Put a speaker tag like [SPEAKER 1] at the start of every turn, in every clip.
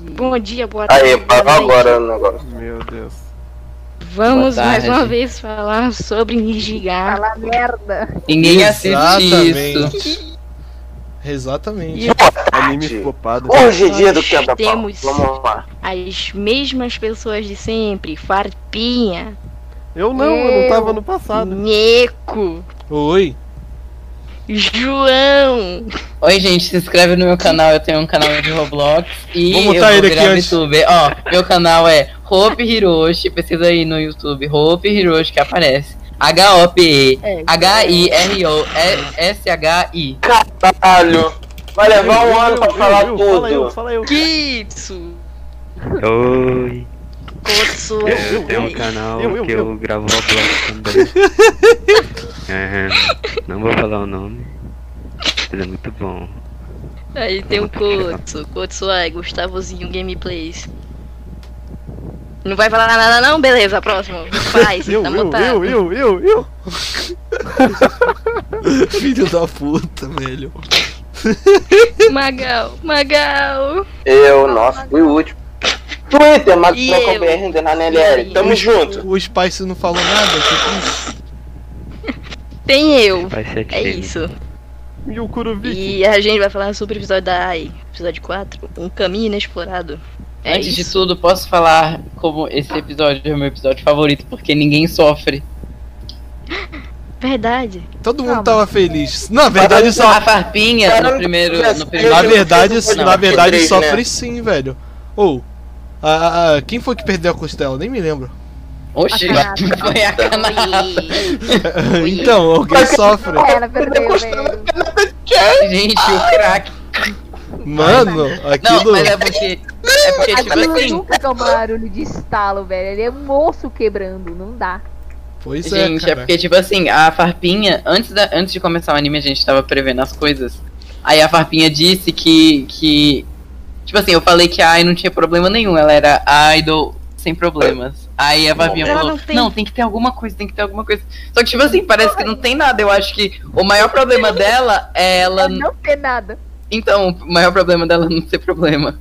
[SPEAKER 1] Bom dia, boa tarde.
[SPEAKER 2] Aí, parou
[SPEAKER 1] boa noite.
[SPEAKER 2] agora o negócio.
[SPEAKER 3] Meu Deus.
[SPEAKER 1] Vamos
[SPEAKER 4] Boa
[SPEAKER 1] mais
[SPEAKER 4] tarde.
[SPEAKER 1] uma vez falar sobre Nijigar.
[SPEAKER 5] Fala merda.
[SPEAKER 4] Ninguém
[SPEAKER 3] Exatamente.
[SPEAKER 4] assiste isso.
[SPEAKER 3] Exatamente.
[SPEAKER 1] E
[SPEAKER 3] Anime
[SPEAKER 2] Tati.
[SPEAKER 3] flopado.
[SPEAKER 2] Hoje é dia do quebra-pau.
[SPEAKER 1] Temos-
[SPEAKER 2] Vamos lá.
[SPEAKER 1] as mesmas pessoas de sempre. Farpinha,
[SPEAKER 3] Eu não, eu não tava no passado.
[SPEAKER 1] Neco,
[SPEAKER 3] Oi.
[SPEAKER 1] João.
[SPEAKER 4] Oi, gente, se inscreve no meu canal. Eu tenho um canal de Roblox. E
[SPEAKER 3] Vou
[SPEAKER 4] eu
[SPEAKER 3] botar
[SPEAKER 4] vou
[SPEAKER 3] ele aqui
[SPEAKER 4] virar
[SPEAKER 3] antes.
[SPEAKER 4] youtuber. Ó, meu canal é Hope Hiroshi. Pesquisa aí no YouTube. Hope Hiroshi que aparece. H-O-P-E.
[SPEAKER 1] É,
[SPEAKER 4] H-I-R-O-S-H-I.
[SPEAKER 2] Caralho. Vai levar
[SPEAKER 3] Eu,
[SPEAKER 2] um
[SPEAKER 3] eu,
[SPEAKER 2] ano pra
[SPEAKER 3] eu,
[SPEAKER 2] falar
[SPEAKER 3] eu, Fala eu,
[SPEAKER 2] tudo.
[SPEAKER 3] fala eu.
[SPEAKER 1] Kitsu,
[SPEAKER 6] Oi,
[SPEAKER 1] Kotsu.
[SPEAKER 6] eu tenho um canal
[SPEAKER 3] eu, eu,
[SPEAKER 6] que
[SPEAKER 3] eu.
[SPEAKER 6] eu gravo Roblox também. Aham, Não vou falar o nome, mas é muito bom.
[SPEAKER 1] Aí tem o Kotsu, Kotsu ai, Gustavozinho Gameplays. Não vai falar nada não? Beleza, próximo. Faz,
[SPEAKER 3] Eu,
[SPEAKER 1] tá
[SPEAKER 3] eu,
[SPEAKER 1] montado.
[SPEAKER 3] eu, eu, eu, eu. Filho da puta, velho.
[SPEAKER 1] Magal, Magal.
[SPEAKER 2] Eu, nossa, fui o último. Twitter, mas
[SPEAKER 1] E é
[SPEAKER 2] não
[SPEAKER 1] eu?
[SPEAKER 2] acompanha ainda na
[SPEAKER 1] E
[SPEAKER 2] NLL.
[SPEAKER 1] aí?
[SPEAKER 2] Tamo junto.
[SPEAKER 3] Os pais não falam nada. que
[SPEAKER 1] Tem eu.
[SPEAKER 6] Vai ser
[SPEAKER 1] É
[SPEAKER 6] time.
[SPEAKER 1] isso.
[SPEAKER 3] triste. E o Kurovik.
[SPEAKER 1] E a gente vai falar sobre o episódio da AI, episódio 4, Um Caminho Inexplorado. É
[SPEAKER 4] Antes de
[SPEAKER 1] isso.
[SPEAKER 4] tudo, posso falar como esse episódio é o meu episódio favorito, porque ninguém sofre.
[SPEAKER 1] Verdade.
[SPEAKER 3] Todo mundo
[SPEAKER 5] Não,
[SPEAKER 4] tá-
[SPEAKER 3] tava feliz. Na verdade, só.
[SPEAKER 4] A farpinha É, no primeiro. No primeiro
[SPEAKER 3] Na
[SPEAKER 2] Eu
[SPEAKER 3] verdade,
[SPEAKER 2] não sei se
[SPEAKER 3] na
[SPEAKER 2] foi
[SPEAKER 3] verdade
[SPEAKER 2] três,
[SPEAKER 3] sofre
[SPEAKER 2] né?
[SPEAKER 3] sim, velho. Ou. a- a- a- quem foi que perdeu a costela? Nem me lembro.
[SPEAKER 4] Oxi,
[SPEAKER 1] Acanado.
[SPEAKER 4] foi a canal.
[SPEAKER 3] então, alguém sofre.
[SPEAKER 5] Ela perdeu, É, velho.
[SPEAKER 4] Gente, o crack.
[SPEAKER 3] Mano,
[SPEAKER 4] Não,
[SPEAKER 3] aquilo.
[SPEAKER 4] mas é porque. É porque,
[SPEAKER 1] tá
[SPEAKER 4] tipo
[SPEAKER 5] Aquilo
[SPEAKER 4] assim.
[SPEAKER 5] nunca que é um barulho de estalo, velho. Ele é um osso quebrando, não dá.
[SPEAKER 3] Pois é.
[SPEAKER 4] Gente, é,
[SPEAKER 3] cara.
[SPEAKER 4] porque, tipo assim, a Farpinha, antes, da, antes de começar o anime, a gente tava prevendo as coisas. Aí a Farpinha disse que. que tipo assim, eu falei que a Ai não tinha problema nenhum, ela era a Idol sem problemas. Aí a Farpinha
[SPEAKER 1] Mas ela
[SPEAKER 4] falou:
[SPEAKER 1] não
[SPEAKER 4] não
[SPEAKER 1] tem.
[SPEAKER 4] tem... que ter alguma coisa, tem que ter alguma coisa. Só que, tipo assim, parece que não tem nada. Eu acho que o maior problema dela é ela.
[SPEAKER 5] Não tem nada.
[SPEAKER 4] Então, o maior problema dela é não ser problema.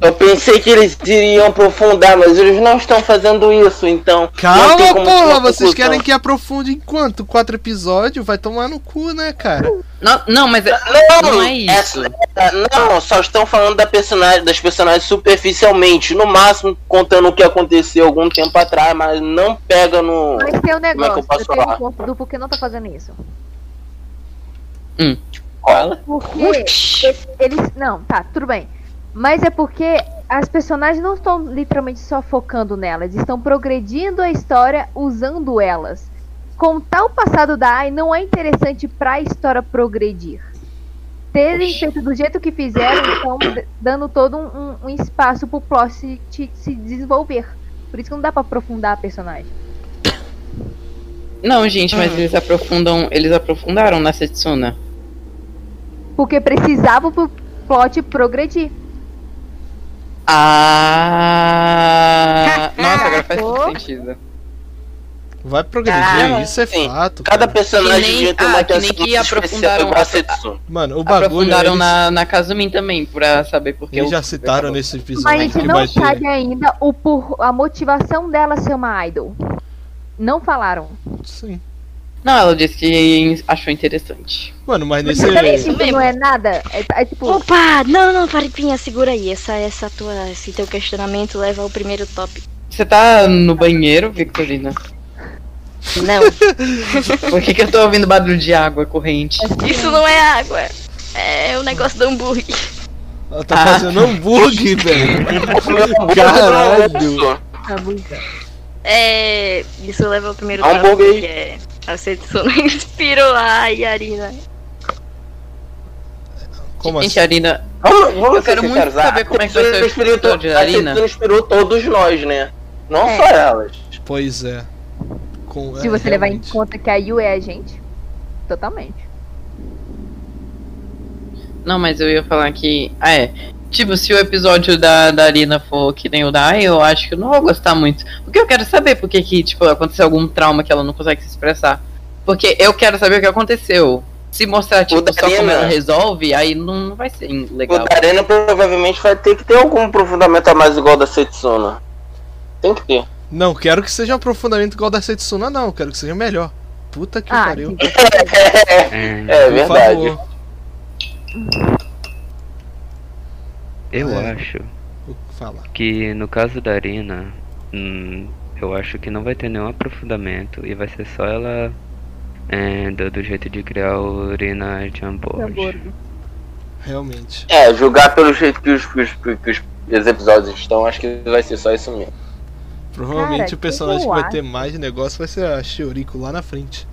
[SPEAKER 2] Eu pensei que eles iriam aprofundar, mas eles não estão fazendo isso, então. não tem
[SPEAKER 3] Calma,
[SPEAKER 2] como ter
[SPEAKER 3] porra!
[SPEAKER 2] uma
[SPEAKER 3] Vocês
[SPEAKER 2] conclusão.
[SPEAKER 3] querem que aprofunde em quanto? Quatro episódios? Vai tomar no cu, né, cara?
[SPEAKER 4] Não, não mas é-
[SPEAKER 2] Não,
[SPEAKER 4] não é isso.
[SPEAKER 2] essa- não, só estão falando da personagem, das personagens superficialmente, no máximo contando o que aconteceu algum tempo atrás, mas não pega no.
[SPEAKER 5] Mas tem um
[SPEAKER 2] é que eu
[SPEAKER 5] negócio.
[SPEAKER 2] posso
[SPEAKER 5] eu tenho
[SPEAKER 2] falar?
[SPEAKER 5] um ponto do porquê não tá fazendo isso.
[SPEAKER 4] Fala.
[SPEAKER 5] Porque eles. Não, tá, tudo bem. Mas é porque as personagens não estão literalmente só focando nelas, estão progredindo a história usando elas. Contar o passado da Ai não é interessante pra história progredir. Terem feito do jeito que fizeram, estão d- dando todo um, um- um espaço pro plot se, te- se desenvolver. Por isso que não dá pra aprofundar a personagem.
[SPEAKER 4] Não, gente,
[SPEAKER 1] Hum.
[SPEAKER 4] mas eles aprofundam. Eles aprofundaram na Setsuna.
[SPEAKER 5] Porque precisava pro plot progredir.
[SPEAKER 4] Ah! Nossa, agora faz todo sentido.
[SPEAKER 3] Vai progredir,
[SPEAKER 2] Ah,
[SPEAKER 3] isso é
[SPEAKER 2] sim.
[SPEAKER 3] fato.
[SPEAKER 2] Cada
[SPEAKER 3] cara.
[SPEAKER 2] personagem
[SPEAKER 4] Que nem-
[SPEAKER 2] devia ter
[SPEAKER 4] ah,
[SPEAKER 2] uma
[SPEAKER 4] que nem
[SPEAKER 2] atenção
[SPEAKER 4] que
[SPEAKER 2] especial
[SPEAKER 4] aprofundaram
[SPEAKER 2] igual a tá.
[SPEAKER 4] a-
[SPEAKER 2] Setsuna.
[SPEAKER 3] Mano, o bagulho.
[SPEAKER 4] Aprofundaram
[SPEAKER 3] Eles,
[SPEAKER 4] na, na Kazumin também, pra saber porque. o-
[SPEAKER 3] eles já citaram né? nesse episódio.
[SPEAKER 5] Mas a gente
[SPEAKER 3] que
[SPEAKER 5] não
[SPEAKER 3] vai ter.
[SPEAKER 5] sabe ainda o por, a motivação dela ser uma idol. Não falaram.
[SPEAKER 3] Sim.
[SPEAKER 4] Não, ela disse que achou interessante.
[SPEAKER 3] Mano, mas nesse.
[SPEAKER 5] Mas peraí,
[SPEAKER 1] Isso
[SPEAKER 5] tipo,
[SPEAKER 1] mesmo.
[SPEAKER 5] não é nada. É, é tipo,
[SPEAKER 1] Opa! Não, não, Farpinha, segura aí. Essa, essa tua, esse teu questionamento leva ao primeiro tópico.
[SPEAKER 4] Você tá no banheiro, Victorina?
[SPEAKER 1] Não,
[SPEAKER 4] Por que, que eu tô ouvindo barulho de água corrente?
[SPEAKER 1] isso não é água. É o negócio do hambúrguer.
[SPEAKER 3] Ela tá
[SPEAKER 4] Ah.
[SPEAKER 3] fazendo hambúrguer, velho. Caralho.
[SPEAKER 1] É. Isso leva ao primeiro
[SPEAKER 2] Hambúrguer.
[SPEAKER 1] tópico, que é. A Setsuna inspirou a Yarina.
[SPEAKER 3] Como
[SPEAKER 4] gente,
[SPEAKER 3] assim?
[SPEAKER 4] a Arina.
[SPEAKER 2] Vamos, vamos
[SPEAKER 4] Eu quero
[SPEAKER 2] ser
[SPEAKER 4] muito
[SPEAKER 2] sinceros, a
[SPEAKER 4] saber como é que vai ser o
[SPEAKER 2] Setsuna inspirou
[SPEAKER 4] futuro
[SPEAKER 2] to-
[SPEAKER 4] de É.
[SPEAKER 2] A
[SPEAKER 4] Arina.
[SPEAKER 2] Setsuna inspirou todos nós, né? Não só elas.
[SPEAKER 3] Pois é. Com-
[SPEAKER 5] se
[SPEAKER 3] é,
[SPEAKER 5] você levar em
[SPEAKER 3] realmente.
[SPEAKER 5] conta que a Yu é a gente. Totalmente.
[SPEAKER 4] Não, mas eu ia falar que. Ah, é. Tipo, se o episódio da, da Arina for que nem o da Ai, eu acho que eu não vou gostar muito. Porque eu quero saber por que, que, tipo, aconteceu algum trauma que ela não consegue se expressar. Porque eu quero saber o que aconteceu. se mostrar, tipo, só
[SPEAKER 2] Darina-
[SPEAKER 4] como ela resolve, aí não, não vai ser
[SPEAKER 2] O
[SPEAKER 4] legal.
[SPEAKER 2] da Arena Tipo, provavelmente vai ter que ter algum aprofundamento a mais igual da Setsuna. Tem que ter.
[SPEAKER 3] Não quero que seja um aprofundamento igual da Setsuna, não. Quero que seja melhor. Puta que
[SPEAKER 5] Ah,
[SPEAKER 3] pariu.
[SPEAKER 5] que-
[SPEAKER 6] É,
[SPEAKER 2] É
[SPEAKER 3] Por
[SPEAKER 2] verdade.
[SPEAKER 3] favor.
[SPEAKER 6] eu
[SPEAKER 3] É.
[SPEAKER 6] acho
[SPEAKER 3] Fala.
[SPEAKER 6] que no caso da Arina, hum, eu acho que não vai ter nenhum aprofundamento e vai ser só ela é, do, do jeito de criar o Arina Jamboard.
[SPEAKER 5] Jamboree.
[SPEAKER 3] Realmente.
[SPEAKER 2] É, julgar pelo jeito que os, que os, que os- que os episódios estão, acho que vai ser só isso mesmo.
[SPEAKER 3] Provavelmente
[SPEAKER 5] Cara,
[SPEAKER 3] o personagem que
[SPEAKER 5] eu
[SPEAKER 3] vai
[SPEAKER 5] acho.
[SPEAKER 3] ter mais negócio vai ser a Shioriko lá na frente.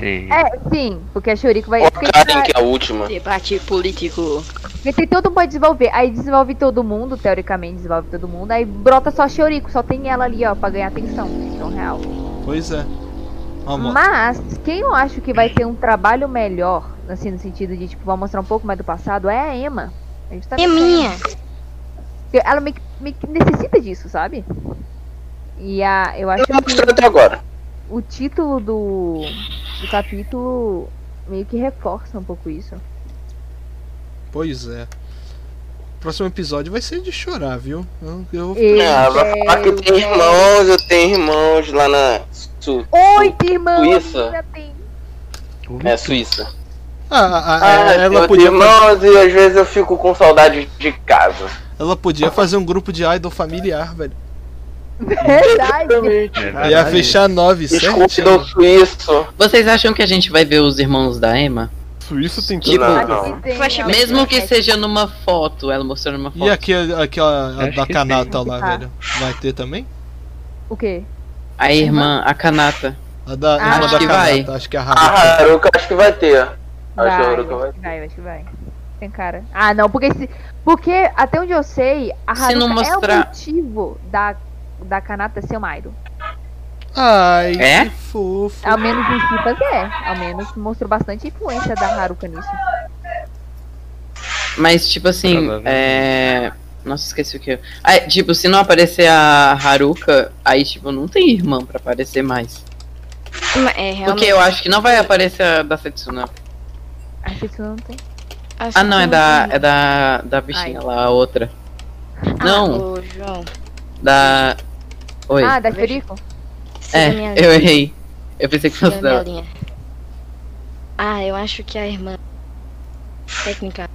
[SPEAKER 6] Sim.
[SPEAKER 5] É, sim, porque a Shuriko vai.
[SPEAKER 2] Ou a
[SPEAKER 5] Porque,
[SPEAKER 2] Karen, que é a última.
[SPEAKER 1] Debate político.
[SPEAKER 5] porque tem todo mundo pra desenvolver. Aí desenvolve todo mundo, teoricamente desenvolve todo mundo. Aí brota só a Shuriko, só tem ela ali, ó, pra ganhar atenção. Então, real.
[SPEAKER 3] Pois é. Ó, mo-
[SPEAKER 5] Mas, quem eu acho que vai ter um trabalho melhor, assim, no sentido de, tipo, vai mostrar um pouco mais do passado, é a Emma. A gente tá
[SPEAKER 1] É minha.
[SPEAKER 5] Porque Ela meio que- meio que necessita disso, sabe? E a, eu acho
[SPEAKER 2] Não mostrou
[SPEAKER 5] que
[SPEAKER 2] até agora.
[SPEAKER 5] o título do, do capítulo meio que reforça um pouco isso.
[SPEAKER 3] Pois é. Próximo episódio vai ser de chorar, viu? Eu, eu-
[SPEAKER 5] Eu
[SPEAKER 2] É, ela vai falar que
[SPEAKER 5] quero-
[SPEAKER 2] tem irmãos, eu tenho irmãos lá na Su
[SPEAKER 5] Oito irmãos!
[SPEAKER 2] Suíça.
[SPEAKER 5] ainda tem.
[SPEAKER 2] é, Suíça.
[SPEAKER 3] Ah, ah, ah,
[SPEAKER 2] Ah,
[SPEAKER 3] ela,
[SPEAKER 2] eu
[SPEAKER 3] podia,
[SPEAKER 2] tenho irmãos e às vezes eu fico com saudade de casa.
[SPEAKER 3] ela podia fazer um grupo de idol familiar, velho.
[SPEAKER 5] Verdade!
[SPEAKER 6] É,
[SPEAKER 3] Ia fechar nove, certo?
[SPEAKER 2] Escudo suíço.
[SPEAKER 4] Vocês acham que a gente vai ver os irmãos da Emma?
[SPEAKER 7] Suíço tem tudo.
[SPEAKER 4] Tipo,
[SPEAKER 2] Não,
[SPEAKER 5] Aqui
[SPEAKER 2] não.
[SPEAKER 5] tem, né?
[SPEAKER 1] Flashback.
[SPEAKER 5] ó,
[SPEAKER 4] Mesmo que seja numa foto, ela mostrando uma foto.
[SPEAKER 3] E aqui, aqui a, a
[SPEAKER 6] Acho
[SPEAKER 3] da
[SPEAKER 6] que
[SPEAKER 3] Kanata lá,
[SPEAKER 5] Tá.
[SPEAKER 3] velho. Vai ter também?
[SPEAKER 5] O quê?
[SPEAKER 4] A irmã, a Kanata.
[SPEAKER 3] A da,
[SPEAKER 5] Ah,
[SPEAKER 3] uma
[SPEAKER 5] acho
[SPEAKER 3] da
[SPEAKER 4] que
[SPEAKER 3] Kanata,
[SPEAKER 4] vai.
[SPEAKER 3] acho que é a Haruka.
[SPEAKER 2] Ah, Haruka acho que vai ter. Acho que a
[SPEAKER 5] Vai,
[SPEAKER 2] Haruka vai
[SPEAKER 5] acho que vai, acho que vai. Tem cara. Ah, não, porque se, porque até onde eu sei, a
[SPEAKER 4] Se não
[SPEAKER 5] Haruka é o
[SPEAKER 4] mostrar-
[SPEAKER 5] motivo da da Kanata ser uma idol.
[SPEAKER 7] Ah.
[SPEAKER 3] Ai,
[SPEAKER 4] É? Ah.
[SPEAKER 3] que fofo.
[SPEAKER 5] Ao menos em Chipas é. Ao menos mostrou bastante influência da Haruka nisso.
[SPEAKER 4] Mas, tipo assim,
[SPEAKER 6] Provavelmente.
[SPEAKER 4] é. Nossa, esqueci o que. eu- Ah, é, tipo, se não aparecer a Haruka, aí, tipo, não tem irmã pra aparecer mais.
[SPEAKER 1] Mas É, realmente.
[SPEAKER 4] Porque eu acho que não vai aparecer a da Setsuna.
[SPEAKER 5] A Setsuna não tem.
[SPEAKER 1] assim
[SPEAKER 4] Ah, não, é
[SPEAKER 1] como
[SPEAKER 4] da.
[SPEAKER 1] tem-
[SPEAKER 4] É da. Da bichinha
[SPEAKER 1] Ai.
[SPEAKER 4] lá, a outra.
[SPEAKER 1] Ah,
[SPEAKER 4] Não, É,
[SPEAKER 1] Ô, João.
[SPEAKER 4] da. Oi.
[SPEAKER 5] Ah, da Shuriko?
[SPEAKER 1] siga
[SPEAKER 4] é,
[SPEAKER 1] minha-
[SPEAKER 4] eu errei. Eu
[SPEAKER 5] é
[SPEAKER 4] pensei que
[SPEAKER 1] siga
[SPEAKER 4] fosse
[SPEAKER 1] minha
[SPEAKER 4] da.
[SPEAKER 1] linha. Ah, eu acho que a irmã. Técnica,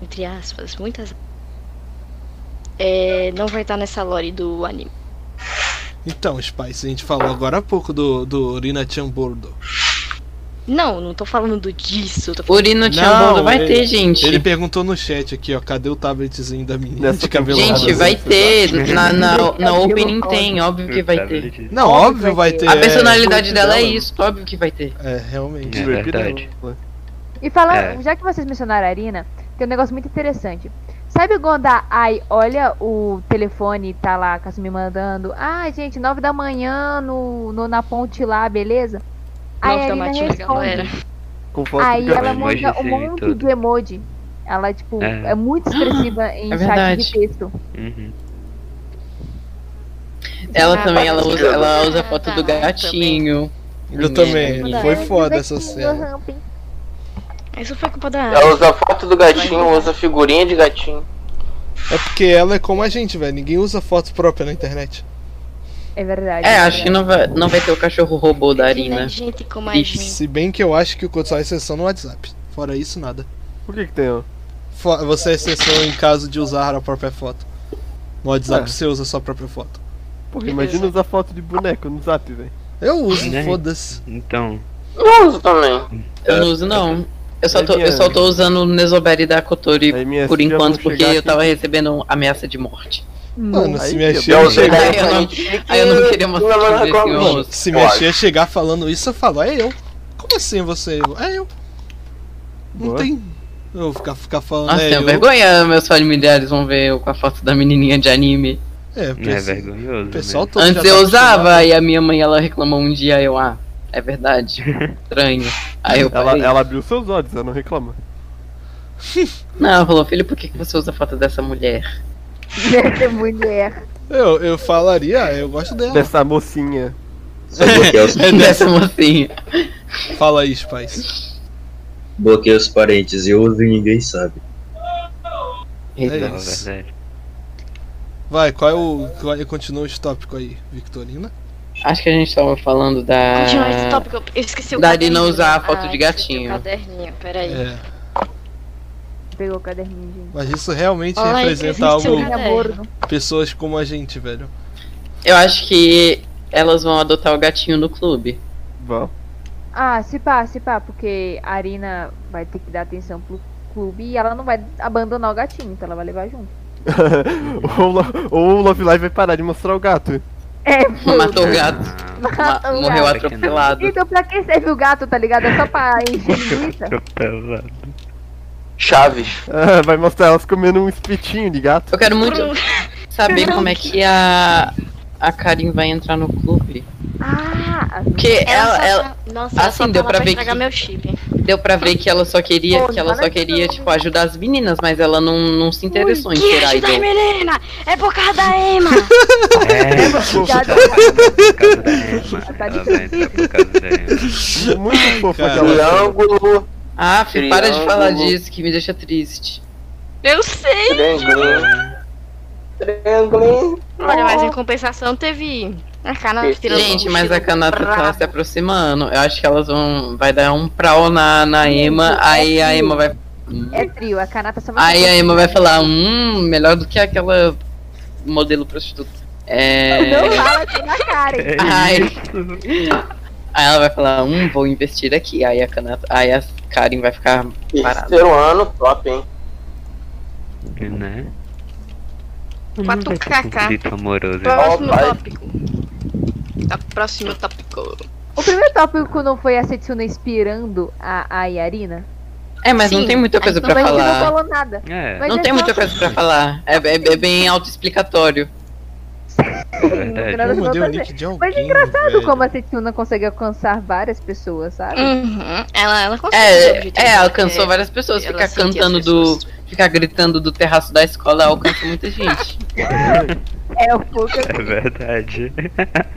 [SPEAKER 1] entre aspas, muitas. É, não vai estar nessa lore do anime.
[SPEAKER 3] Então, Spice, a gente falou agora há pouco do, do Rina Bordo.
[SPEAKER 1] Não, não tô falando do disso. eu Tô falando...
[SPEAKER 4] Urino
[SPEAKER 3] Não,
[SPEAKER 4] Tiambondo vai
[SPEAKER 3] ele-
[SPEAKER 4] ter, gente.
[SPEAKER 3] Ele perguntou no chat aqui, ó, cadê o tabletzinho da menina
[SPEAKER 7] Dessa
[SPEAKER 3] de cabelo
[SPEAKER 7] temporada.
[SPEAKER 4] Gente,
[SPEAKER 3] rosa?
[SPEAKER 4] vai ter. Na, na, na
[SPEAKER 5] Cabelo
[SPEAKER 4] opening
[SPEAKER 5] rosa.
[SPEAKER 4] tem, óbvio
[SPEAKER 3] Hum,
[SPEAKER 4] que
[SPEAKER 3] tá,
[SPEAKER 4] vai ter.
[SPEAKER 3] Não, óbvio vai ter.
[SPEAKER 4] A
[SPEAKER 3] é,
[SPEAKER 4] personalidade
[SPEAKER 3] muito
[SPEAKER 4] dela é isso, óbvio que vai ter.
[SPEAKER 3] É, realmente.
[SPEAKER 6] É verdade.
[SPEAKER 7] né?
[SPEAKER 5] E falando,
[SPEAKER 6] É.
[SPEAKER 5] já que vocês mencionaram a Arina, tem um negócio muito interessante. Sabe quando a Ai olha o telefone e tá lá a Kasumi mandando? Ah, gente, nove da manhã no, no- na ponte lá, beleza? Aí
[SPEAKER 1] Nova
[SPEAKER 5] a
[SPEAKER 1] da
[SPEAKER 5] Arina
[SPEAKER 1] Matilda,
[SPEAKER 2] é
[SPEAKER 5] responde.
[SPEAKER 1] galera.
[SPEAKER 7] Com foto
[SPEAKER 5] Aí
[SPEAKER 7] de
[SPEAKER 5] ela
[SPEAKER 7] cabelo.
[SPEAKER 6] emoji
[SPEAKER 5] manda um
[SPEAKER 6] sim,
[SPEAKER 5] monte
[SPEAKER 6] tudo.
[SPEAKER 5] de emoji. Ela, tipo, é,
[SPEAKER 6] É.
[SPEAKER 5] muito expressiva em
[SPEAKER 4] É
[SPEAKER 5] chat
[SPEAKER 4] verdade.
[SPEAKER 5] de texto.
[SPEAKER 6] Uhum.
[SPEAKER 4] Ela
[SPEAKER 1] Ah,
[SPEAKER 4] também, ela usa, ela usa a foto
[SPEAKER 1] tá,
[SPEAKER 4] do
[SPEAKER 1] também.
[SPEAKER 4] gatinho. Uhum.
[SPEAKER 3] Eu também,
[SPEAKER 7] É.
[SPEAKER 4] Menina.
[SPEAKER 3] foi foda essa cena.
[SPEAKER 1] Isso foi culpa
[SPEAKER 4] É
[SPEAKER 1] da
[SPEAKER 2] Ela usa foto do gatinho, usa figurinha de gatinho.
[SPEAKER 3] É porque ela é como a gente, velho. Ninguém usa foto própria na internet.
[SPEAKER 5] É verdade.
[SPEAKER 4] É, acho que não vai, não vai ter o cachorro robô da Arina.
[SPEAKER 1] Tem gente como a
[SPEAKER 4] né? Ixi.
[SPEAKER 1] gente.
[SPEAKER 3] Se bem que eu acho que o Kotsai é exceção no WhatsApp. Fora isso, nada.
[SPEAKER 7] Por que que tem, ó?
[SPEAKER 3] Fo- Você é exceção em caso de usar a própria foto. No WhatsApp
[SPEAKER 7] É.
[SPEAKER 3] você usa a sua própria foto.
[SPEAKER 7] Porra, imagina usar foto de boneco no zap, velho.
[SPEAKER 3] Eu uso,
[SPEAKER 6] Né?
[SPEAKER 3] foda-se.
[SPEAKER 6] Então,
[SPEAKER 2] Eu uso também.
[SPEAKER 4] Eu não uso, não. Eu só tô, eu só tô usando o Nesoberi da Kotori
[SPEAKER 7] Aí minhas
[SPEAKER 4] por
[SPEAKER 7] filhas
[SPEAKER 4] enquanto,
[SPEAKER 7] vão
[SPEAKER 4] porque
[SPEAKER 7] chegar
[SPEAKER 4] eu
[SPEAKER 7] aqui.
[SPEAKER 4] tava recebendo ameaça de morte.
[SPEAKER 3] Mano, se
[SPEAKER 7] Aí,
[SPEAKER 3] minha
[SPEAKER 7] eu
[SPEAKER 3] cheia
[SPEAKER 7] uso-
[SPEAKER 3] chegar.
[SPEAKER 4] Aí eu não- aí eu não queria
[SPEAKER 2] Não,
[SPEAKER 4] mostrar
[SPEAKER 2] não,
[SPEAKER 4] pra vocês que eu
[SPEAKER 2] não,
[SPEAKER 4] uso.
[SPEAKER 3] Se minha cheia chegar falando isso, eu falo, é eu. Como assim você? É eu. Não
[SPEAKER 7] Boa.
[SPEAKER 3] tem. Eu vou ficar, ficar falando,
[SPEAKER 4] Nossa,
[SPEAKER 3] é
[SPEAKER 4] tenho
[SPEAKER 3] eu.
[SPEAKER 4] vergonha, meus familiares vão ver eu com a foto da menininha de anime.
[SPEAKER 6] não
[SPEAKER 3] É,
[SPEAKER 6] é
[SPEAKER 3] pessoal-
[SPEAKER 6] vergonhoso. né?
[SPEAKER 3] O pessoal todo
[SPEAKER 4] Antes
[SPEAKER 3] já
[SPEAKER 4] eu
[SPEAKER 3] tá
[SPEAKER 4] usava, e a minha mãe ela reclamou um dia, eu, ah, é verdade. Estranho. Aí eu
[SPEAKER 7] Ela,
[SPEAKER 4] falei,
[SPEAKER 3] é um
[SPEAKER 7] ela abriu seus olhos, ela não reclama.
[SPEAKER 4] não, ela falou, filho, por que que você usa a foto dessa mulher?
[SPEAKER 5] Essa mulher.
[SPEAKER 3] Eu, eu falaria, ah, eu gosto dela.
[SPEAKER 7] Dessa mocinha.
[SPEAKER 3] É,
[SPEAKER 4] dessa mocinha.
[SPEAKER 3] Fala aí, Spice.
[SPEAKER 8] bloqueia os parentes e uso e ninguém sabe.
[SPEAKER 4] Eita.
[SPEAKER 3] É
[SPEAKER 6] Não,
[SPEAKER 3] isso.
[SPEAKER 6] verdade.
[SPEAKER 3] Vai, qual é o. Qual é, continua esse tópico aí, Victorina?
[SPEAKER 4] Acho que a gente tava falando da.
[SPEAKER 1] Continua esse tópico, eu eu esqueci o
[SPEAKER 4] Da Arina usar a
[SPEAKER 1] Ah,
[SPEAKER 4] foto de
[SPEAKER 1] esqueci
[SPEAKER 4] gatinho.
[SPEAKER 1] O caderninho, peraí.
[SPEAKER 3] É.
[SPEAKER 5] Pegou o caderninho, gente.
[SPEAKER 3] Mas isso realmente
[SPEAKER 1] Ai,
[SPEAKER 3] representa
[SPEAKER 1] existe um
[SPEAKER 3] algo.
[SPEAKER 1] Caderno.
[SPEAKER 5] Namoro.
[SPEAKER 3] Pessoas como a gente, velho.
[SPEAKER 4] Eu acho que elas vão adotar o gatinho no clube.
[SPEAKER 7] Vão.
[SPEAKER 5] Ah, se pá, se pá, porque a Arina vai ter que dar atenção pro clube e ela não vai abandonar o gatinho, então ela vai levar junto.
[SPEAKER 7] ou, o Lo- ou o Love Live vai parar de mostrar o gato.
[SPEAKER 5] É,
[SPEAKER 4] Matou o gato.
[SPEAKER 6] Ah,
[SPEAKER 4] Ma-
[SPEAKER 5] Matou o
[SPEAKER 4] morreu
[SPEAKER 6] gato.
[SPEAKER 4] atropelado.
[SPEAKER 5] Então pra quem serve o gato, tá ligado? É só pra encher
[SPEAKER 6] É.
[SPEAKER 5] linguiça?
[SPEAKER 6] atropelado.
[SPEAKER 2] Chaves.
[SPEAKER 7] Ah, vai mostrar elas comendo um espetinho de gato.
[SPEAKER 4] Eu quero muito
[SPEAKER 1] Brum.
[SPEAKER 4] saber como é que a. A Karin vai entrar no clube.
[SPEAKER 5] Ah,
[SPEAKER 4] Porque
[SPEAKER 1] Ela,
[SPEAKER 4] ela, ela-
[SPEAKER 1] só tá- Nossa, ela
[SPEAKER 4] assim,
[SPEAKER 1] só
[SPEAKER 4] deu
[SPEAKER 1] tava
[SPEAKER 4] pra ver
[SPEAKER 1] estragar
[SPEAKER 4] que-
[SPEAKER 1] meu chip.
[SPEAKER 4] deu pra ver que ela só queria,
[SPEAKER 5] Pô,
[SPEAKER 4] que ela
[SPEAKER 5] fala
[SPEAKER 4] só
[SPEAKER 5] de
[SPEAKER 4] queria,
[SPEAKER 5] novo.
[SPEAKER 4] tipo, ajudar as meninas, mas ela não, não se interessou em
[SPEAKER 1] Que
[SPEAKER 4] ser
[SPEAKER 1] ajuda as
[SPEAKER 4] idol.
[SPEAKER 1] meninas! É por causa da Emma!
[SPEAKER 6] É,
[SPEAKER 5] já, já,
[SPEAKER 6] por causa da Emma.
[SPEAKER 5] Tá
[SPEAKER 6] Ela vai entrar por causa da Emma.
[SPEAKER 7] Muito fofo
[SPEAKER 3] cara.
[SPEAKER 7] aquela.
[SPEAKER 2] Triângulo,
[SPEAKER 4] Ah, filho, para de
[SPEAKER 2] Triângulo.
[SPEAKER 4] falar disso, que me deixa triste.
[SPEAKER 1] Eu sei!
[SPEAKER 2] triângulo, triângulo.
[SPEAKER 1] Olha, mas em compensação teve a cara na fila do
[SPEAKER 4] Gente, mas a
[SPEAKER 1] combustível.
[SPEAKER 4] Kanata tá
[SPEAKER 1] Brabo.
[SPEAKER 4] se aproximando. Eu acho que elas vão. Vai dar um prau na, na Emma. Aí a Emma vai. Hum.
[SPEAKER 5] é trio, a canata só
[SPEAKER 4] Aí a Emma vai falar, hum, melhor do que aquela modelo prostituta.
[SPEAKER 5] Não
[SPEAKER 4] É.
[SPEAKER 5] fala aqui na cara,
[SPEAKER 6] É
[SPEAKER 5] hein?
[SPEAKER 4] Ai. Aí ela vai falar, hum, vou investir aqui. Aí a Kanata. Aí a Karen vai ficar parada.
[SPEAKER 2] Terceiro ano, top, hein?
[SPEAKER 6] Né?
[SPEAKER 1] 4kk.
[SPEAKER 6] Conflito amoroso.
[SPEAKER 1] Próximo
[SPEAKER 2] Opa.
[SPEAKER 1] tópico. Tá, Próximo tópico.
[SPEAKER 5] O primeiro tópico não foi a Setsuna inspirando a, a Yarina?
[SPEAKER 4] É, mas não
[SPEAKER 1] Sim,
[SPEAKER 4] tem muita coisa
[SPEAKER 1] aí
[SPEAKER 4] pra
[SPEAKER 5] Mas a gente não
[SPEAKER 4] falar.
[SPEAKER 5] falou nada.
[SPEAKER 6] É,
[SPEAKER 5] Mas
[SPEAKER 4] Não
[SPEAKER 5] é
[SPEAKER 4] tem
[SPEAKER 5] só-
[SPEAKER 4] muita coisa pra falar. É, é- é bem autoexplicatório.
[SPEAKER 6] é verdade.
[SPEAKER 5] Ela
[SPEAKER 3] Eu
[SPEAKER 5] não
[SPEAKER 3] mudei o
[SPEAKER 5] vai
[SPEAKER 3] nick de alguém.
[SPEAKER 5] Mas é engraçado
[SPEAKER 3] velho.
[SPEAKER 5] como a Setsuna consegue alcançar várias pessoas, sabe?
[SPEAKER 1] Uhum. Ela, ela conseguiu. o
[SPEAKER 4] É,
[SPEAKER 1] objetivo
[SPEAKER 4] é,
[SPEAKER 1] dela,
[SPEAKER 4] alcançou
[SPEAKER 1] que é-
[SPEAKER 4] várias pessoas.
[SPEAKER 1] ela
[SPEAKER 4] Ficar
[SPEAKER 1] sentia
[SPEAKER 4] cantando
[SPEAKER 1] as
[SPEAKER 4] do.
[SPEAKER 1] pessoas.
[SPEAKER 4] Ficar gritando do terraço da escola alcança muita gente.
[SPEAKER 5] É o pouco.
[SPEAKER 6] É verdade.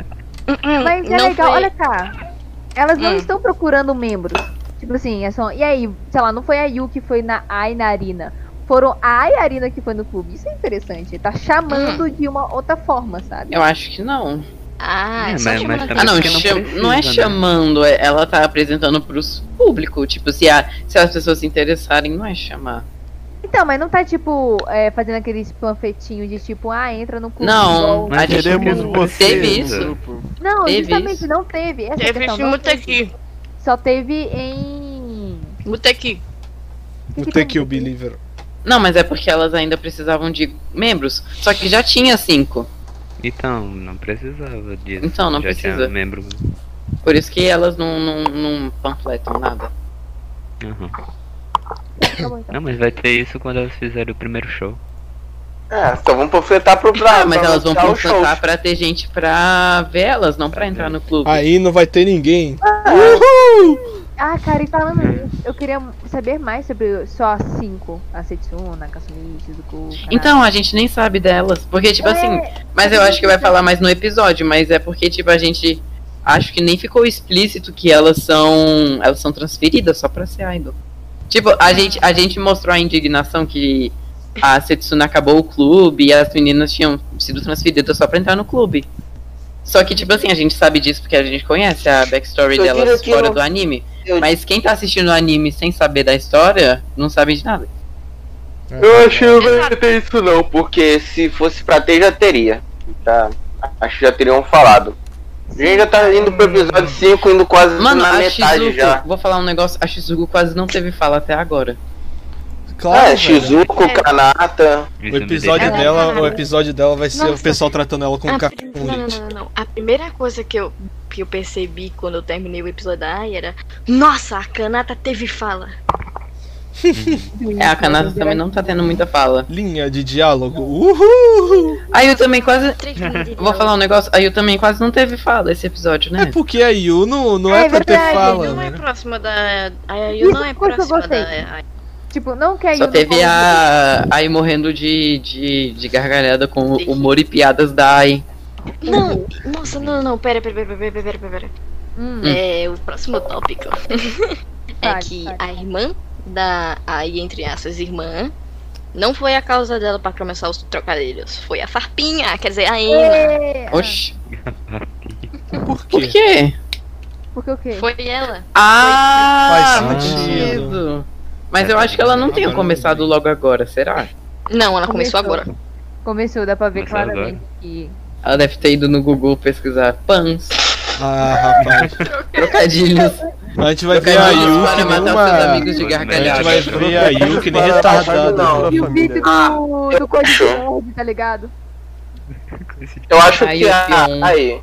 [SPEAKER 1] Uhum.
[SPEAKER 5] Mas é
[SPEAKER 1] Não
[SPEAKER 5] legal,
[SPEAKER 1] foi-
[SPEAKER 5] olha cá. Elas não
[SPEAKER 1] Hum.
[SPEAKER 5] estão procurando membros. Tipo assim, é só. E aí, sei lá, não foi a Yu que foi na Ai na Arina. Foram a Ai e a Arina que foi no clube. Isso é interessante. Tá chamando de uma outra forma, sabe?
[SPEAKER 4] Eu acho que não.
[SPEAKER 1] Ah,
[SPEAKER 6] É,
[SPEAKER 1] só
[SPEAKER 6] mas-
[SPEAKER 1] chamando
[SPEAKER 6] mas
[SPEAKER 1] a
[SPEAKER 6] também
[SPEAKER 4] Ah, não,
[SPEAKER 6] porque não
[SPEAKER 4] cham-
[SPEAKER 6] precisa,
[SPEAKER 4] não é
[SPEAKER 6] né?
[SPEAKER 4] chamando, é- ela tá apresentando pros público. Tipo, se, a- se as pessoas se interessarem, não é chamar.
[SPEAKER 5] Então, mas não tá tipo é, fazendo aqueles panfetinhos de tipo, ah, entra no clube.
[SPEAKER 4] Não,
[SPEAKER 5] igual-
[SPEAKER 6] Mas
[SPEAKER 4] a gente
[SPEAKER 7] Queremos
[SPEAKER 6] não
[SPEAKER 7] você
[SPEAKER 4] teve
[SPEAKER 7] no
[SPEAKER 1] né?
[SPEAKER 4] isso.
[SPEAKER 7] grupo.
[SPEAKER 5] Não,
[SPEAKER 4] teve
[SPEAKER 5] justamente
[SPEAKER 4] isso.
[SPEAKER 5] não teve. Essa é a
[SPEAKER 1] Teve
[SPEAKER 5] questão,
[SPEAKER 1] esse
[SPEAKER 5] não
[SPEAKER 1] Muteki.
[SPEAKER 5] Só teve em.
[SPEAKER 1] Muteki.
[SPEAKER 5] que
[SPEAKER 3] No
[SPEAKER 5] que
[SPEAKER 3] Take You
[SPEAKER 5] tem?
[SPEAKER 3] Believer.
[SPEAKER 4] Não, mas é porque elas ainda precisavam de membros. Só que já tinha cinco.
[SPEAKER 6] Então, não precisava disso.
[SPEAKER 4] Então, não
[SPEAKER 6] Já
[SPEAKER 4] precisa.
[SPEAKER 6] tinha membro.
[SPEAKER 4] Por isso que elas não, não, não panfletam nada.
[SPEAKER 6] Aham.
[SPEAKER 5] Tá bom, então.
[SPEAKER 6] Não, mas vai ter isso quando elas fizerem o primeiro show.
[SPEAKER 2] É, só vamos panfletar pro
[SPEAKER 4] Ah,
[SPEAKER 2] Bravo.
[SPEAKER 4] mas elas vão
[SPEAKER 2] pro show.
[SPEAKER 4] panfletar pra ter gente pra ver elas, não pra entrar no clube.
[SPEAKER 3] Aí não vai ter ninguém.
[SPEAKER 5] Ah, cara, e falando
[SPEAKER 6] Hum.
[SPEAKER 5] nisso, eu queria saber mais sobre só as cinco. A Setsuna, a Kasumi, Shizuku, Kanata.
[SPEAKER 4] Então, a gente nem sabe delas. Porque, tipo
[SPEAKER 5] É,
[SPEAKER 4] assim, Mas eu acho que vai falar mais no episódio, mas é porque, tipo, a gente. Acho que nem ficou explícito que elas são. Elas são transferidas só pra ser idol. Tipo,
[SPEAKER 2] Ah.
[SPEAKER 4] a gente, a gente mostrou a indignação que a Setsuna acabou o clube e as meninas tinham sido transferidas só pra entrar no clube. Só que, tipo assim, a gente sabe disso porque a gente conhece a backstory
[SPEAKER 2] Eu diria
[SPEAKER 4] delas
[SPEAKER 2] que
[SPEAKER 4] fora
[SPEAKER 2] eu-
[SPEAKER 4] do anime.
[SPEAKER 2] eu-
[SPEAKER 4] Mas quem tá assistindo o anime sem saber da história, não sabe de nada.
[SPEAKER 2] É. Eu acho que não vai ter isso não, porque se fosse pra ter, já teria. Tá? Acho que já teriam falado. A gente já tá indo pro episódio 5, indo quase
[SPEAKER 4] Hum. Mano,
[SPEAKER 2] na
[SPEAKER 4] a
[SPEAKER 2] metade
[SPEAKER 4] Shizuko,
[SPEAKER 2] já.
[SPEAKER 4] vou falar um negócio, a Shizuko quase não teve fala até agora.
[SPEAKER 3] Claro,
[SPEAKER 2] É,
[SPEAKER 3] velho.
[SPEAKER 2] Shizuko,
[SPEAKER 1] É.
[SPEAKER 2] Kanata.
[SPEAKER 3] O
[SPEAKER 6] Isso me
[SPEAKER 3] episódio
[SPEAKER 1] Ela é
[SPEAKER 6] deixa-
[SPEAKER 3] dela,
[SPEAKER 1] rara.
[SPEAKER 3] o episódio dela vai ser o
[SPEAKER 1] Nossa.
[SPEAKER 3] pessoal tratando ela como
[SPEAKER 1] A
[SPEAKER 3] café
[SPEAKER 1] pri-
[SPEAKER 3] com
[SPEAKER 1] Ah, Não, não,
[SPEAKER 3] leite.
[SPEAKER 1] não, não, não. A primeira coisa que eu, que eu percebi quando eu terminei o episódio da Ai era. Nossa, a Kanata teve fala.
[SPEAKER 4] É, a Kanata também não tá tendo muita fala.
[SPEAKER 3] Linha de diálogo. Uhul!
[SPEAKER 4] Aí eu também quase.
[SPEAKER 1] Três linhas de
[SPEAKER 4] eu Vou
[SPEAKER 1] diálogo.
[SPEAKER 4] falar um negócio. Aí eu também quase não teve fala esse episódio,
[SPEAKER 3] É
[SPEAKER 4] né?
[SPEAKER 3] porque a Yu não, não é,
[SPEAKER 5] É
[SPEAKER 3] pra ter
[SPEAKER 5] verdade,
[SPEAKER 3] fala,
[SPEAKER 1] não é
[SPEAKER 3] né?
[SPEAKER 1] próxima da. A
[SPEAKER 5] Isso
[SPEAKER 1] Ayu não é
[SPEAKER 5] foi o que eu
[SPEAKER 1] próxima da.
[SPEAKER 5] gostei.
[SPEAKER 1] Ai.
[SPEAKER 5] Tipo, não que a
[SPEAKER 4] Só
[SPEAKER 5] Yu
[SPEAKER 4] teve
[SPEAKER 5] não
[SPEAKER 4] a. Aí morrendo de, de, de gargalhada com o humor e piadas da Ai.
[SPEAKER 1] Não,
[SPEAKER 4] Hum.
[SPEAKER 1] nossa, não, não, pera, pera, pera, pera, pera, pera, pera.
[SPEAKER 5] Hum.
[SPEAKER 1] É, o próximo tópico é
[SPEAKER 5] Fale,
[SPEAKER 1] que
[SPEAKER 5] fale.
[SPEAKER 1] a irmã da. Aí, entre aspas, irmã. Não foi a causa dela pra começar os trocadilhos. Foi a farpinha, quer dizer, a Ina.
[SPEAKER 5] É, ah,
[SPEAKER 4] Oxi.
[SPEAKER 3] Por
[SPEAKER 4] Por
[SPEAKER 3] quê?
[SPEAKER 4] quê?
[SPEAKER 5] Porque o quê?
[SPEAKER 1] Foi ela.
[SPEAKER 4] Ah,
[SPEAKER 3] Faz sentido. É,
[SPEAKER 4] sentido. Mas eu acho que ela não tem
[SPEAKER 3] Agora eu
[SPEAKER 4] começado logo agora, será?
[SPEAKER 1] Não, ela começou
[SPEAKER 5] Começou.
[SPEAKER 1] agora.
[SPEAKER 5] Começou, dá pra ver
[SPEAKER 6] Começou agora.
[SPEAKER 5] claramente que.
[SPEAKER 4] Ela deve ter ido no Google pesquisar pans,
[SPEAKER 3] Ah, rapaz.
[SPEAKER 4] trocadilhos.
[SPEAKER 3] A gente vai ver a
[SPEAKER 4] Trocadilhos para
[SPEAKER 3] Yuki
[SPEAKER 4] matar
[SPEAKER 3] numa...
[SPEAKER 4] os seus amigos de
[SPEAKER 6] A gente vai
[SPEAKER 3] A gente
[SPEAKER 4] gargalhada.
[SPEAKER 3] vai ver a Yuki nem retardada.
[SPEAKER 2] Não.
[SPEAKER 5] E o vídeo
[SPEAKER 4] Ah!
[SPEAKER 5] do, do Código Nerd, tá ligado?
[SPEAKER 2] Eu acho
[SPEAKER 4] Aí
[SPEAKER 2] que
[SPEAKER 4] eu
[SPEAKER 2] a,
[SPEAKER 4] tenho.
[SPEAKER 2] aí,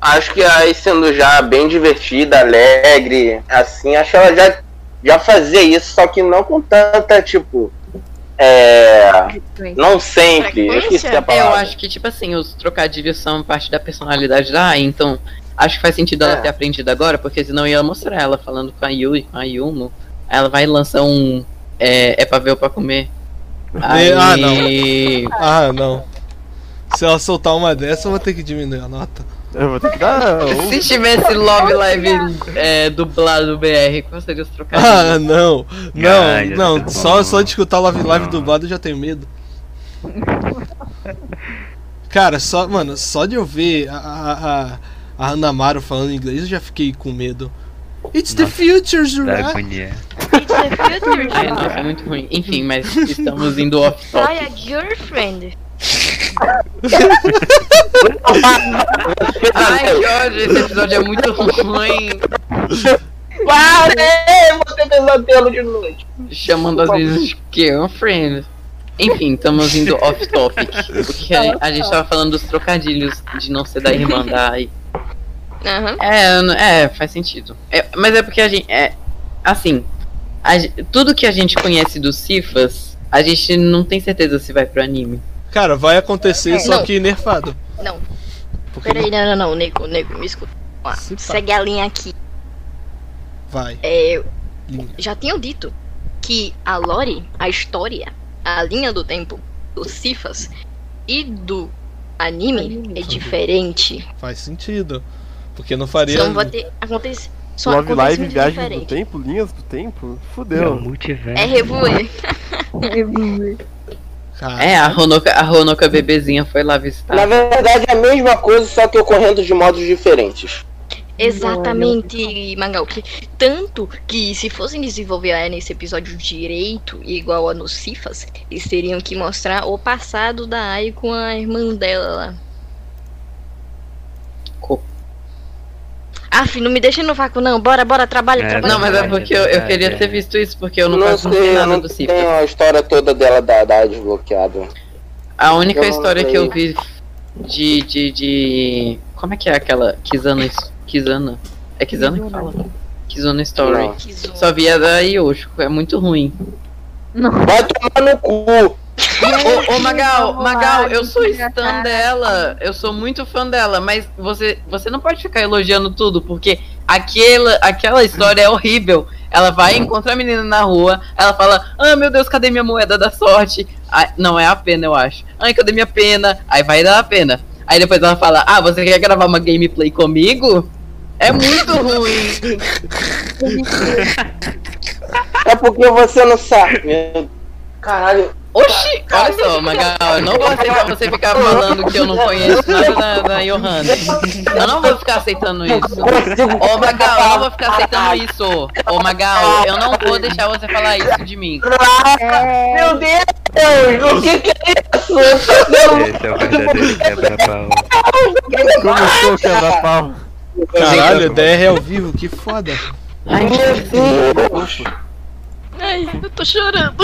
[SPEAKER 2] acho que aí sendo já bem divertida, alegre, assim, acho que ela já, já fazia isso, só que não com tanta, tipo, é, não sempre, eu esqueci a
[SPEAKER 4] É,
[SPEAKER 2] palavra.
[SPEAKER 4] eu acho que, tipo assim, os trocadilhos são parte da personalidade da Ai, então acho que faz sentido ela
[SPEAKER 2] É.
[SPEAKER 4] ter aprendido agora, porque senão ia mostrar ela falando com a Yui, com a Yuno. Aí Ela vai lançar um. É, é pra ver ou pra comer. Aí,
[SPEAKER 3] ah, não.
[SPEAKER 4] não.
[SPEAKER 3] Ah, não. Se ela soltar uma dessa, eu vou ter que diminuir a nota.
[SPEAKER 7] Eu vou ter que dar. ou-
[SPEAKER 4] Se tivesse Love Live é, dublado BR, qual seria os
[SPEAKER 3] Ah,
[SPEAKER 4] trocadilhos?
[SPEAKER 3] não.
[SPEAKER 6] Ai,
[SPEAKER 3] Não,
[SPEAKER 6] já
[SPEAKER 3] não.
[SPEAKER 6] tá
[SPEAKER 3] Só,
[SPEAKER 6] bom.
[SPEAKER 3] só de escutar Love Live dublado eu já tenho medo. Cara, só, mano, só de eu ver a, a, a, a Hanamaru falando inglês eu já fiquei com medo. It's the
[SPEAKER 6] Nossa,
[SPEAKER 3] future,
[SPEAKER 6] Da
[SPEAKER 3] Jura.
[SPEAKER 6] agonia.
[SPEAKER 1] It's a future
[SPEAKER 4] Ai, não, é muito ruim. Enfim, mas estamos indo off
[SPEAKER 1] Try
[SPEAKER 4] topic.
[SPEAKER 1] a girlfriend.
[SPEAKER 4] Ai, Jorge, esse episódio é muito ruim.
[SPEAKER 2] Pare, é, você pesadelo de noite.
[SPEAKER 4] chamando às vezes de girlfriend. Enfim, estamos indo off topic. Porque a, a gente tava falando dos trocadilhos de não ser da irmã da Ai.
[SPEAKER 1] Aham.
[SPEAKER 4] É, eu não- é, faz sentido. É, mas é porque a gente. É, assim, a gen- tudo que a gente conhece dos Cifas, a gente não tem certeza se vai pro anime.
[SPEAKER 3] Cara, vai acontecer, só
[SPEAKER 1] Não.
[SPEAKER 3] que nerfado.
[SPEAKER 1] Não.
[SPEAKER 3] Porque
[SPEAKER 1] Peraí, não, não, não, Nego, Nego, me escuta. Vamos lá.
[SPEAKER 3] Se pá.
[SPEAKER 1] Segue a linha aqui.
[SPEAKER 3] vai.
[SPEAKER 1] É, eu
[SPEAKER 3] Linha.
[SPEAKER 1] já tinham dito que a lore, a história, a linha do tempo dos Cifas e do anime é diferente.
[SPEAKER 3] Faz sentido. Porque não faria.
[SPEAKER 1] Só vai ter acontece, só
[SPEAKER 7] Love
[SPEAKER 1] acontece
[SPEAKER 7] Live,
[SPEAKER 1] muito
[SPEAKER 7] viagem do
[SPEAKER 1] diferente.
[SPEAKER 7] tempo, né? linhas do tempo?
[SPEAKER 6] É o
[SPEAKER 7] Fudeu.
[SPEAKER 6] multiverso.
[SPEAKER 1] É revoer.
[SPEAKER 3] Cara,
[SPEAKER 4] É, a Ronoka, a Honoka bebezinha foi lá visitar.
[SPEAKER 2] Na verdade é a mesma coisa, só que ocorrendo de modos diferentes.
[SPEAKER 1] Exatamente, Mangal. Que, tanto que se fossem desenvolver a nesse episódio direito, igual a nos Cifas, eles teriam que mostrar o passado da Ai com a irmã dela lá.
[SPEAKER 4] Co-
[SPEAKER 1] Aff, não me deixa no vácuo, não. Bora, bora, trabalha,
[SPEAKER 6] É,
[SPEAKER 1] trabalha.
[SPEAKER 4] Não, mas é porque eu, eu queria ter visto isso, porque eu não, faço
[SPEAKER 2] sei, eu
[SPEAKER 4] nada
[SPEAKER 2] não
[SPEAKER 4] do Cifas.
[SPEAKER 2] tenho a história toda dela da, da desbloqueada.
[SPEAKER 4] A única
[SPEAKER 2] Eu não
[SPEAKER 4] história que
[SPEAKER 2] sei.
[SPEAKER 4] eu vi de, de, de. Como é que é aquela? Kizana. is- Kizana. É Kizana que fala? Kizana Story.
[SPEAKER 2] Não.
[SPEAKER 1] Que zoa.
[SPEAKER 4] Só vi a da Yoshiko, é muito ruim.
[SPEAKER 2] Vai tomar no cu.
[SPEAKER 4] Ô, ô Magal,
[SPEAKER 5] vamos lá,
[SPEAKER 4] Magal, eu
[SPEAKER 5] gente,
[SPEAKER 4] sou
[SPEAKER 5] já
[SPEAKER 4] fã
[SPEAKER 5] tá.
[SPEAKER 4] dela, eu sou muito fã dela, mas você, você não pode ficar elogiando tudo, porque aquela, aquela história é horrível. Ela vai encontrar a menina na rua, ela fala, ah, meu Deus, cadê minha moeda da sorte? Ah, não, é a pena, eu acho. Ai, cadê minha pena? Aí vai dar a pena. Aí depois ela fala, ah, você quer gravar uma gameplay comigo? É muito ruim.
[SPEAKER 2] É porque você não sabe. Meu- Caralho.
[SPEAKER 4] Oxi, olha só, Magal, eu não vou aceitar você ficar falando que eu não conheço nada da, da Johanna. Eu não vou ficar aceitando isso. Ô Magal, eu não vou ficar aceitando isso. Ô Magal, eu não vou deixar você falar isso de mim.
[SPEAKER 5] É,
[SPEAKER 2] Meu Deus, o que que é isso? Meu
[SPEAKER 6] Esse é o verdadeiro quebra-pau.
[SPEAKER 7] Começou o quebra-pau.
[SPEAKER 3] caralho, DR ao vivo, que foda.
[SPEAKER 2] Deus.
[SPEAKER 1] Ai, eu tô chorando.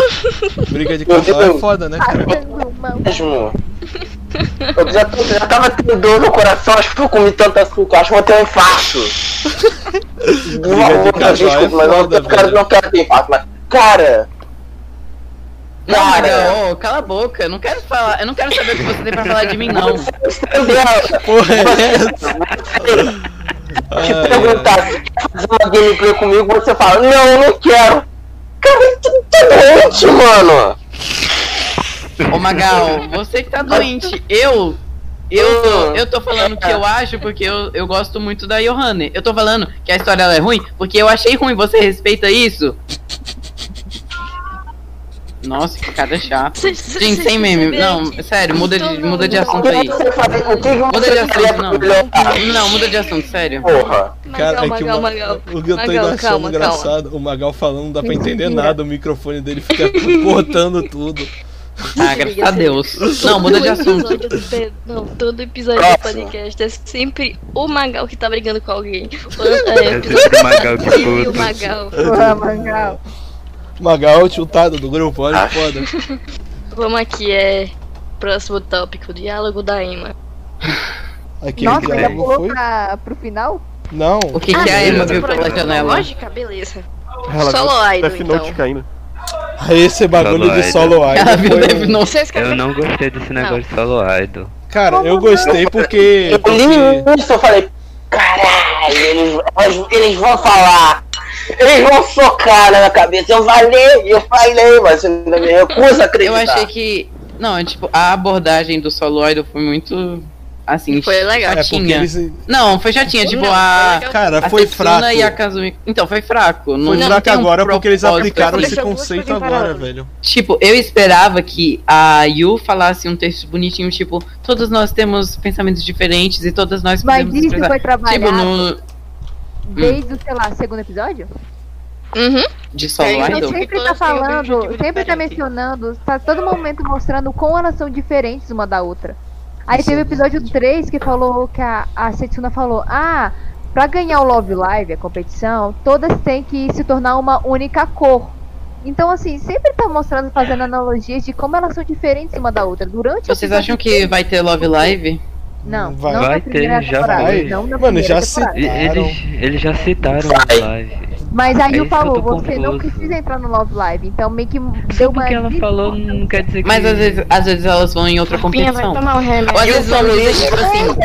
[SPEAKER 3] Briga de
[SPEAKER 2] Meu
[SPEAKER 3] casal é
[SPEAKER 2] Deus.
[SPEAKER 3] foda, né, cara?
[SPEAKER 5] passando mão.
[SPEAKER 2] Mesmo. Eu já, tô- já tava tendo dor no coração, acho que eu comi tanto açúcar, acho que eu vou ter um infarto.
[SPEAKER 3] Briga de
[SPEAKER 2] Desculpa,
[SPEAKER 3] casal é
[SPEAKER 2] desculpa, mas eu
[SPEAKER 3] foda,
[SPEAKER 2] não quero,
[SPEAKER 3] velho.
[SPEAKER 2] não quero ter infarto, mas. Cara!
[SPEAKER 4] Não,
[SPEAKER 2] Cara!
[SPEAKER 4] Magal, ô, cala a boca. Eu não quero falar, eu não quero saber o que você tem pra falar de mim, não.
[SPEAKER 2] Meu Deus!
[SPEAKER 4] Ah,
[SPEAKER 3] Porra, é essa?
[SPEAKER 2] te
[SPEAKER 3] Ai,
[SPEAKER 2] perguntar se quer fazer uma gameplay comigo, você fala, não, eu não quero. Cara, tu tá doente, mano.
[SPEAKER 4] Ô Magal, você que tá doente. Eu Eu tô, eu tô falando que eu acho porque eu, eu gosto muito da Johanne. Eu tô falando que a história dela é ruim porque eu achei ruim. Você respeita isso? Nossa, que cara chato.
[SPEAKER 1] Cês- cês-
[SPEAKER 4] Gente, sem
[SPEAKER 1] cês
[SPEAKER 4] meme.
[SPEAKER 1] perceberam
[SPEAKER 4] Não,
[SPEAKER 1] que-
[SPEAKER 4] sério, muda de,
[SPEAKER 1] Todo
[SPEAKER 4] muda de
[SPEAKER 1] mundo-
[SPEAKER 2] O
[SPEAKER 4] assunto aí.
[SPEAKER 2] é que você faria? O que
[SPEAKER 4] Muda
[SPEAKER 2] você
[SPEAKER 4] de
[SPEAKER 2] faria
[SPEAKER 4] assunto,
[SPEAKER 2] pra
[SPEAKER 4] não.
[SPEAKER 2] melhorar?
[SPEAKER 4] Não, muda de assunto, sério.
[SPEAKER 2] Porra.
[SPEAKER 1] Magal,
[SPEAKER 3] é que
[SPEAKER 1] Magal,
[SPEAKER 3] o, Ma-
[SPEAKER 1] Magal.
[SPEAKER 3] o que eu tô ainda
[SPEAKER 1] Magal,
[SPEAKER 3] achando
[SPEAKER 1] calma,
[SPEAKER 3] um engraçado, o Magal falando não dá pra entender
[SPEAKER 5] Mentira.
[SPEAKER 3] nada, o microfone dele fica cortando tudo.
[SPEAKER 4] Ah, graças a Deus. Não, muda de
[SPEAKER 1] Todo
[SPEAKER 4] assunto.
[SPEAKER 1] episódio do pe- Não, todo episódio do
[SPEAKER 2] Próximo.
[SPEAKER 1] podcast é sempre o Magal que tá brigando com alguém. O, é,
[SPEAKER 6] É sempre o Magal que
[SPEAKER 1] e o
[SPEAKER 6] puto.
[SPEAKER 1] Magal.
[SPEAKER 5] Porra, Mangal.
[SPEAKER 3] Magal é o tiltado do grupo, olha
[SPEAKER 2] Ah.
[SPEAKER 3] que foda.
[SPEAKER 1] Vamos aqui, é. Próximo tópico, diálogo da Emma.
[SPEAKER 3] Aquele
[SPEAKER 5] Nossa,
[SPEAKER 3] diabo
[SPEAKER 5] ainda
[SPEAKER 3] não foi?
[SPEAKER 5] pulou pra, pro final?
[SPEAKER 3] Não,
[SPEAKER 4] O que, que a
[SPEAKER 1] beleza,
[SPEAKER 4] Emma
[SPEAKER 1] tá
[SPEAKER 4] viu
[SPEAKER 1] por
[SPEAKER 4] pela
[SPEAKER 1] aqui.
[SPEAKER 4] janela?
[SPEAKER 1] Lógica, beleza.
[SPEAKER 7] Ela tá
[SPEAKER 1] Solo
[SPEAKER 7] viu
[SPEAKER 1] Idol,
[SPEAKER 7] Death
[SPEAKER 1] então.
[SPEAKER 7] Note caindo.
[SPEAKER 3] esse bagulho de
[SPEAKER 6] Idol.
[SPEAKER 3] solo
[SPEAKER 4] Ela
[SPEAKER 3] idol
[SPEAKER 4] viu Death
[SPEAKER 3] foi... um-
[SPEAKER 4] Note.
[SPEAKER 1] Vocês
[SPEAKER 6] Eu
[SPEAKER 1] querem-
[SPEAKER 6] não gostei desse negócio de solo idol.
[SPEAKER 3] Cara, eu gostei porque... é,
[SPEAKER 2] Eu li
[SPEAKER 3] porque-
[SPEAKER 2] isso, eu falei, caralho, eles, elas- eles vão falar. Eles vão socar na minha cabeça. Eu falei, eu falei, mas eu ainda me recuso a
[SPEAKER 4] Eu
[SPEAKER 2] acreditar.
[SPEAKER 4] achei que. Não, é tipo, a abordagem do solo idol foi muito. Assim,
[SPEAKER 1] Foi legal.
[SPEAKER 3] É porque
[SPEAKER 4] chatinha.
[SPEAKER 3] eles...
[SPEAKER 4] Não, foi chatinha. Tipo,
[SPEAKER 1] Não, foi
[SPEAKER 4] a.
[SPEAKER 1] legal.
[SPEAKER 3] Cara,
[SPEAKER 4] a
[SPEAKER 3] foi
[SPEAKER 4] Setsuna
[SPEAKER 3] fraco.
[SPEAKER 4] E a Kazumi... Então, foi fraco. Não,
[SPEAKER 3] Foi
[SPEAKER 4] não
[SPEAKER 3] fraco
[SPEAKER 4] tem um
[SPEAKER 3] agora porque eles
[SPEAKER 4] propósito.
[SPEAKER 3] aplicaram
[SPEAKER 1] Ele
[SPEAKER 3] esse
[SPEAKER 1] deixou duas
[SPEAKER 3] conceito
[SPEAKER 1] coisas em
[SPEAKER 3] agora,
[SPEAKER 1] paralelo.
[SPEAKER 3] velho.
[SPEAKER 4] Tipo, eu esperava que a Yu falasse um texto bonitinho, tipo, todos nós temos pensamentos diferentes e todas nós
[SPEAKER 5] Mas
[SPEAKER 4] podemos
[SPEAKER 5] isso
[SPEAKER 4] expressar.
[SPEAKER 5] foi trabalhado
[SPEAKER 4] Tipo, no.
[SPEAKER 5] desde, o, sei lá, segundo episódio?
[SPEAKER 1] Uhum.
[SPEAKER 4] De solo
[SPEAKER 1] É,
[SPEAKER 5] Ele
[SPEAKER 1] então.
[SPEAKER 4] idol.
[SPEAKER 5] sempre tá
[SPEAKER 1] Todas têm um objetivo
[SPEAKER 5] falando, sempre tá
[SPEAKER 1] diferente.
[SPEAKER 5] mencionando, tá todo momento mostrando como elas são diferentes uma da outra. Aí teve o episódio 3 que falou que a, a Setsuna falou: Ah, pra ganhar o Love Live, a competição, todas têm que se tornar uma única cor. Então, assim, sempre tá mostrando, fazendo analogias de como elas são diferentes uma da outra. Durante o
[SPEAKER 4] Vocês
[SPEAKER 5] episódio
[SPEAKER 4] acham que vai ter Love Live?
[SPEAKER 5] Não,
[SPEAKER 3] Vai.
[SPEAKER 5] não na
[SPEAKER 6] Vai ter,
[SPEAKER 5] primeira
[SPEAKER 6] já
[SPEAKER 5] temporada.
[SPEAKER 3] vai.
[SPEAKER 5] Não na
[SPEAKER 3] Mano, já
[SPEAKER 5] primeira
[SPEAKER 3] se-
[SPEAKER 5] temporada.
[SPEAKER 6] E-
[SPEAKER 3] Claro.
[SPEAKER 6] Eles, eles já citaram a live.
[SPEAKER 5] Mas aí
[SPEAKER 6] É
[SPEAKER 5] o
[SPEAKER 6] isso que eu
[SPEAKER 5] falou,
[SPEAKER 6] tô
[SPEAKER 5] você não
[SPEAKER 6] confuso.
[SPEAKER 5] precisa entrar no Love Live. Então meio que
[SPEAKER 6] Só
[SPEAKER 5] deu uma.
[SPEAKER 6] porque ela falou não quer dizer que.
[SPEAKER 4] Mas às vezes, às vezes elas vão em outra
[SPEAKER 1] Pinha vai
[SPEAKER 4] competição.
[SPEAKER 1] tomar um remédio.
[SPEAKER 4] Ou às vezes vão dizer, tipo assim,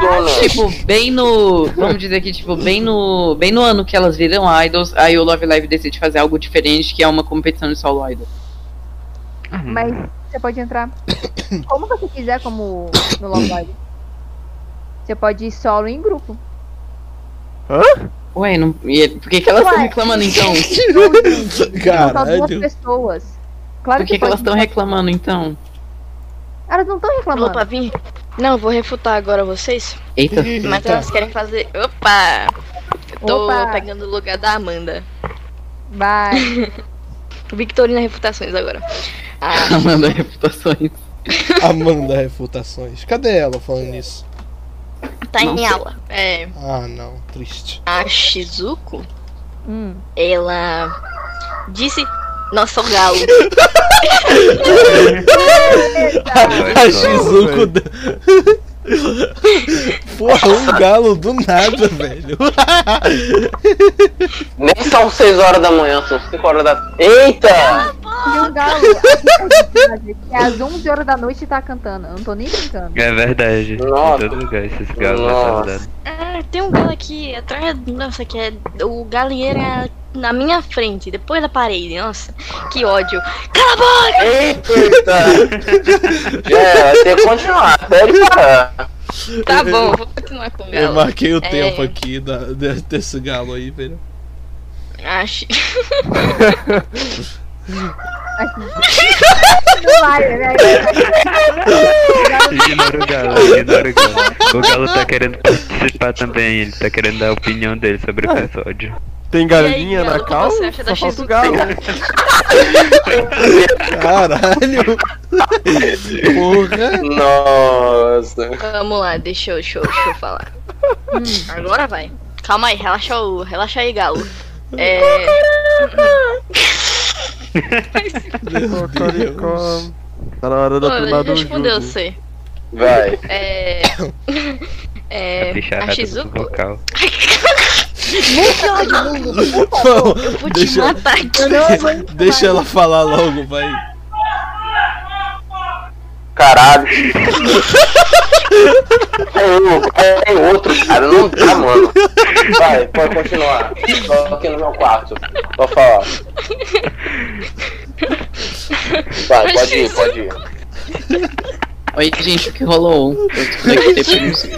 [SPEAKER 5] Ai,
[SPEAKER 4] tipo, bem no. Vamos dizer que, tipo, bem no. Bem no ano que elas viram idols, aí o Love Live decide fazer algo diferente, que é uma competição de solo idol.
[SPEAKER 6] Ah,
[SPEAKER 5] Mas você pode entrar como você quiser, como no Love Live. Você pode ir solo em grupo.
[SPEAKER 4] Ué, não, e, é, por que, que elas estão
[SPEAKER 5] Ué.
[SPEAKER 4] reclamando então?
[SPEAKER 5] Só duas
[SPEAKER 3] Caralho.
[SPEAKER 5] pessoas. Claro
[SPEAKER 4] Por que, que
[SPEAKER 5] pode.
[SPEAKER 4] elas estão reclamando então?
[SPEAKER 5] Elas não estão reclamando.
[SPEAKER 4] tá-
[SPEAKER 1] Opa, vim. Não, vou refutar agora vocês.
[SPEAKER 4] Eita.
[SPEAKER 1] Mas
[SPEAKER 3] Tá.
[SPEAKER 1] elas querem fazer. Opa! Eu tô
[SPEAKER 5] Opa.
[SPEAKER 1] pegando o lugar da Amanda.
[SPEAKER 5] Vai.
[SPEAKER 1] Victorina Refutações agora. Ah,
[SPEAKER 4] Amanda tá reputações.
[SPEAKER 3] Amanda Refutações. Cadê ela falando nisso?
[SPEAKER 1] tá
[SPEAKER 4] Não
[SPEAKER 1] em
[SPEAKER 4] sei.
[SPEAKER 1] aula. É,
[SPEAKER 3] Ah, não. Triste.
[SPEAKER 1] a Shizuko,
[SPEAKER 5] Hum.
[SPEAKER 1] ela disse. Nossa, o galo.
[SPEAKER 3] A Shizuko... da- Porra, um galo do nada, velho.
[SPEAKER 2] Nem são 6 horas da manhã, são 5 horas da. Eita!
[SPEAKER 5] E um galo. a gente pode fazer, que às 11 horas da noite tá cantando. Eu não tô nem brincando.
[SPEAKER 6] É verdade.
[SPEAKER 2] Nossa.
[SPEAKER 6] Em todo lugar esses galos
[SPEAKER 2] Nossa.
[SPEAKER 6] atrasados.
[SPEAKER 1] Ah, tem um galo aqui atrás. Nossa, que é. O galinheiro é na minha frente, depois da parede. Nossa, que ódio. Cala a boca!
[SPEAKER 2] Eita! é, vai ter que continuar, até ele parar.
[SPEAKER 1] Tá bom, vou continuar com o
[SPEAKER 3] Eu
[SPEAKER 1] galo.
[SPEAKER 3] marquei o
[SPEAKER 1] É.
[SPEAKER 3] tempo aqui da, de- desse galo aí, velho.
[SPEAKER 1] A Shi-
[SPEAKER 5] Não vai, né?
[SPEAKER 6] Ignora o galo, ignora o galo. O galo tá querendo participar também, ele tá querendo dar a opinião dele sobre
[SPEAKER 3] Ah.
[SPEAKER 6] o episódio.
[SPEAKER 7] Tem galinha
[SPEAKER 1] E aí, Galo,
[SPEAKER 7] na
[SPEAKER 1] como
[SPEAKER 7] cal?
[SPEAKER 1] você acha da
[SPEAKER 7] Só falta
[SPEAKER 1] Shizuko?
[SPEAKER 7] o galo.
[SPEAKER 3] Caralho. Porra.
[SPEAKER 2] Nossa.
[SPEAKER 1] Vamos lá, deixa eu, deixa eu, deixa eu falar. Hum, Agora vai. Calma aí, relaxa o. Relaxa aí, galo. É.
[SPEAKER 3] Meu Deus.
[SPEAKER 7] Cocoricó. Tá na hora da turma do
[SPEAKER 1] Respondeu
[SPEAKER 7] Júlio.
[SPEAKER 1] você.
[SPEAKER 2] Vai.
[SPEAKER 1] É. É.
[SPEAKER 6] a
[SPEAKER 1] A
[SPEAKER 6] bicharada do
[SPEAKER 1] Shizuko,
[SPEAKER 6] vocal.
[SPEAKER 3] Não,
[SPEAKER 1] eu vou te
[SPEAKER 3] deixa,
[SPEAKER 1] matar aqui.
[SPEAKER 5] Eu não aguento
[SPEAKER 3] deixa ela falar logo, vai.
[SPEAKER 2] Caralho. É, é outro, cara. Não dá, mano. Vai, pode continuar. Tô aqui no meu quarto. Vou falar. Vai, pode ir, pode ir.
[SPEAKER 4] Oi, gente, o que rolou? Eu tô aqui depois.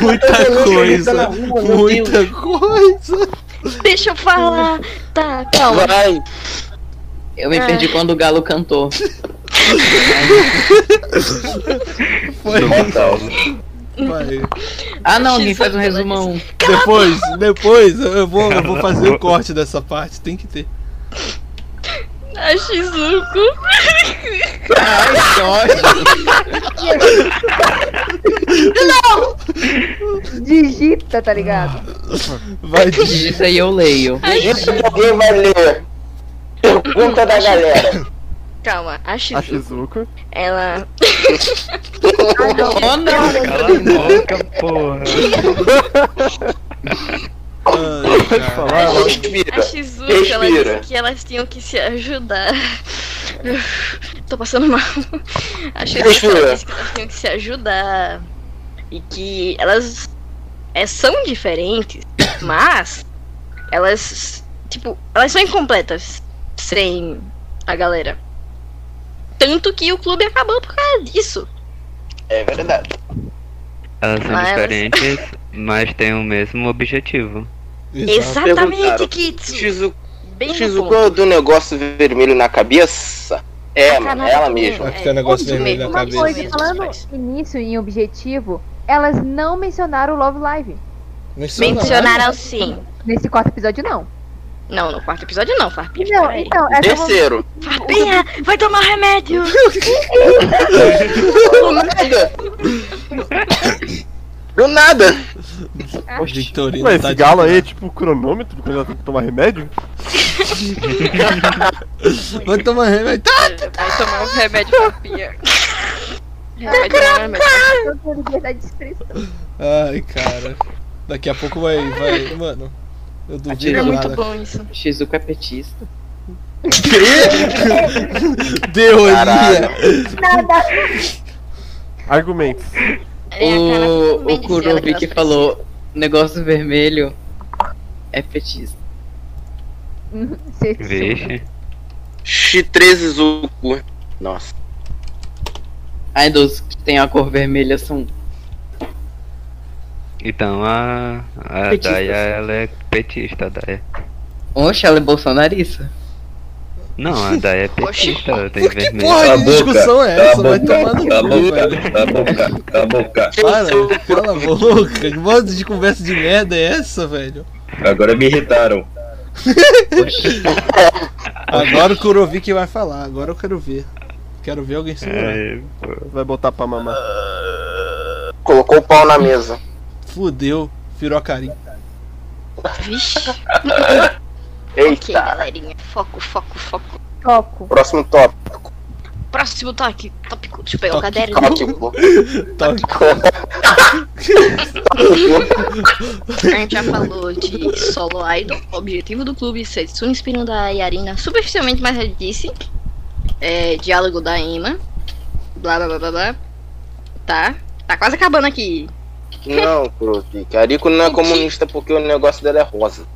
[SPEAKER 3] Muita coisa. Muita coisa.
[SPEAKER 1] Deixa eu falar. Tá, calma.
[SPEAKER 2] Vai.
[SPEAKER 4] Eu me perdi quando o galo cantou.
[SPEAKER 3] Foi.
[SPEAKER 2] Então,
[SPEAKER 8] Natal.
[SPEAKER 3] Vai.
[SPEAKER 4] Ah, não, alguém faz um resumão.
[SPEAKER 3] Depois,
[SPEAKER 1] Tá
[SPEAKER 3] depois eu vou, eu vou fazer o corte dessa parte. Tem que ter.
[SPEAKER 1] A Shizuko.
[SPEAKER 4] Ai, que ódio.
[SPEAKER 5] Digita, tá ligado?
[SPEAKER 3] Vai de
[SPEAKER 4] Digita aí eu leio.
[SPEAKER 2] Isso que alguém vai ler. Pergunta da galera.
[SPEAKER 1] Calma, a Shizuko.
[SPEAKER 7] A Shizuko.
[SPEAKER 1] Ela.
[SPEAKER 4] Oh, não.
[SPEAKER 6] Cala a boca, porra.
[SPEAKER 3] Ai,
[SPEAKER 7] Pode
[SPEAKER 3] cara.
[SPEAKER 7] falar? ela-
[SPEAKER 1] A
[SPEAKER 2] Respira.
[SPEAKER 1] Shizuko, ela
[SPEAKER 2] Respira.
[SPEAKER 1] disse que elas tinham que se ajudar. Tô passando mal. A Shizuko ela
[SPEAKER 2] Respira.
[SPEAKER 1] disse que elas tinham que se ajudar. E que elas é, são diferentes, mas elas. Tipo, elas são incompletas sem a galera. Tanto que o clube acabou por causa disso.
[SPEAKER 2] É verdade.
[SPEAKER 6] Elas são
[SPEAKER 1] Mas-
[SPEAKER 6] diferentes, mas têm o mesmo objetivo.
[SPEAKER 3] Exato.
[SPEAKER 1] Exatamente,
[SPEAKER 2] Perguntaram.
[SPEAKER 1] Kitsu.
[SPEAKER 2] Shizuko,
[SPEAKER 1] Bem no ponto.
[SPEAKER 2] Shizuko do negócio vermelho na cabeça? É, mano, é ela mesma.
[SPEAKER 3] Vai ficar um negócio
[SPEAKER 1] isso
[SPEAKER 3] vermelho na
[SPEAKER 1] mesmo,
[SPEAKER 5] Uma
[SPEAKER 3] cabeça. é.
[SPEAKER 5] coisa, falando início em objetivo, elas não mencionaram o Love Live.
[SPEAKER 1] Mencionaram sim.
[SPEAKER 5] Nesse quarto episódio, não.
[SPEAKER 1] Não, no quarto episódio não, Farpinha.
[SPEAKER 5] Não,
[SPEAKER 1] peraí.
[SPEAKER 5] então, essa foi
[SPEAKER 2] Terceiro.
[SPEAKER 1] Farpinha, vai tomar um remédio!
[SPEAKER 2] Do nada. Do nada.
[SPEAKER 3] Poxa, Vitorino
[SPEAKER 7] Ué,
[SPEAKER 3] tá
[SPEAKER 7] esse
[SPEAKER 3] de-
[SPEAKER 7] galo aí é tipo o cronômetro quando ela tem que tomar remédio?
[SPEAKER 3] Vai tomar remédio. Tá,
[SPEAKER 1] Vai tomar um remédio, Farpinha. Vai tomar remédio.
[SPEAKER 5] a liberdade de expressão.
[SPEAKER 3] Ai, cara. Daqui a pouco vai. vai... Mano, eu duvido
[SPEAKER 1] É
[SPEAKER 4] Atira
[SPEAKER 1] muito
[SPEAKER 3] nada.
[SPEAKER 1] bom isso.
[SPEAKER 4] Shizuko é petista.
[SPEAKER 3] Teoria!
[SPEAKER 2] Caralho.
[SPEAKER 5] Nada.
[SPEAKER 7] Argumentos.
[SPEAKER 1] É, cara,
[SPEAKER 4] O, o
[SPEAKER 1] Mendes, ela
[SPEAKER 4] Kurobi que
[SPEAKER 1] gosta
[SPEAKER 4] falou negócio vermelho é petista.
[SPEAKER 5] Você-
[SPEAKER 6] Vixe.
[SPEAKER 2] X13 Zuko. Nossa.
[SPEAKER 4] Idols que tem a cor vermelha são.
[SPEAKER 6] Então a, a
[SPEAKER 4] Petista.
[SPEAKER 6] Daya, ela é petista, a Daya.
[SPEAKER 4] Oxe, ela é bolsonarista.
[SPEAKER 6] Não, a Daya é
[SPEAKER 1] Oxi.
[SPEAKER 6] petista, ela tem
[SPEAKER 3] Por que
[SPEAKER 6] vermelho.
[SPEAKER 3] porra
[SPEAKER 8] Cala a
[SPEAKER 3] de
[SPEAKER 8] boca,
[SPEAKER 3] discussão é
[SPEAKER 8] cala a
[SPEAKER 3] essa? Vai
[SPEAKER 8] boca,
[SPEAKER 3] tomar no
[SPEAKER 8] Cala a
[SPEAKER 3] cu,
[SPEAKER 8] boca,
[SPEAKER 3] velho.
[SPEAKER 8] cala a boca, cala a boca.
[SPEAKER 3] Para, cala a boca. Que modo de conversa de merda é essa, velho?
[SPEAKER 8] Agora me irritaram. Ah.
[SPEAKER 3] Agora o Kurovik vai falar, agora eu quero ver. Quero ver alguém segurar.
[SPEAKER 6] É,
[SPEAKER 7] Vai botar pra mamar.
[SPEAKER 2] Colocou o pau na mesa.
[SPEAKER 3] Fudeu, virou a carinha.
[SPEAKER 1] Vixe. Ok,
[SPEAKER 2] Eita.
[SPEAKER 1] galerinha. Foco, foco, foco.
[SPEAKER 5] Foco.
[SPEAKER 2] Próximo top.
[SPEAKER 1] Próximo toque. Tópico. Deixa eu pegar o
[SPEAKER 3] Toque.
[SPEAKER 1] caderno.
[SPEAKER 2] Tópico.
[SPEAKER 3] Tá,
[SPEAKER 1] A gente já falou de solo idol, objetivo do clube, Setsuna inspirando a Yarina superficialmente, mas ela disse. É, diálogo da Emma. Blá blá blá blá blá. Tá. Tá quase acabando aqui.
[SPEAKER 2] Não, Kurotik. A Rico não é comunista porque o negócio dela é rosa.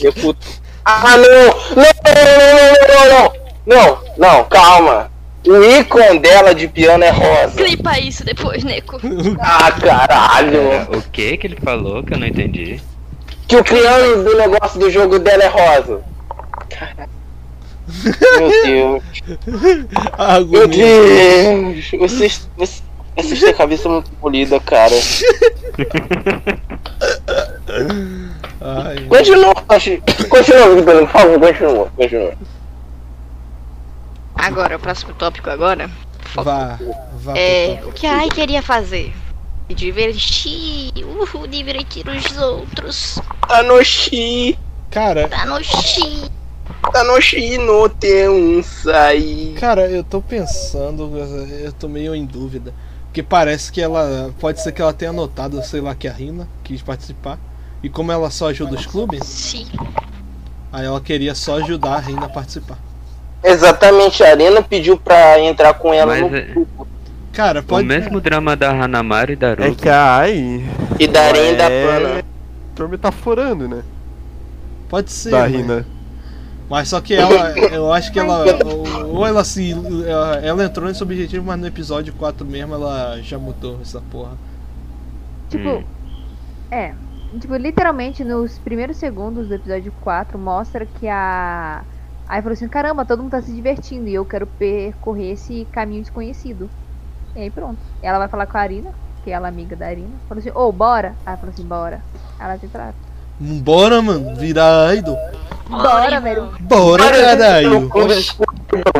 [SPEAKER 2] Eu puto. Ah, não! Não, não, não, não, não, não! Não, não, calma. O ícone dela de piano é rosa.
[SPEAKER 1] Clipa isso depois, Neco.
[SPEAKER 2] Ah, caralho!
[SPEAKER 6] o que que ele falou que eu não entendi?
[SPEAKER 2] Que o piano do negócio do jogo dela é rosa. Caralho. Meu Deus. Meu
[SPEAKER 3] argumento.
[SPEAKER 2] Deus. Vocês, vocês, vocês têm a cabeça é muito polida, cara.
[SPEAKER 3] Ai,
[SPEAKER 2] Continua, Roche. continua, Bruno, por favor, continua, continua.
[SPEAKER 1] Agora, o próximo tópico agora
[SPEAKER 3] vá, vá.
[SPEAKER 1] é
[SPEAKER 3] pro
[SPEAKER 1] o que a Ai queria fazer. Se divertir, uhul, divertir os outros.
[SPEAKER 2] Tá no chi,
[SPEAKER 3] top. Cara,
[SPEAKER 1] Tá no chi.
[SPEAKER 2] tá no chi, não tem um sair.
[SPEAKER 3] cara, eu tô pensando, eu tô meio em dúvida. Porque parece que ela. Pode ser que ela tenha anotado, sei lá, que a Rina quis participar. E como ela só ajuda os clubes,
[SPEAKER 1] Sim.
[SPEAKER 3] aí ela queria só ajudar a Rina a participar.
[SPEAKER 2] Exatamente, a Arena pediu pra entrar com ela
[SPEAKER 6] Mas
[SPEAKER 2] no
[SPEAKER 6] é-
[SPEAKER 2] grupo.
[SPEAKER 3] Cara,
[SPEAKER 6] O
[SPEAKER 3] pode.
[SPEAKER 6] mesmo drama da Hanamaru e da
[SPEAKER 7] É
[SPEAKER 6] Ruby.
[SPEAKER 7] que a Ai.
[SPEAKER 2] E da Arena e da
[SPEAKER 7] é
[SPEAKER 2] Pana.
[SPEAKER 7] Tô metaforando, né?
[SPEAKER 3] Pode ser.
[SPEAKER 7] da
[SPEAKER 3] mas-
[SPEAKER 7] Rina.
[SPEAKER 3] Mas só que ela, eu acho que ela. Ou ela se. Ela, ela entrou nesse objetivo, mas no episódio 4 mesmo ela já mudou essa porra.
[SPEAKER 5] Tipo,
[SPEAKER 6] Hum.
[SPEAKER 5] é. Tipo, literalmente nos primeiros segundos do episódio 4 mostra que a. Aí falou assim: caramba, todo mundo tá se divertindo e eu quero percorrer esse caminho desconhecido. E aí pronto. Ela vai falar com a Arina, que é ela amiga da Arina. Falou assim: ô, bora! Ela falou assim: bora. Ela se trata.
[SPEAKER 3] Bora, mano, virar idol.
[SPEAKER 5] Bora, velho!
[SPEAKER 3] Bora, cara, idol.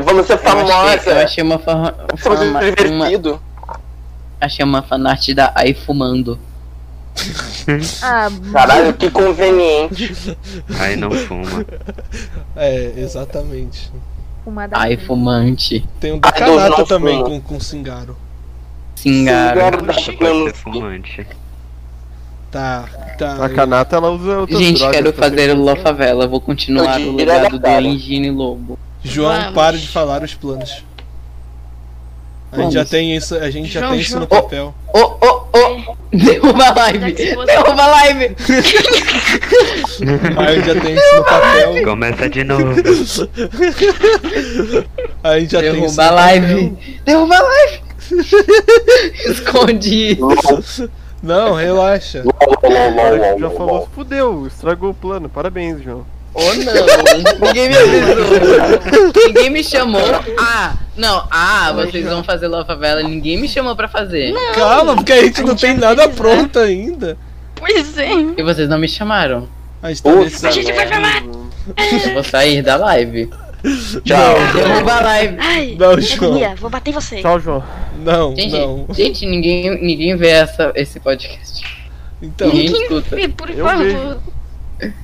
[SPEAKER 2] Vamos ser
[SPEAKER 4] Eu achei, eu
[SPEAKER 2] famosa.
[SPEAKER 4] achei uma, farra-
[SPEAKER 2] Vamos
[SPEAKER 4] uma-
[SPEAKER 2] ser
[SPEAKER 4] uma-
[SPEAKER 2] divertido.
[SPEAKER 4] achei uma fanart da Ai Fumando.
[SPEAKER 5] Ah,
[SPEAKER 2] Caralho, que conveniente.
[SPEAKER 6] Aí não fuma.
[SPEAKER 3] É, exatamente.
[SPEAKER 5] uma da.
[SPEAKER 4] Ai Fumante.
[SPEAKER 3] Tem
[SPEAKER 1] Tá
[SPEAKER 3] um da
[SPEAKER 2] Idol
[SPEAKER 3] Kanata
[SPEAKER 2] não
[SPEAKER 3] também
[SPEAKER 2] fuma.
[SPEAKER 3] com, com Singaro.
[SPEAKER 4] Singaro.
[SPEAKER 2] Singaro.
[SPEAKER 6] Você pode ser fumante.
[SPEAKER 3] Tá, tá.
[SPEAKER 7] A Kanata ela usa outras
[SPEAKER 4] Gente,
[SPEAKER 7] drogas
[SPEAKER 4] quero
[SPEAKER 7] pra se
[SPEAKER 4] fazer um La Favela. Vou continuar
[SPEAKER 2] Eu
[SPEAKER 4] o
[SPEAKER 2] diria
[SPEAKER 4] legado
[SPEAKER 2] da cara.
[SPEAKER 4] do Engine Lobo.
[SPEAKER 3] João,
[SPEAKER 1] Vamos.
[SPEAKER 3] para de falar os planos. A gente
[SPEAKER 4] Vamos.
[SPEAKER 3] já tem isso, a gente já
[SPEAKER 1] João,
[SPEAKER 3] tem isso no
[SPEAKER 1] João.
[SPEAKER 3] papel.
[SPEAKER 4] Ô, ô, ô! Derruba a live!
[SPEAKER 1] Deve ser você.
[SPEAKER 4] Derruba a live!
[SPEAKER 3] A gente já tem isso no papel.
[SPEAKER 6] Começa de novo.
[SPEAKER 3] A gente já tem
[SPEAKER 4] Derruba
[SPEAKER 3] isso. no
[SPEAKER 4] a
[SPEAKER 3] papel.
[SPEAKER 4] live! Derruba a live! Escondi!
[SPEAKER 3] Não, relaxa.
[SPEAKER 7] divertir. Já falou, fudeu, estragou o plano, parabéns, João.
[SPEAKER 4] Ou não! Ninguém me avisou! Ninguém me chamou! Ah! Não, ah, vocês vão fazer La Favela, ninguém me chamou pra fazer.
[SPEAKER 3] Calma, porque a gente não tem nada pronto ainda.
[SPEAKER 1] Pois é.
[SPEAKER 4] E vocês não me chamaram.
[SPEAKER 3] A gente tá
[SPEAKER 2] Puta
[SPEAKER 3] nesse.
[SPEAKER 1] A gente vai chamar.
[SPEAKER 4] Eu vou sair da live.
[SPEAKER 2] Tchau.
[SPEAKER 4] Derruba a live!
[SPEAKER 1] Ai,
[SPEAKER 3] Não, João.
[SPEAKER 1] agonia, vou bater em você.
[SPEAKER 7] Tchau, João.
[SPEAKER 3] Não,
[SPEAKER 4] Gente,
[SPEAKER 3] não.
[SPEAKER 4] gente ninguém, ninguém vê essa, esse podcast.
[SPEAKER 3] Então,
[SPEAKER 4] Ninguém escuta.
[SPEAKER 1] Ih, Por
[SPEAKER 7] Eu
[SPEAKER 1] favor.
[SPEAKER 7] vejo.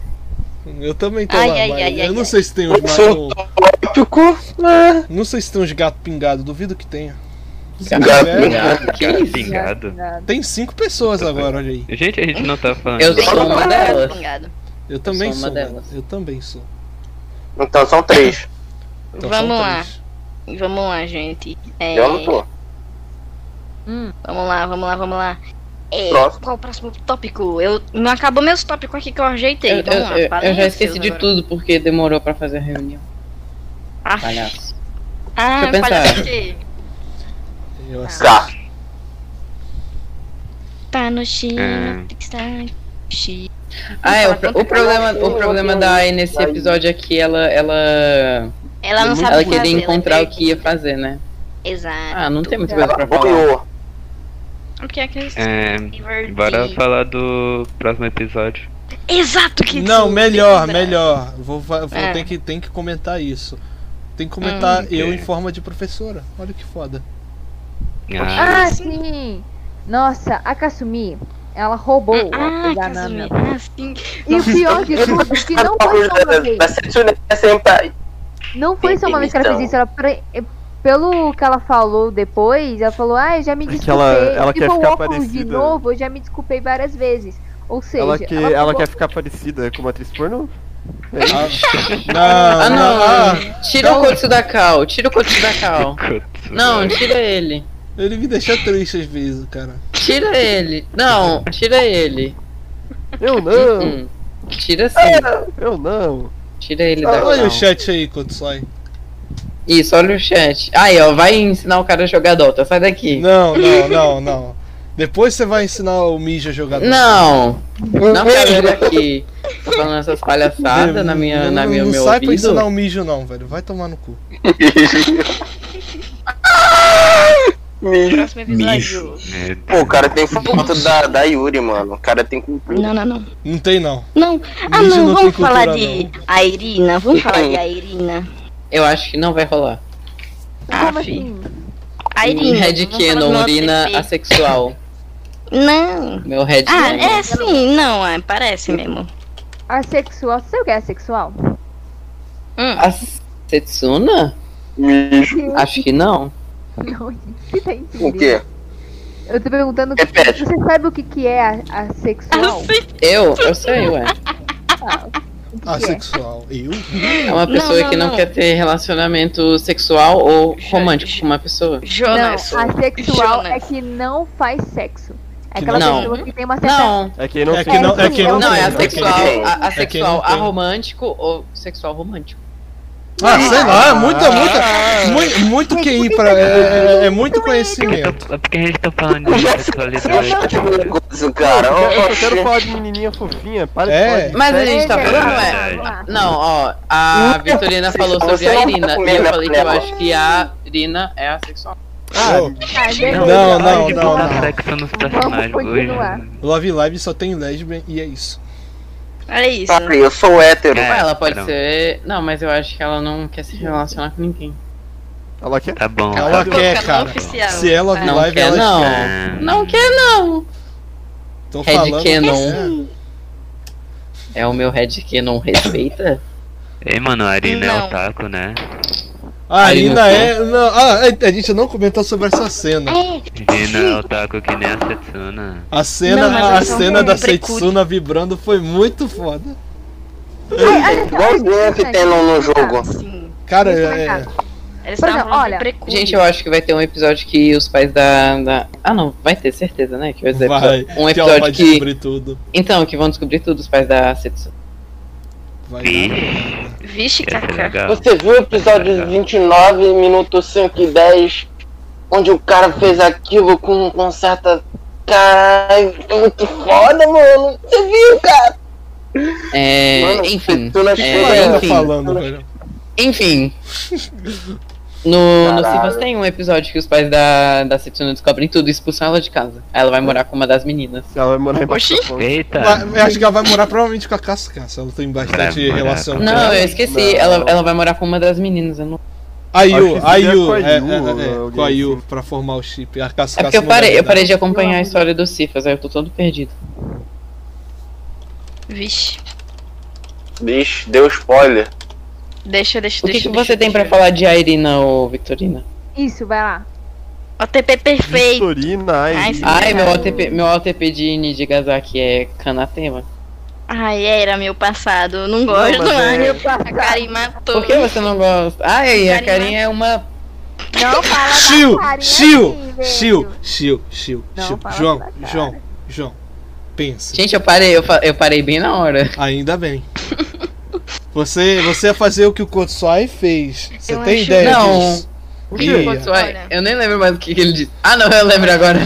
[SPEAKER 3] eu também tô
[SPEAKER 1] Ai,
[SPEAKER 3] lá,
[SPEAKER 1] ai,
[SPEAKER 3] mas
[SPEAKER 1] ai,
[SPEAKER 3] eu
[SPEAKER 1] ai,
[SPEAKER 3] não
[SPEAKER 1] ai.
[SPEAKER 3] sei se tem os mais. um.
[SPEAKER 2] Sou tópico. né?
[SPEAKER 3] Não sei se tem uns gatos pingados, duvido que tenha.
[SPEAKER 4] Obrigado. Que isso?
[SPEAKER 6] Pingado.
[SPEAKER 3] Tem cinco pessoas agora, olha aí.
[SPEAKER 6] Gente, a gente não tá falando.
[SPEAKER 4] Eu
[SPEAKER 6] de-
[SPEAKER 4] sou uma delas.
[SPEAKER 1] Obrigado.
[SPEAKER 3] Eu também
[SPEAKER 4] sou
[SPEAKER 3] sou,
[SPEAKER 4] uma
[SPEAKER 3] mano.
[SPEAKER 4] delas.
[SPEAKER 3] Eu também sou.
[SPEAKER 2] Então são três.
[SPEAKER 3] Então,
[SPEAKER 1] Vamos
[SPEAKER 3] são
[SPEAKER 1] lá.
[SPEAKER 3] três.
[SPEAKER 1] Vamos lá, gente. É,
[SPEAKER 2] Eu não tô.
[SPEAKER 1] Vamos lá, vamos lá, vamos lá. É,
[SPEAKER 2] Próximo.
[SPEAKER 1] qual o próximo tópico? Eu não acabou meus tópicos aqui que eu ajeitei.
[SPEAKER 4] Eu,
[SPEAKER 1] vamos
[SPEAKER 4] eu-
[SPEAKER 1] lá,
[SPEAKER 4] eu-
[SPEAKER 1] falem
[SPEAKER 4] eu já
[SPEAKER 1] os
[SPEAKER 4] esqueci
[SPEAKER 1] seus
[SPEAKER 4] de
[SPEAKER 1] agora.
[SPEAKER 4] tudo porque demorou pra fazer a reunião.
[SPEAKER 1] Ah,
[SPEAKER 4] Palhaço.
[SPEAKER 1] ah,
[SPEAKER 4] deixa eu pensar.
[SPEAKER 1] palhaço. Ah.
[SPEAKER 3] Eu acho-
[SPEAKER 2] Tá.
[SPEAKER 1] Tá no China,
[SPEAKER 6] É.
[SPEAKER 1] tem que estar no China.
[SPEAKER 4] Ah, é, o, pro- o
[SPEAKER 1] Tanto que
[SPEAKER 4] problema,
[SPEAKER 2] ela-
[SPEAKER 4] o problema
[SPEAKER 1] um
[SPEAKER 4] da Ai nesse episódio é que ela, ela,
[SPEAKER 1] Ela não sabe
[SPEAKER 4] ela
[SPEAKER 1] o que
[SPEAKER 4] queria
[SPEAKER 1] fazer,
[SPEAKER 4] encontrar
[SPEAKER 1] ela
[SPEAKER 4] o que ia fazer, né?
[SPEAKER 1] perde. Exato.
[SPEAKER 4] Ah, não tem muita coisa
[SPEAKER 2] Ela
[SPEAKER 4] pra falar.
[SPEAKER 2] boiou.
[SPEAKER 4] Ah.
[SPEAKER 1] Porque é que eles
[SPEAKER 6] É,
[SPEAKER 1] se
[SPEAKER 6] bora
[SPEAKER 1] divertem.
[SPEAKER 6] falar do próximo episódio.
[SPEAKER 1] Exato, que
[SPEAKER 3] Não, melhor,
[SPEAKER 1] Exato.
[SPEAKER 3] melhor. Vou, fa- vou
[SPEAKER 1] É. Hum,
[SPEAKER 3] tem que tem que comentar isso. Tem que comentar eu
[SPEAKER 6] Ok.
[SPEAKER 3] em forma de professora. Olha que foda.
[SPEAKER 6] Ah,
[SPEAKER 5] Ah, sim! Nossa, a Kasumi, ela roubou
[SPEAKER 1] Ah,
[SPEAKER 5] o da
[SPEAKER 1] Kazumi.
[SPEAKER 5] Nana.
[SPEAKER 1] Ah, sim.
[SPEAKER 5] E o pior de tudo, que não foi só uma vez.
[SPEAKER 2] Vai ser Tsunami Sentai.
[SPEAKER 5] Não foi só uma vez que ela fez isso, ela pre- é, pelo que ela falou depois, ela falou, ah, eu já me
[SPEAKER 7] É
[SPEAKER 5] desculpei.
[SPEAKER 7] que ela- ela
[SPEAKER 5] tipo,
[SPEAKER 7] quer
[SPEAKER 5] o
[SPEAKER 7] ficar
[SPEAKER 5] óculos de
[SPEAKER 7] parecida.
[SPEAKER 5] novo, eu já me desculpei várias vezes. Ou seja,
[SPEAKER 7] Ela, que,
[SPEAKER 5] roubou-
[SPEAKER 7] ela quer ficar parecida com uma atriz pornô?
[SPEAKER 3] Ah,
[SPEAKER 4] Ah,
[SPEAKER 3] não,
[SPEAKER 4] não.
[SPEAKER 3] não,
[SPEAKER 4] Tira o
[SPEAKER 1] Então-
[SPEAKER 4] Kotsu da Cal, tira o Kotsu da
[SPEAKER 6] Ah,
[SPEAKER 4] Cal. Não, tira ele.
[SPEAKER 3] ah, ele me deixa triste às vezes, cara.
[SPEAKER 4] Tira ele. Não, tira ele.
[SPEAKER 7] Eu não,
[SPEAKER 4] Hum, tira sim.
[SPEAKER 7] eu não.
[SPEAKER 4] Tira ele tá da
[SPEAKER 3] Olha
[SPEAKER 4] Cal.
[SPEAKER 3] o chat aí, Kotsoi.
[SPEAKER 4] Isso, olha o chat. Aí, ó, vai ensinar o cara a jogar Dota, sai daqui.
[SPEAKER 3] Não, não, não, não. Depois você vai ensinar o Mija a jogar. É.
[SPEAKER 4] Não! Não quero vir aqui falando essas palhaçadas na minha, na minha
[SPEAKER 3] não
[SPEAKER 4] meu
[SPEAKER 3] sai pra ensinar
[SPEAKER 4] ouvido.
[SPEAKER 3] o Mijo, não, velho. Vai tomar no cu.
[SPEAKER 1] Próximo episódio.
[SPEAKER 2] Pô, o cara tem foto da, da Yuri, mano. O cara tem cultura.
[SPEAKER 1] Não, não, não.
[SPEAKER 3] Não tem, não.
[SPEAKER 1] Não. Ah,
[SPEAKER 3] Mijo
[SPEAKER 1] não,
[SPEAKER 3] não
[SPEAKER 1] vamos
[SPEAKER 3] tem
[SPEAKER 1] falar
[SPEAKER 3] cultura,
[SPEAKER 1] de a Irina. Vamos falar de a Irina.
[SPEAKER 4] Eu acho que não vai rolar.
[SPEAKER 1] Ah,
[SPEAKER 5] Como
[SPEAKER 1] fi.
[SPEAKER 5] assim?
[SPEAKER 1] A Irina. vamos
[SPEAKER 4] Red
[SPEAKER 1] falar do
[SPEAKER 4] Canon,
[SPEAKER 1] nosso
[SPEAKER 4] urina
[SPEAKER 1] efeito.
[SPEAKER 4] assexual.
[SPEAKER 1] Não.
[SPEAKER 4] Meu Red
[SPEAKER 1] Ah,
[SPEAKER 4] Canon.
[SPEAKER 1] é sim, não, é, parece mesmo.
[SPEAKER 5] Asexual, você sabe o que é asexual?
[SPEAKER 1] Hum.
[SPEAKER 4] A Setsuna?
[SPEAKER 2] Mijo.
[SPEAKER 4] Acho que não.
[SPEAKER 5] Não, você tá entendendo.
[SPEAKER 2] O quê?
[SPEAKER 5] Eu tô perguntando,
[SPEAKER 7] É
[SPEAKER 2] Repete.
[SPEAKER 5] você sabe o que que é a- asexual?
[SPEAKER 4] Eu? Eu sei, ué.
[SPEAKER 5] Ah, o que que é?
[SPEAKER 3] Asexual. Eu?
[SPEAKER 4] É uma pessoa
[SPEAKER 1] não,
[SPEAKER 4] que não,
[SPEAKER 1] não.
[SPEAKER 4] quer ter relacionamento sexual ou romântico com uma pessoa.
[SPEAKER 5] Não,
[SPEAKER 1] Jonas.
[SPEAKER 5] asexual é
[SPEAKER 1] Jonas.
[SPEAKER 5] que não faz sexo. É
[SPEAKER 3] Que
[SPEAKER 5] aquela
[SPEAKER 4] não-
[SPEAKER 5] pessoa que tem uma certa
[SPEAKER 4] Não,
[SPEAKER 7] É quem não assim
[SPEAKER 3] É
[SPEAKER 7] se
[SPEAKER 3] que não, é
[SPEAKER 5] que
[SPEAKER 3] que não,
[SPEAKER 4] não, é
[SPEAKER 3] tem,
[SPEAKER 4] assexual,
[SPEAKER 2] É quem
[SPEAKER 4] a,
[SPEAKER 3] É quem não
[SPEAKER 4] assexual
[SPEAKER 3] tem.
[SPEAKER 4] aromântico ou sexual romântico.
[SPEAKER 3] Ah, sei lá, é muita,
[SPEAKER 7] Ah.
[SPEAKER 3] muita. Muito, muito QI pra. É, é- é muito conhecimento.
[SPEAKER 6] É porque a gente tá falando de
[SPEAKER 2] Já se
[SPEAKER 6] sexualidade.
[SPEAKER 2] puxa de
[SPEAKER 6] cara.
[SPEAKER 2] negócio, cara.
[SPEAKER 7] um- Eu quero- eu quero
[SPEAKER 2] Oxente.
[SPEAKER 7] falar de menininha fofinha, para
[SPEAKER 3] É.
[SPEAKER 7] de falar de
[SPEAKER 4] Mas a
[SPEAKER 7] sexo.
[SPEAKER 4] gente tá
[SPEAKER 5] É,
[SPEAKER 4] falando,
[SPEAKER 5] é,
[SPEAKER 4] é.
[SPEAKER 5] vamos lá.
[SPEAKER 4] Não, ó, a Vitorina falou sobre a Irina. E eu falei que eu acho que a Irina é assexual.
[SPEAKER 3] Ah,
[SPEAKER 5] Ah, beleza.
[SPEAKER 3] Não,
[SPEAKER 6] a
[SPEAKER 3] não,
[SPEAKER 6] gente
[SPEAKER 3] não,
[SPEAKER 6] bota
[SPEAKER 3] não.
[SPEAKER 6] sexo nos
[SPEAKER 5] Vamos
[SPEAKER 6] personagens hoje.
[SPEAKER 5] continuar.
[SPEAKER 3] Love Live só tem lesbian e é isso.
[SPEAKER 1] Olha isso.
[SPEAKER 2] Sabe, eu sou hétero.
[SPEAKER 6] É,
[SPEAKER 4] Ué, ela pode
[SPEAKER 6] não.
[SPEAKER 4] ser. Não, mas eu acho que ela não quer se relacionar com ninguém.
[SPEAKER 7] Ela quer?
[SPEAKER 6] Tá bom.
[SPEAKER 3] Ela
[SPEAKER 6] tá bom.
[SPEAKER 3] quer,
[SPEAKER 1] Boca
[SPEAKER 3] cara.
[SPEAKER 1] não oficial.
[SPEAKER 3] Se é Love
[SPEAKER 4] Não
[SPEAKER 3] Live,
[SPEAKER 4] quer,
[SPEAKER 3] ela
[SPEAKER 4] não. É
[SPEAKER 3] quer.
[SPEAKER 6] Ah.
[SPEAKER 4] Não quer, não.
[SPEAKER 3] Tô
[SPEAKER 4] Red
[SPEAKER 3] falando.
[SPEAKER 4] Canon. É o meu Red Canon respeita?
[SPEAKER 6] Ei, mano, a Arina é
[SPEAKER 1] Não.
[SPEAKER 6] otaku, né?
[SPEAKER 3] Ah,
[SPEAKER 4] Aí
[SPEAKER 3] ainda
[SPEAKER 4] não
[SPEAKER 3] é. Não, ah, a gente não comentou sobre essa cena.
[SPEAKER 6] Arina é otaku que nem a Setsuna.
[SPEAKER 3] A cena,
[SPEAKER 1] Não, mas
[SPEAKER 3] a
[SPEAKER 1] eles são
[SPEAKER 3] cena da
[SPEAKER 1] precursos.
[SPEAKER 3] Setsuna vibrando foi muito foda.
[SPEAKER 2] Igualzinho que tem no, no jogo.
[SPEAKER 1] Sim.
[SPEAKER 3] Cara,
[SPEAKER 5] Muito
[SPEAKER 3] é-
[SPEAKER 5] marcado.
[SPEAKER 1] Eles
[SPEAKER 5] Por
[SPEAKER 1] estavam
[SPEAKER 5] exemplo,
[SPEAKER 1] falando de
[SPEAKER 5] olha,
[SPEAKER 1] precurso.
[SPEAKER 4] Gente, eu acho que vai ter um episódio que os pais da. da- Ah, não, vai ter certeza, né? Que vai ter
[SPEAKER 3] vai.
[SPEAKER 4] um
[SPEAKER 3] que ela
[SPEAKER 4] episódio
[SPEAKER 3] vai
[SPEAKER 4] que.
[SPEAKER 3] descobrir tudo.
[SPEAKER 4] Então, que vão descobrir tudo os pais da Setsu.
[SPEAKER 3] Vai
[SPEAKER 6] Vixe,
[SPEAKER 3] dar.
[SPEAKER 1] Vixe,
[SPEAKER 4] é
[SPEAKER 6] ia ser
[SPEAKER 1] Kaká.
[SPEAKER 6] legal.
[SPEAKER 2] Você viu o episódio 29, minutos 5 e 10, onde o cara fez aquilo com, com certa. Caralho, é muito foda, mano. Você viu, cara?
[SPEAKER 4] É.
[SPEAKER 2] Mano,
[SPEAKER 4] enfim.
[SPEAKER 2] Setsuna
[SPEAKER 4] É,
[SPEAKER 2] chorando
[SPEAKER 3] Ainda
[SPEAKER 4] enfim.
[SPEAKER 3] tá falando, velho.
[SPEAKER 4] Enfim. No, no
[SPEAKER 2] Caralho.
[SPEAKER 4] Cifras tem um episódio que os pais da, da Setsuna descobrem tudo e expulsam ela de casa. Aí ela vai morar com uma das meninas.
[SPEAKER 7] Ela vai morar em
[SPEAKER 1] Oxi.
[SPEAKER 7] Bacurau.
[SPEAKER 6] Eita.
[SPEAKER 3] Mas eu acho que ela vai morar provavelmente com a Casca. Se ela tem bastante
[SPEAKER 6] Vai morar
[SPEAKER 3] relação É.
[SPEAKER 6] com
[SPEAKER 3] com
[SPEAKER 4] Não,
[SPEAKER 3] ela.
[SPEAKER 4] eu esqueci.
[SPEAKER 7] Não.
[SPEAKER 4] Ela, ela vai morar com uma das meninas. Eu não...
[SPEAKER 3] A
[SPEAKER 7] Acho
[SPEAKER 3] Yu,
[SPEAKER 7] que
[SPEAKER 3] a
[SPEAKER 7] seria
[SPEAKER 3] Yu,
[SPEAKER 7] com a
[SPEAKER 3] é,
[SPEAKER 7] Yu,
[SPEAKER 3] é, é,
[SPEAKER 7] ou
[SPEAKER 3] com a
[SPEAKER 7] alguém
[SPEAKER 3] Yu
[SPEAKER 7] assim.
[SPEAKER 3] pra formar o chip. A Casca
[SPEAKER 4] É porque eu
[SPEAKER 3] não deve
[SPEAKER 4] parei, eu
[SPEAKER 3] dar.
[SPEAKER 4] parei de acompanhar a história do Cifras, aí eu tô todo perdido.
[SPEAKER 1] Vixe.
[SPEAKER 2] Bicho, deu spoiler.
[SPEAKER 1] Deixa, deixa,
[SPEAKER 4] O que,
[SPEAKER 1] deixa.
[SPEAKER 4] que você
[SPEAKER 1] deixa,
[SPEAKER 4] tem pra
[SPEAKER 1] deixa.
[SPEAKER 4] falar de Irina ou Victorina?
[SPEAKER 5] Isso, vai lá.
[SPEAKER 1] OTP perfeito.
[SPEAKER 7] Vitorina,
[SPEAKER 1] Ai,
[SPEAKER 7] ai.
[SPEAKER 1] sim.
[SPEAKER 4] Ai, meu OTP, meu OTP de Nijigasaki é Kanatema.
[SPEAKER 1] Ai, era meu passado. Eu não gosto
[SPEAKER 7] mas é-
[SPEAKER 1] mais. A Karen matou.
[SPEAKER 4] Por que você não gosta? Ai, a
[SPEAKER 1] Karina.
[SPEAKER 4] Karin é uma.
[SPEAKER 5] Não fala da
[SPEAKER 3] Chiu,
[SPEAKER 5] Karen
[SPEAKER 3] chiu,
[SPEAKER 5] assim, velho.
[SPEAKER 3] chiu, chiu, chiu,
[SPEAKER 5] Não,
[SPEAKER 3] chiu.
[SPEAKER 5] fala
[SPEAKER 3] João,
[SPEAKER 5] pra cara.
[SPEAKER 3] João, João. Pensa.
[SPEAKER 4] Gente, eu parei, eu, fa- eu parei bem na hora.
[SPEAKER 3] Ainda bem. Você, você ia fazer o que o Kotsuai fez. Você
[SPEAKER 1] Eu
[SPEAKER 3] tem
[SPEAKER 1] acho-
[SPEAKER 3] ideia
[SPEAKER 4] Não.
[SPEAKER 3] disso?
[SPEAKER 4] O que que
[SPEAKER 3] Ih,
[SPEAKER 4] aconteceu? Ai,
[SPEAKER 1] olha.
[SPEAKER 4] Eu nem lembro mais o que, que ele disse. Ah, não, eu lembro agora.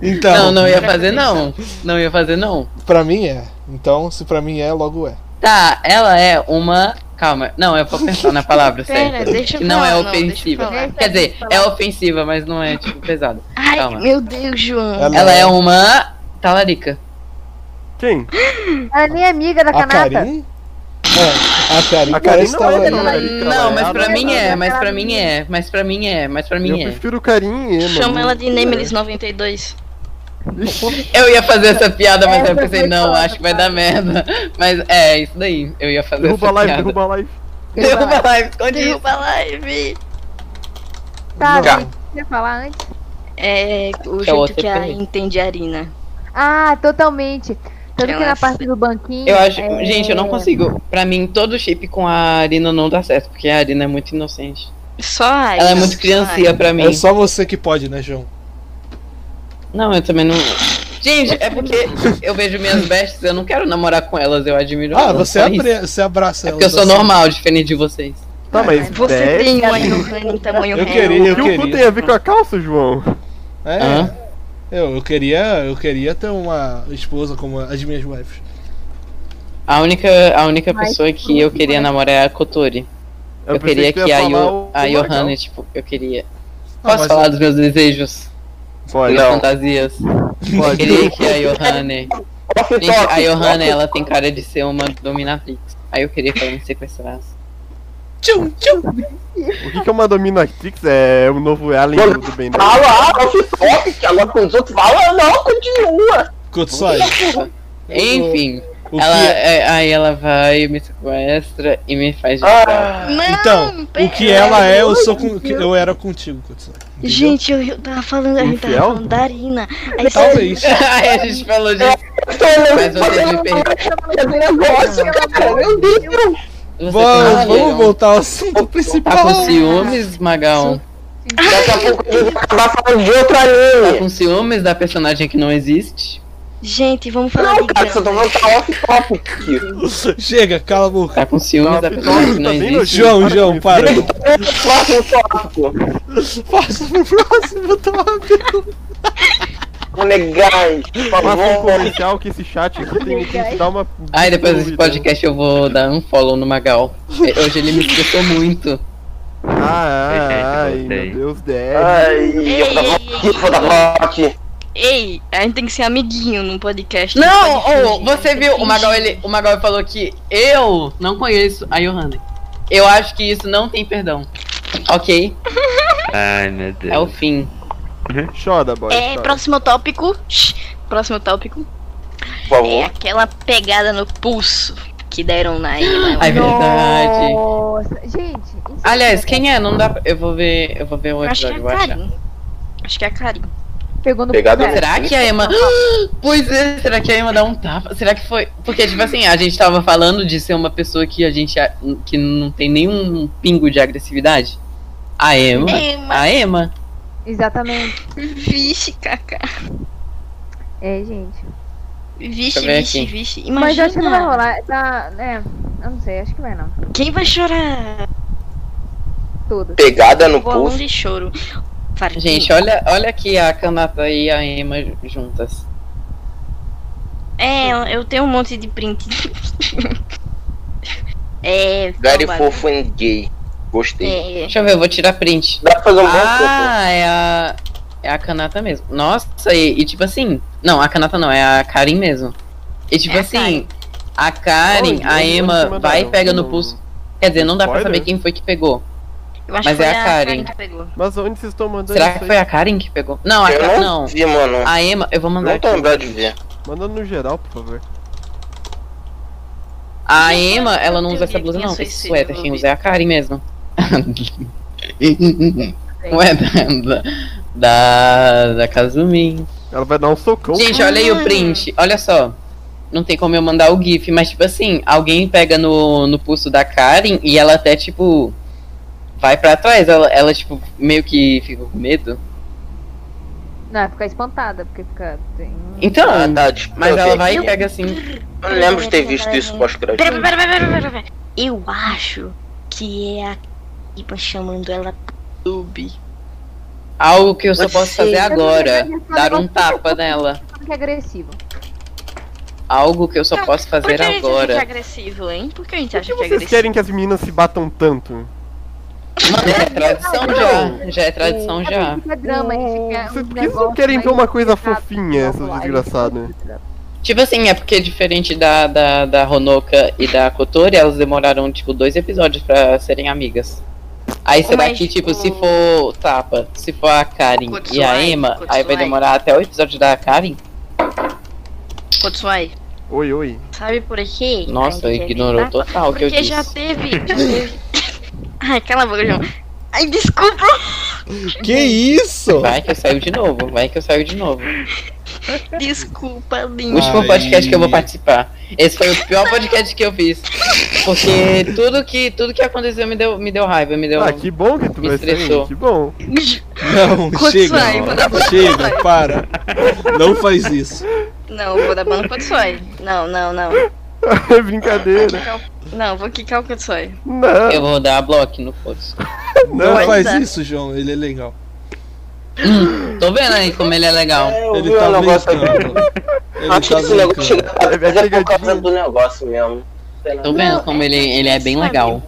[SPEAKER 3] Então,
[SPEAKER 4] não, não ia fazer não. Não ia fazer não.
[SPEAKER 3] pra mim é. Então, se pra mim é, logo é.
[SPEAKER 4] Tá, ela é uma. Calma, não, eu vou pensar na palavra
[SPEAKER 1] Pera,
[SPEAKER 4] certa.
[SPEAKER 1] deixa eu
[SPEAKER 4] Que não é
[SPEAKER 1] falar, deixa eu
[SPEAKER 4] ofensiva.
[SPEAKER 1] falar.
[SPEAKER 4] Quer dizer, é ofensiva, mas não é, tipo, pesada.
[SPEAKER 1] Ai,
[SPEAKER 4] Calma.
[SPEAKER 1] meu Deus, João.
[SPEAKER 3] Ela-
[SPEAKER 4] Ela é uma talarica.
[SPEAKER 7] Quem?
[SPEAKER 5] Ela nem é amiga da
[SPEAKER 3] A
[SPEAKER 5] Kanata.
[SPEAKER 3] Karin? É, a Karin
[SPEAKER 7] A Karin
[SPEAKER 3] parece
[SPEAKER 7] não
[SPEAKER 3] que ela
[SPEAKER 7] é
[SPEAKER 3] é-
[SPEAKER 7] talarica,
[SPEAKER 4] Não, mas pra
[SPEAKER 7] ela
[SPEAKER 4] mim
[SPEAKER 5] adorada.
[SPEAKER 4] é, mas pra mim é, mas pra mim é, mas pra
[SPEAKER 7] Eu
[SPEAKER 4] mim é.
[SPEAKER 7] prefiro o carinho.
[SPEAKER 1] Chama ela de Nameless 92.
[SPEAKER 4] Eu ia fazer essa piada, mas
[SPEAKER 5] Essa
[SPEAKER 4] aí eu pensei,
[SPEAKER 5] foi
[SPEAKER 4] não,
[SPEAKER 5] foda,
[SPEAKER 4] acho que vai dar merda. Mas é, isso daí, eu ia fazer
[SPEAKER 7] tá? Derruba a
[SPEAKER 4] essa
[SPEAKER 7] live,
[SPEAKER 4] piada.
[SPEAKER 7] derruba a live.
[SPEAKER 4] Derruba a live, esconde isso.
[SPEAKER 1] Derruba a live.
[SPEAKER 5] Tá,
[SPEAKER 2] Não.
[SPEAKER 5] gente, você ia falar antes?
[SPEAKER 1] É o
[SPEAKER 4] Que é o
[SPEAKER 1] jeito que a
[SPEAKER 4] OTP.
[SPEAKER 1] entende a Arina.
[SPEAKER 5] Ah, totalmente. Tanto que na
[SPEAKER 1] Ela-
[SPEAKER 5] parte do banquinho.
[SPEAKER 4] Eu acho,
[SPEAKER 5] é,
[SPEAKER 4] gente, eu não consigo. Pra mim, todo chip com a Arina não dá certo, porque a Arina é muito inocente.
[SPEAKER 1] Só a
[SPEAKER 4] Ela é
[SPEAKER 1] Arina,
[SPEAKER 4] muito
[SPEAKER 1] só a
[SPEAKER 4] criancinha
[SPEAKER 1] Arina.
[SPEAKER 4] pra mim.
[SPEAKER 3] É só você que pode, né, João?
[SPEAKER 4] Não, eu também não. Gente, é porque eu vejo minhas bestes, eu não quero namorar com elas, eu admiro
[SPEAKER 3] Ah,
[SPEAKER 4] elas,
[SPEAKER 3] você,
[SPEAKER 4] só isso.
[SPEAKER 3] abra- você abraça
[SPEAKER 4] É
[SPEAKER 3] ela.
[SPEAKER 4] porque eu sou normal, diferente de vocês.
[SPEAKER 7] Tá, mas.
[SPEAKER 1] Você
[SPEAKER 7] Beth,
[SPEAKER 1] tem um uma Johanna em tamanho
[SPEAKER 3] Eu
[SPEAKER 1] real.
[SPEAKER 3] queria-
[SPEAKER 7] O que o cu
[SPEAKER 3] queria.
[SPEAKER 7] tem a ver com a calça, João?
[SPEAKER 3] É.
[SPEAKER 4] Hã?
[SPEAKER 3] Eu, eu queria, eu queria ter uma esposa como as minhas wives.
[SPEAKER 4] A única, a única
[SPEAKER 5] Mas
[SPEAKER 4] pessoa que eu queria namorar é a Kotori. Eu,
[SPEAKER 7] pensei
[SPEAKER 4] queria
[SPEAKER 7] tu
[SPEAKER 4] que,
[SPEAKER 7] ia
[SPEAKER 4] a,
[SPEAKER 7] falar
[SPEAKER 4] Yo,
[SPEAKER 7] o-
[SPEAKER 4] a
[SPEAKER 7] o legal.
[SPEAKER 4] Johanna, tipo, eu queria.
[SPEAKER 3] Ah,
[SPEAKER 4] Posso
[SPEAKER 3] mas-
[SPEAKER 4] falar dos meus desejos?
[SPEAKER 7] Pode,
[SPEAKER 4] Minhas
[SPEAKER 2] Não.
[SPEAKER 4] fantasias? Eu queria que a Johanna.
[SPEAKER 2] Off
[SPEAKER 4] Gente,
[SPEAKER 2] top,
[SPEAKER 4] a Johanna,
[SPEAKER 2] off-
[SPEAKER 4] ela tem cara de ser uma dominatrix. Aí eu queria que ela me sequestrasse.
[SPEAKER 3] Tchum, tchum.
[SPEAKER 7] O que que é uma Dominatrix? É o novo Alien
[SPEAKER 2] Mano,
[SPEAKER 7] do Ben 10.
[SPEAKER 2] Fala, ah, off top, que agora com os outros fala, "Ah, não, continua.
[SPEAKER 3] Kutsai,
[SPEAKER 4] Enfim,
[SPEAKER 3] o
[SPEAKER 4] ela,
[SPEAKER 3] que é-
[SPEAKER 4] é- aí ela vai, me sequestra e me faz de ah.
[SPEAKER 2] Ah,
[SPEAKER 1] Não,
[SPEAKER 3] Então,
[SPEAKER 1] pera.
[SPEAKER 3] o que ela é, eu sou com, que eu era contigo, Kutsai. entendeu? Um
[SPEAKER 1] Gente, é eu, eu tava falando, a gente tava
[SPEAKER 7] Infiel?
[SPEAKER 1] falando da Arina. Aí
[SPEAKER 3] Talvez.
[SPEAKER 4] Aí a gente falou de.
[SPEAKER 2] tô olhando
[SPEAKER 4] Mas vocês me perdoam.
[SPEAKER 2] pra esse um negócio, cara, meu Deus.
[SPEAKER 4] Você
[SPEAKER 3] Vamos,
[SPEAKER 4] tem
[SPEAKER 3] vamos
[SPEAKER 4] razão.
[SPEAKER 3] voltar ao assunto
[SPEAKER 4] Tá
[SPEAKER 3] principal.
[SPEAKER 4] com ciúmes, Magal?
[SPEAKER 2] Daqui a pouco a gente vai acabar falando de outro
[SPEAKER 4] Tá
[SPEAKER 2] anime.
[SPEAKER 4] com ciúmes da personagem que não existe?
[SPEAKER 1] Gente, vamos falar
[SPEAKER 2] Não,
[SPEAKER 1] de
[SPEAKER 2] cara, você tá
[SPEAKER 1] grana.
[SPEAKER 2] falando tá off-top aqui.
[SPEAKER 3] Chega, cala a boca.
[SPEAKER 4] Tá com ciúmes da pessoa que não
[SPEAKER 7] tá bem
[SPEAKER 4] existe.
[SPEAKER 7] nojento.
[SPEAKER 3] João, João, para.
[SPEAKER 2] Próximo tópico.
[SPEAKER 3] Passa pro próximo tópico.
[SPEAKER 2] Legais, Um por
[SPEAKER 7] Faça um
[SPEAKER 2] favor.
[SPEAKER 7] comercial que esse chat aqui tem tem que dar uma.
[SPEAKER 4] Ai, depois desse podcast eu vou dar um follow no Magal. Eh, Hoje ele me estressou muito.
[SPEAKER 7] Ah, ai,
[SPEAKER 6] Gente, voltei.
[SPEAKER 7] meu Deus, 10.
[SPEAKER 2] Ai, eu vou dar rock, eu vou dar rock.
[SPEAKER 1] Ei, a gente tem que ser amiguinho num podcast.
[SPEAKER 4] Não,
[SPEAKER 1] pode fingir,
[SPEAKER 4] ô, você
[SPEAKER 1] tem que
[SPEAKER 4] viu? O Magal,
[SPEAKER 1] fingir.
[SPEAKER 4] ele, o Magal falou que eu não conheço a Johanna. Eu acho que isso não tem perdão. Ok,
[SPEAKER 6] Ai, meu Deus.
[SPEAKER 4] é o fim.
[SPEAKER 7] Chora, boy.
[SPEAKER 1] É,
[SPEAKER 7] chora.
[SPEAKER 1] próximo tópico. Shh, Próximo tópico.
[SPEAKER 2] Por
[SPEAKER 1] É
[SPEAKER 2] favor.
[SPEAKER 1] aquela pegada no pulso que deram na Ema.
[SPEAKER 4] Ai, É verdade.
[SPEAKER 5] Nossa, gente. isso-
[SPEAKER 4] Aliás, quem é? Não dá pra... Eu vou ver. Eu vou ver o
[SPEAKER 1] Acho que
[SPEAKER 4] episódio,
[SPEAKER 1] é
[SPEAKER 4] eu vou
[SPEAKER 1] a
[SPEAKER 4] achar.
[SPEAKER 1] Karin. Acho que é a Karin.
[SPEAKER 5] Pegou no
[SPEAKER 2] Pegado
[SPEAKER 5] pé.
[SPEAKER 4] Será que a Emma. Pois é, será que a Emma dá um tapa? Será que foi. Porque, tipo assim, a gente tava falando de ser uma pessoa que a gente. a- que não tem nenhum pingo de agressividade. A Emma.
[SPEAKER 1] Ema.
[SPEAKER 4] A Emma.
[SPEAKER 5] Exatamente.
[SPEAKER 1] Vixe, Kaká.
[SPEAKER 5] É, gente.
[SPEAKER 1] Vixe,
[SPEAKER 4] eu ver
[SPEAKER 1] vixe,
[SPEAKER 4] aqui.
[SPEAKER 1] vixe.
[SPEAKER 5] Mas eu acho que não vai
[SPEAKER 1] Imagina.
[SPEAKER 5] rolar. Tá, né? Eu não sei, acho que vai não.
[SPEAKER 1] Quem vai chorar?
[SPEAKER 5] Tudo.
[SPEAKER 2] Pegada no
[SPEAKER 1] Bolão
[SPEAKER 2] pulso.
[SPEAKER 1] de choro. Farinha.
[SPEAKER 4] Gente, olha, olha aqui a Kanata e a Emma juntas.
[SPEAKER 1] É, eu tenho um monte de print. é.
[SPEAKER 2] Gary
[SPEAKER 1] calma.
[SPEAKER 2] fofo em gay. Gostei.
[SPEAKER 1] É,
[SPEAKER 4] Deixa eu ver, eu vou tirar print.
[SPEAKER 2] Dá pra fazer um bom
[SPEAKER 4] Ah, é a. É a Kanata mesmo. Nossa, e, e tipo assim. Não, a Kanata não, é a Karin mesmo. E tipo
[SPEAKER 1] É a
[SPEAKER 4] assim, a Karen,
[SPEAKER 7] Oi,
[SPEAKER 4] a
[SPEAKER 7] oi,
[SPEAKER 4] Emma
[SPEAKER 7] oi,
[SPEAKER 4] vai e
[SPEAKER 7] mandaram.
[SPEAKER 4] pega no pulso. Quer dizer, não dá pra
[SPEAKER 7] Spoiler?
[SPEAKER 4] saber quem foi que pegou.
[SPEAKER 1] eu acho
[SPEAKER 4] Mas
[SPEAKER 1] que foi
[SPEAKER 4] é a Karin.
[SPEAKER 1] que pegou.
[SPEAKER 7] Mas onde vocês estão mandando
[SPEAKER 4] Será
[SPEAKER 7] isso
[SPEAKER 4] que
[SPEAKER 7] aí?
[SPEAKER 4] foi a Karen que pegou? Não, a
[SPEAKER 2] Eu
[SPEAKER 4] Karen
[SPEAKER 2] não
[SPEAKER 4] não.
[SPEAKER 2] vi, mano.
[SPEAKER 4] A Emma, eu vou mandar.
[SPEAKER 2] Não tô
[SPEAKER 4] aqui.
[SPEAKER 2] lembrado de ver.
[SPEAKER 7] Mandando no geral, por favor.
[SPEAKER 4] A Emma, ela não
[SPEAKER 1] Eu
[SPEAKER 4] usa essa
[SPEAKER 1] tenho
[SPEAKER 4] blusa,
[SPEAKER 1] que
[SPEAKER 4] não.
[SPEAKER 1] pensar
[SPEAKER 4] Esse
[SPEAKER 1] se
[SPEAKER 4] suéter,
[SPEAKER 1] eu
[SPEAKER 4] quem
[SPEAKER 1] vou
[SPEAKER 4] usa é a Karen mesmo. Não é da. Da. Da, da Kazumi.
[SPEAKER 7] Ela vai dar um socão.
[SPEAKER 4] Gente, olha aí o print. Olha só. Não tem como eu mandar o GIF, mas tipo assim, alguém pega no, no pulso da Karen e ela até, tipo, vai pra trás. Ela, ela tipo, meio que fica com medo.
[SPEAKER 5] Não, é ficar espantada, porque fica. Tem...
[SPEAKER 4] Então,
[SPEAKER 2] Ah, tá, desculpa,
[SPEAKER 4] mas
[SPEAKER 2] eu
[SPEAKER 4] ela
[SPEAKER 2] vi
[SPEAKER 4] vai e
[SPEAKER 2] aqui.
[SPEAKER 4] pega assim.
[SPEAKER 2] Eu não lembro de ter visto isso
[SPEAKER 1] Pera,
[SPEAKER 3] tá
[SPEAKER 2] pós-crédito.
[SPEAKER 1] pera, pera, pera, pera, pera. Eu acho que é a Ipa chamando ela pro clube.
[SPEAKER 4] Algo que eu só
[SPEAKER 1] Você-
[SPEAKER 4] posso fazer
[SPEAKER 5] Eu não
[SPEAKER 4] agora.
[SPEAKER 5] sei, eu só
[SPEAKER 4] Dar
[SPEAKER 5] não
[SPEAKER 4] um tapa nela.
[SPEAKER 5] Porque é agressivo.
[SPEAKER 4] Algo que eu só posso
[SPEAKER 1] Por
[SPEAKER 4] fazer
[SPEAKER 1] que a gente acha que é
[SPEAKER 4] agora.
[SPEAKER 1] agressivo, hein? Por que a gente
[SPEAKER 7] Por
[SPEAKER 1] acha que
[SPEAKER 7] que
[SPEAKER 1] é
[SPEAKER 7] vocês
[SPEAKER 1] agressivo?
[SPEAKER 7] querem que as meninas se batam tanto?
[SPEAKER 4] Mano, é tradição já. Já é tradição já.
[SPEAKER 5] Fica drama, gente.
[SPEAKER 3] é
[SPEAKER 5] Fica
[SPEAKER 7] É. Vocês- Por que vocês
[SPEAKER 5] um
[SPEAKER 7] não
[SPEAKER 5] negócio
[SPEAKER 7] querem ver uma
[SPEAKER 5] mais
[SPEAKER 7] coisa
[SPEAKER 5] complicado.
[SPEAKER 7] fofinha, essas
[SPEAKER 5] Vamos lá,
[SPEAKER 7] desgraçadas?
[SPEAKER 4] Tipo assim, é porque diferente da, da, da Honoka e da Kotori, elas demoraram, tipo, dois episódios pra serem amigas. Aí será
[SPEAKER 1] Mas,
[SPEAKER 4] que, tipo, se
[SPEAKER 1] tipo,
[SPEAKER 4] for Tapa, se for a Karen e a
[SPEAKER 1] Kotsuai,
[SPEAKER 4] Emma, aí vai
[SPEAKER 1] Kotsuai.
[SPEAKER 4] demorar até o episódio da Karen?
[SPEAKER 1] Kotsuai,
[SPEAKER 7] Oi, oi.
[SPEAKER 1] sabe por quê? tá?
[SPEAKER 4] Nossa,
[SPEAKER 1] A gente quer
[SPEAKER 4] ignorou
[SPEAKER 1] evitar?
[SPEAKER 4] total o que
[SPEAKER 3] é
[SPEAKER 1] Porque
[SPEAKER 4] eu disse.
[SPEAKER 1] já teve. Já teve... Ai, cala a boca, João. Ai, desculpa.
[SPEAKER 3] Que isso?
[SPEAKER 4] Vai que eu saio de novo, vai que eu saio de novo.
[SPEAKER 1] Desculpa,
[SPEAKER 4] O
[SPEAKER 1] lindo.
[SPEAKER 4] último
[SPEAKER 3] Ai.
[SPEAKER 4] podcast que eu vou participar. Esse foi o pior podcast que eu fiz. Porque tudo que, tudo que aconteceu me deu, me deu raiva, me deu...
[SPEAKER 7] Ah, que bom que tu
[SPEAKER 4] Me
[SPEAKER 7] vai ser,
[SPEAKER 4] estressou.
[SPEAKER 7] hein? Que bom.
[SPEAKER 3] Não, chega.
[SPEAKER 1] Kotsuai, vou dar ban-
[SPEAKER 3] Chega, para. Não faz isso.
[SPEAKER 1] Não, vou dar ban no Kotsuai. Não, não, não.
[SPEAKER 7] É brincadeira.
[SPEAKER 1] Não, vou quicar o Kotsuai.
[SPEAKER 7] Não,
[SPEAKER 4] Eu vou dar bloco no posto.
[SPEAKER 3] Não
[SPEAKER 1] Vai
[SPEAKER 3] faz
[SPEAKER 1] dar.
[SPEAKER 3] isso, João. Ele é legal.
[SPEAKER 4] Tô vendo aí como ele é legal.
[SPEAKER 2] Eu vi
[SPEAKER 3] Ele
[SPEAKER 2] o
[SPEAKER 3] tá
[SPEAKER 2] negócio
[SPEAKER 3] brincando.
[SPEAKER 2] aqui.
[SPEAKER 3] Ele
[SPEAKER 2] Acho que
[SPEAKER 3] tá
[SPEAKER 2] esse negócio chega
[SPEAKER 3] brincando.
[SPEAKER 2] pra mas é por causa
[SPEAKER 7] pegadinha.
[SPEAKER 2] do negócio mesmo. Sei lá.
[SPEAKER 4] Tô vendo
[SPEAKER 1] Não,
[SPEAKER 4] como
[SPEAKER 1] é-
[SPEAKER 4] ele, ele é bem
[SPEAKER 1] sabe?
[SPEAKER 4] legal.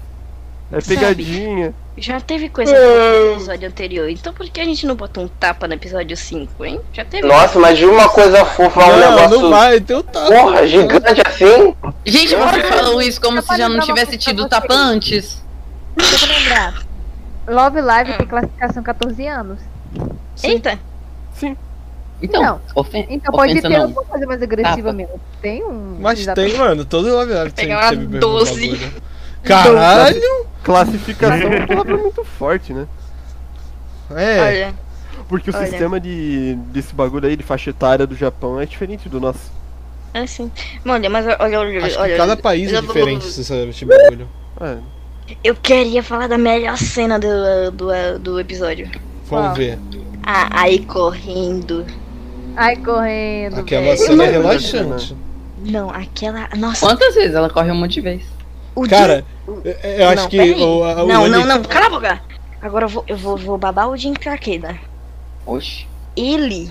[SPEAKER 7] é pegadinha.
[SPEAKER 1] Já teve coisa boa no episódio anterior. Então por que a gente não bota um tapa no episódio 5, hein? Já teve.
[SPEAKER 2] Nossa, mas de uma coisa fofa a um
[SPEAKER 3] Não,
[SPEAKER 2] negócio
[SPEAKER 3] não vai, então tá. tem o tapa.
[SPEAKER 2] porra, gigante assim.
[SPEAKER 4] Gente, vocês falam isso como se já não
[SPEAKER 5] Trabalhava
[SPEAKER 4] tivesse
[SPEAKER 5] com
[SPEAKER 4] tido
[SPEAKER 5] trabalho.
[SPEAKER 4] tapa antes.
[SPEAKER 5] Deixa eu lembrar. Love Live tem classificação 14 anos.
[SPEAKER 1] Eita,
[SPEAKER 4] Então,
[SPEAKER 5] Não.
[SPEAKER 4] ofen-
[SPEAKER 5] Então pode
[SPEAKER 4] ofensa
[SPEAKER 5] ter
[SPEAKER 1] um-
[SPEAKER 4] não. Ah, tá.
[SPEAKER 5] uma coisa mais agressiva
[SPEAKER 4] Tapa.
[SPEAKER 5] mesmo. Tem um.
[SPEAKER 3] Mas
[SPEAKER 5] exatamente.
[SPEAKER 3] tem, mano. Todo Love Live tem
[SPEAKER 1] Pegar uma
[SPEAKER 3] teve mesmo
[SPEAKER 1] 12.
[SPEAKER 3] bagulho. Caralho!
[SPEAKER 7] Classificação é uma palavra muito forte, né?
[SPEAKER 3] É.
[SPEAKER 1] olha.
[SPEAKER 7] Porque o
[SPEAKER 1] Olha.
[SPEAKER 7] sistema de, desse bagulho aí, de faixa etária do Japão, é diferente do nosso.
[SPEAKER 1] Assim. Olha, mas olha, olha, olha.
[SPEAKER 3] Acho que
[SPEAKER 1] olha,
[SPEAKER 3] cada país é
[SPEAKER 1] eu vou-
[SPEAKER 3] diferente, esse esse bagulho.
[SPEAKER 7] É,
[SPEAKER 1] Eu queria falar da melhor cena do, do, do episódio.
[SPEAKER 3] Vamos
[SPEAKER 5] Qual?
[SPEAKER 3] ver.
[SPEAKER 1] Ah, aí correndo.
[SPEAKER 5] Ai, correndo.
[SPEAKER 3] Aquela
[SPEAKER 5] velho.
[SPEAKER 3] cena é
[SPEAKER 7] não-
[SPEAKER 3] relaxante.
[SPEAKER 1] Não, aquela. Nossa,
[SPEAKER 4] Quantas vezes ela corre um monte de vez?
[SPEAKER 1] o
[SPEAKER 3] Cara, eu- eu acho
[SPEAKER 1] Não,
[SPEAKER 3] que
[SPEAKER 1] peraí.
[SPEAKER 3] o, a- o
[SPEAKER 1] Não, não,
[SPEAKER 3] Andy- tá-
[SPEAKER 1] não, cala a boca. Agora eu vou, eu vou, vou babar o Jim Traqueda.
[SPEAKER 4] Oxi.
[SPEAKER 1] Ele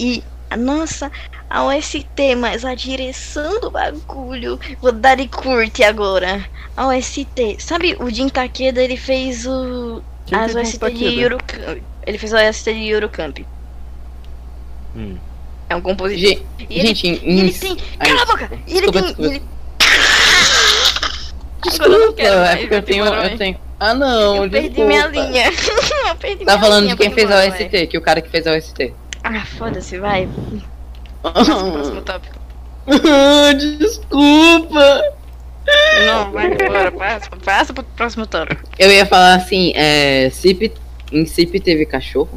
[SPEAKER 1] e, nossa, a OST, mas a direção do bagulho. Vou dar de curte agora. A OST. Sabe, o Jim Takeda, ele fez o...
[SPEAKER 4] é
[SPEAKER 7] Quem
[SPEAKER 1] as
[SPEAKER 7] que
[SPEAKER 1] OST
[SPEAKER 7] tá
[SPEAKER 1] de
[SPEAKER 7] aqui, né?
[SPEAKER 1] Eurocamp. Ele fez a OST de Eurocamp.
[SPEAKER 6] Hum.
[SPEAKER 1] É um compositor.
[SPEAKER 4] Gente,
[SPEAKER 1] E ele,
[SPEAKER 4] gente,
[SPEAKER 1] e ele
[SPEAKER 4] ins-
[SPEAKER 1] tem...
[SPEAKER 4] ai,
[SPEAKER 1] Cala a boca! E ele
[SPEAKER 4] Desculpa,
[SPEAKER 1] tem...
[SPEAKER 4] desculpa.
[SPEAKER 1] Ele...
[SPEAKER 4] Desculpa,
[SPEAKER 1] Agora eu não quero
[SPEAKER 4] é
[SPEAKER 1] mais,
[SPEAKER 4] porque eu tenho,
[SPEAKER 1] demorou, hein?
[SPEAKER 4] eu tenho. Ah não,
[SPEAKER 1] Eu perdi
[SPEAKER 4] desculpa.
[SPEAKER 1] minha linha. Eu perdi
[SPEAKER 4] Tá
[SPEAKER 1] minha
[SPEAKER 4] falando
[SPEAKER 1] linha, né?
[SPEAKER 4] de quem
[SPEAKER 1] vou
[SPEAKER 4] fez a
[SPEAKER 1] embora, vai.
[SPEAKER 4] OST, que o cara que fez a OST.
[SPEAKER 1] Ah, foda-se, vai. Próximo tópico.
[SPEAKER 4] Desculpa!
[SPEAKER 1] Não, vai embora, passa, passa pro próximo tópico.
[SPEAKER 4] Eu ia falar assim, é. Cip, em Cip teve cachorro.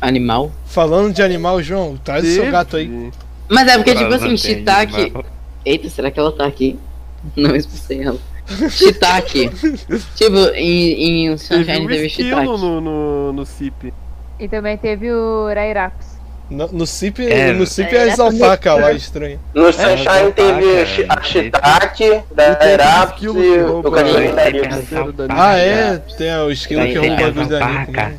[SPEAKER 4] Animal.
[SPEAKER 3] Falando de animal, João, traz o seu gato aí.
[SPEAKER 7] Teve.
[SPEAKER 4] Mas é porque, tipo
[SPEAKER 6] Fala,
[SPEAKER 4] assim,
[SPEAKER 6] tem
[SPEAKER 4] Shiitake.
[SPEAKER 6] animal.
[SPEAKER 4] Eita, será que ela tá aqui? Não expulsei ela. Shiitake. tipo, em, em
[SPEAKER 7] Teve
[SPEAKER 4] Sunshine
[SPEAKER 7] um
[SPEAKER 4] teve
[SPEAKER 7] esquilo
[SPEAKER 4] Shiitake.
[SPEAKER 7] no, no, no CIP.
[SPEAKER 5] E também teve o Rairapis.
[SPEAKER 3] No, no CIP,
[SPEAKER 6] É,
[SPEAKER 3] no CIP
[SPEAKER 1] é,
[SPEAKER 3] é as alpacas lá, estranho.
[SPEAKER 2] No Sunshine
[SPEAKER 6] mas
[SPEAKER 2] teve
[SPEAKER 6] alpaca,
[SPEAKER 2] o Shi-
[SPEAKER 6] né?
[SPEAKER 2] a Shiitake, da
[SPEAKER 7] teve um
[SPEAKER 2] Erapt e
[SPEAKER 7] esquilo que
[SPEAKER 2] o
[SPEAKER 7] rouba-
[SPEAKER 2] cachorro
[SPEAKER 4] Tá
[SPEAKER 2] da
[SPEAKER 6] Tem
[SPEAKER 2] Ariel.
[SPEAKER 6] que
[SPEAKER 7] terceiro da
[SPEAKER 6] assaltar.
[SPEAKER 3] Ah, é? Tem o esquilo
[SPEAKER 6] Tem-
[SPEAKER 3] que
[SPEAKER 6] tem
[SPEAKER 3] rouba a
[SPEAKER 6] as
[SPEAKER 3] vida da Nico,
[SPEAKER 6] alpaca.
[SPEAKER 3] né?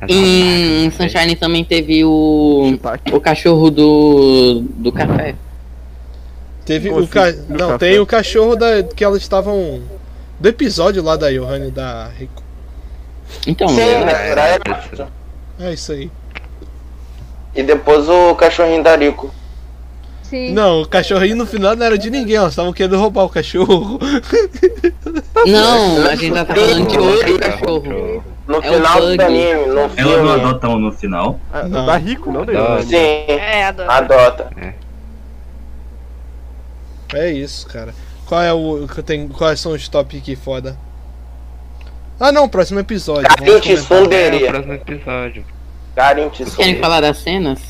[SPEAKER 6] As
[SPEAKER 4] Em
[SPEAKER 6] alpacas, né?
[SPEAKER 4] Sunshine também teve o.
[SPEAKER 7] Shiitake.
[SPEAKER 4] O cachorro do. do café.
[SPEAKER 3] Teve
[SPEAKER 7] Pô,
[SPEAKER 3] o ca...
[SPEAKER 7] filho,
[SPEAKER 3] Não,
[SPEAKER 7] café.
[SPEAKER 3] tem o cachorro da... que elas estavam. Do episódio lá da Johanny da Rico.
[SPEAKER 4] Então,
[SPEAKER 2] Sim,
[SPEAKER 4] né?
[SPEAKER 2] né? Da Erapt.
[SPEAKER 3] É isso aí.
[SPEAKER 2] E depois o cachorrinho da Rico.
[SPEAKER 5] Sim.
[SPEAKER 3] Não, o cachorrinho no final não era de ninguém, elas estavam querendo roubar o cachorro.
[SPEAKER 4] Não, a gente tá falando de outro cachorro.
[SPEAKER 2] No
[SPEAKER 4] É o
[SPEAKER 2] final
[SPEAKER 4] Bug.
[SPEAKER 2] do anime, no
[SPEAKER 8] Ela não
[SPEAKER 2] filme.
[SPEAKER 8] adota um no final.
[SPEAKER 7] Ah,
[SPEAKER 3] Não.
[SPEAKER 7] Dá rico, não,
[SPEAKER 6] Dá.
[SPEAKER 7] Deus?
[SPEAKER 2] Sim,
[SPEAKER 1] É, adoro.
[SPEAKER 2] adota.
[SPEAKER 3] É isso, cara. Qual é o. que Tem... Quais são os top que foda? Ah não, próximo episódio. vamos
[SPEAKER 2] Carinte
[SPEAKER 3] comentar.
[SPEAKER 6] É o
[SPEAKER 2] Sunderia.
[SPEAKER 6] próximo episódio.
[SPEAKER 2] Carinte
[SPEAKER 4] Querem
[SPEAKER 2] Sunderia.
[SPEAKER 4] falar das cenas?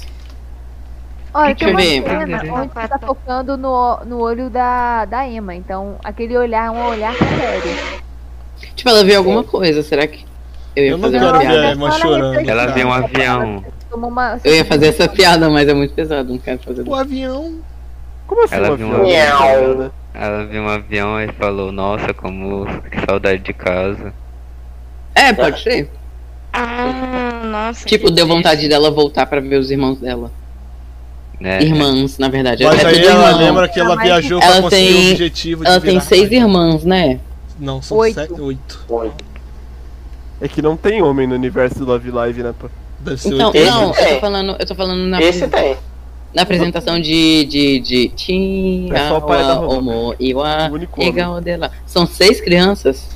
[SPEAKER 5] Olha,
[SPEAKER 4] Deixa
[SPEAKER 5] tem uma
[SPEAKER 4] eu ver.
[SPEAKER 5] cena onde você tá focando no, no olho da, da Emma. Então, aquele olhar é um olhar sério.
[SPEAKER 4] Tipo, ela viu alguma coisa, será que. Eu ia
[SPEAKER 3] Eu não
[SPEAKER 4] fazer
[SPEAKER 3] vi
[SPEAKER 4] uma
[SPEAKER 3] nada.
[SPEAKER 4] piada.
[SPEAKER 3] É, mas chorando,
[SPEAKER 6] Ela
[SPEAKER 3] Tá.
[SPEAKER 6] vê um avião.
[SPEAKER 5] Tomou uma...
[SPEAKER 4] Eu ia fazer essa piada, mas é muito pesado, não quero fazer.
[SPEAKER 3] O avião.
[SPEAKER 7] Como assim,
[SPEAKER 6] Ela
[SPEAKER 7] uma
[SPEAKER 6] viu um
[SPEAKER 7] viola?
[SPEAKER 6] uma-
[SPEAKER 2] Miau.
[SPEAKER 6] Ela viu um avião e falou, nossa, como que saudade de casa.
[SPEAKER 4] É, pode ser.
[SPEAKER 1] Ah, nossa.
[SPEAKER 4] Tipo,
[SPEAKER 1] que
[SPEAKER 4] deu
[SPEAKER 1] triste.
[SPEAKER 4] vontade dela voltar pra ver os irmãos dela.
[SPEAKER 2] É.
[SPEAKER 6] Né?
[SPEAKER 4] Irmãs, na verdade.
[SPEAKER 3] Mas
[SPEAKER 4] ela é
[SPEAKER 3] aí
[SPEAKER 4] tudo
[SPEAKER 3] ela
[SPEAKER 4] irmão.
[SPEAKER 3] lembra que ela
[SPEAKER 5] Mas
[SPEAKER 3] viajou pra
[SPEAKER 4] ela
[SPEAKER 3] conseguir
[SPEAKER 4] tem-
[SPEAKER 3] o objetivo de
[SPEAKER 4] Ela tem
[SPEAKER 3] virar
[SPEAKER 4] seis
[SPEAKER 3] rainha.
[SPEAKER 4] irmãs, né?
[SPEAKER 3] Não, são
[SPEAKER 5] Oito.
[SPEAKER 3] sete. Oito.
[SPEAKER 7] É que não tem homem no universo do Love Live, né, pô?
[SPEAKER 3] Deve ser
[SPEAKER 4] Então,
[SPEAKER 3] oito.
[SPEAKER 4] não, eu
[SPEAKER 2] tem.
[SPEAKER 4] tô falando, eu tô falando na,
[SPEAKER 2] Esse tem.
[SPEAKER 4] na apresentação de. de. de. Tinha,
[SPEAKER 7] É só o pai da
[SPEAKER 4] wa,
[SPEAKER 7] Roma.
[SPEAKER 4] Omo, Iwa,
[SPEAKER 7] O único homem.
[SPEAKER 4] Egal dela. São seis crianças?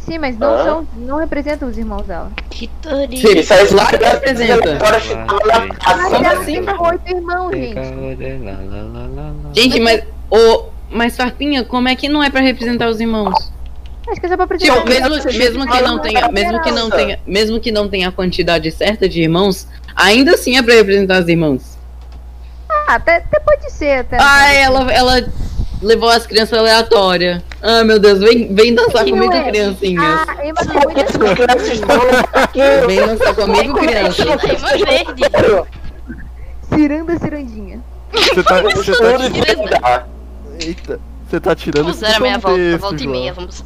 [SPEAKER 5] Sim, mas não,
[SPEAKER 2] Hã?
[SPEAKER 5] são, não representam os irmãos dela.
[SPEAKER 1] Que triste.
[SPEAKER 4] Sim,
[SPEAKER 2] Isso aí
[SPEAKER 4] claro que apresenta.
[SPEAKER 2] Agora chegou na
[SPEAKER 5] Mas
[SPEAKER 2] casa.
[SPEAKER 4] Como
[SPEAKER 5] ela
[SPEAKER 4] assim?
[SPEAKER 5] tem oito irmãos, gente.
[SPEAKER 6] é Gente,
[SPEAKER 4] Gente, mas. Ô, mas Farpinha, como é que não é pra representar os irmãos?
[SPEAKER 5] Acho que é só pra apresentar
[SPEAKER 4] Tipo,
[SPEAKER 5] os
[SPEAKER 4] mesmo,
[SPEAKER 5] irmãos.
[SPEAKER 4] mesmo que não tenha, mesmo que não tenha, mesmo que não tenha a quantidade certa de irmãos, ainda assim é pra representar os irmãos.
[SPEAKER 5] Ah, até, até pode ser. Até
[SPEAKER 4] Ah, ela, ela levou as crianças aleatórias. Ah, meu Deus, vem, vem dançar
[SPEAKER 5] Que
[SPEAKER 4] comigo,
[SPEAKER 5] ué?
[SPEAKER 4] criancinhas.
[SPEAKER 5] Ah, Emma tem muita
[SPEAKER 4] Vem dançar comigo,
[SPEAKER 5] é
[SPEAKER 4] crianças.
[SPEAKER 1] Irmã
[SPEAKER 4] é
[SPEAKER 1] verde.
[SPEAKER 5] ciranda, cirandinha.
[SPEAKER 7] Você tá. Você tá tirando.
[SPEAKER 2] Tá.
[SPEAKER 7] Eita. Você tá tirando
[SPEAKER 1] Vamos
[SPEAKER 7] esse
[SPEAKER 1] dar a minha volta,
[SPEAKER 7] contexto,
[SPEAKER 1] volta e
[SPEAKER 7] João.
[SPEAKER 1] meia, vamos.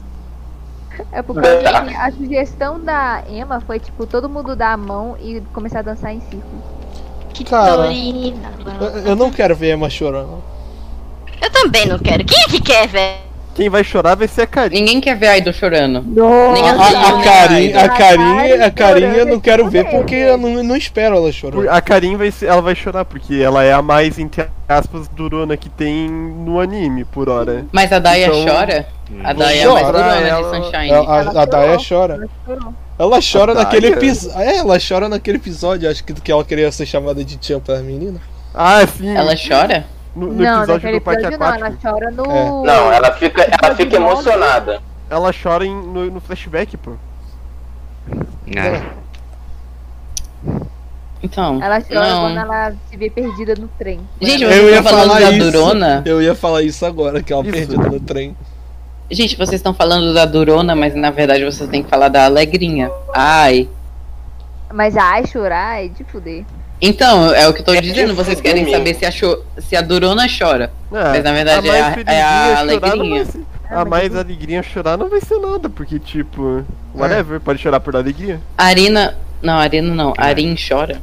[SPEAKER 5] É por causa
[SPEAKER 2] Tá.
[SPEAKER 5] que a sugestão da Emma foi, tipo, todo mundo dar a mão e começar a dançar em círculo.
[SPEAKER 1] Que
[SPEAKER 4] Ah.
[SPEAKER 3] Cara.
[SPEAKER 1] dorina.
[SPEAKER 3] Eu- Eu não quero ver a Emma chorando.
[SPEAKER 1] Eu também não quero. Quem é que quer, velho?
[SPEAKER 7] Quem vai chorar vai ser a Karine.
[SPEAKER 4] Ninguém quer ver a Idol chorando.
[SPEAKER 5] Nossa!
[SPEAKER 4] Nem
[SPEAKER 3] A,
[SPEAKER 4] a Sil,
[SPEAKER 3] a,
[SPEAKER 4] nem
[SPEAKER 3] carinha,
[SPEAKER 4] Idol.
[SPEAKER 3] a carinha, a
[SPEAKER 5] Caralho,
[SPEAKER 3] carinha eu
[SPEAKER 5] chorando,
[SPEAKER 3] não quero
[SPEAKER 5] eu
[SPEAKER 3] ver
[SPEAKER 5] tô
[SPEAKER 3] porque
[SPEAKER 5] vendo.
[SPEAKER 3] eu não, não espero ela chorando.
[SPEAKER 7] A Karine vai ser, ela vai chorar, porque ela é a mais, entre aspas, durona que tem no anime, por hora.
[SPEAKER 4] Mas a Daya
[SPEAKER 7] Então,
[SPEAKER 4] chora?
[SPEAKER 6] Hum.
[SPEAKER 4] A Daya é
[SPEAKER 3] chora,
[SPEAKER 4] mais durona
[SPEAKER 7] ela-
[SPEAKER 4] de Sunshine.
[SPEAKER 3] A, a, a Daya chora. Ela chora
[SPEAKER 7] A
[SPEAKER 3] naquele
[SPEAKER 7] Daya?
[SPEAKER 3] episódio. É, ela chora naquele episódio, acho que que ela queria ser chamada de tia pra menina.
[SPEAKER 7] Ah, sim.
[SPEAKER 4] Ela chora?
[SPEAKER 7] No, no
[SPEAKER 5] não,
[SPEAKER 7] episódio
[SPEAKER 5] naquele
[SPEAKER 7] do parque
[SPEAKER 5] episódio não, ela
[SPEAKER 7] aquático,
[SPEAKER 5] chora no...
[SPEAKER 3] É.
[SPEAKER 2] Não, ela fica, ela fica emocionada.
[SPEAKER 7] ela chora em- no, no flashback, pô.
[SPEAKER 6] Ah,
[SPEAKER 4] Então.
[SPEAKER 5] Ela chora
[SPEAKER 4] Não.
[SPEAKER 5] quando ela se vê perdida no trem.
[SPEAKER 4] Gente,
[SPEAKER 3] Eu
[SPEAKER 4] vocês
[SPEAKER 3] ia
[SPEAKER 4] estão falando
[SPEAKER 3] falar
[SPEAKER 4] da
[SPEAKER 3] isso.
[SPEAKER 4] Durona?
[SPEAKER 3] Eu ia falar isso agora, que ela
[SPEAKER 7] Ah. Isso.
[SPEAKER 3] perdida no trem.
[SPEAKER 4] Gente, vocês estão falando da Durona, mas na verdade vocês têm que falar da Alegrinha. Ai.
[SPEAKER 5] Mas a Aishura é de fuder.
[SPEAKER 4] Então, é o que eu tô dizendo,
[SPEAKER 2] de
[SPEAKER 4] vocês
[SPEAKER 2] fuder
[SPEAKER 4] querem
[SPEAKER 2] mesmo.
[SPEAKER 4] saber se a, cho- se a Durona chora.
[SPEAKER 7] Ah,
[SPEAKER 4] Mas, na verdade, é a-
[SPEAKER 7] mais
[SPEAKER 4] é a
[SPEAKER 7] felizzinha chorar não vai
[SPEAKER 4] alegrinha.
[SPEAKER 7] ser-
[SPEAKER 5] É,
[SPEAKER 7] A mais alegrinha chorar não vai ser nada, porque
[SPEAKER 4] É.
[SPEAKER 7] tipo, whatever, pode chorar por alegria.
[SPEAKER 4] A Arina. Não, a Arina não. A Arin chora.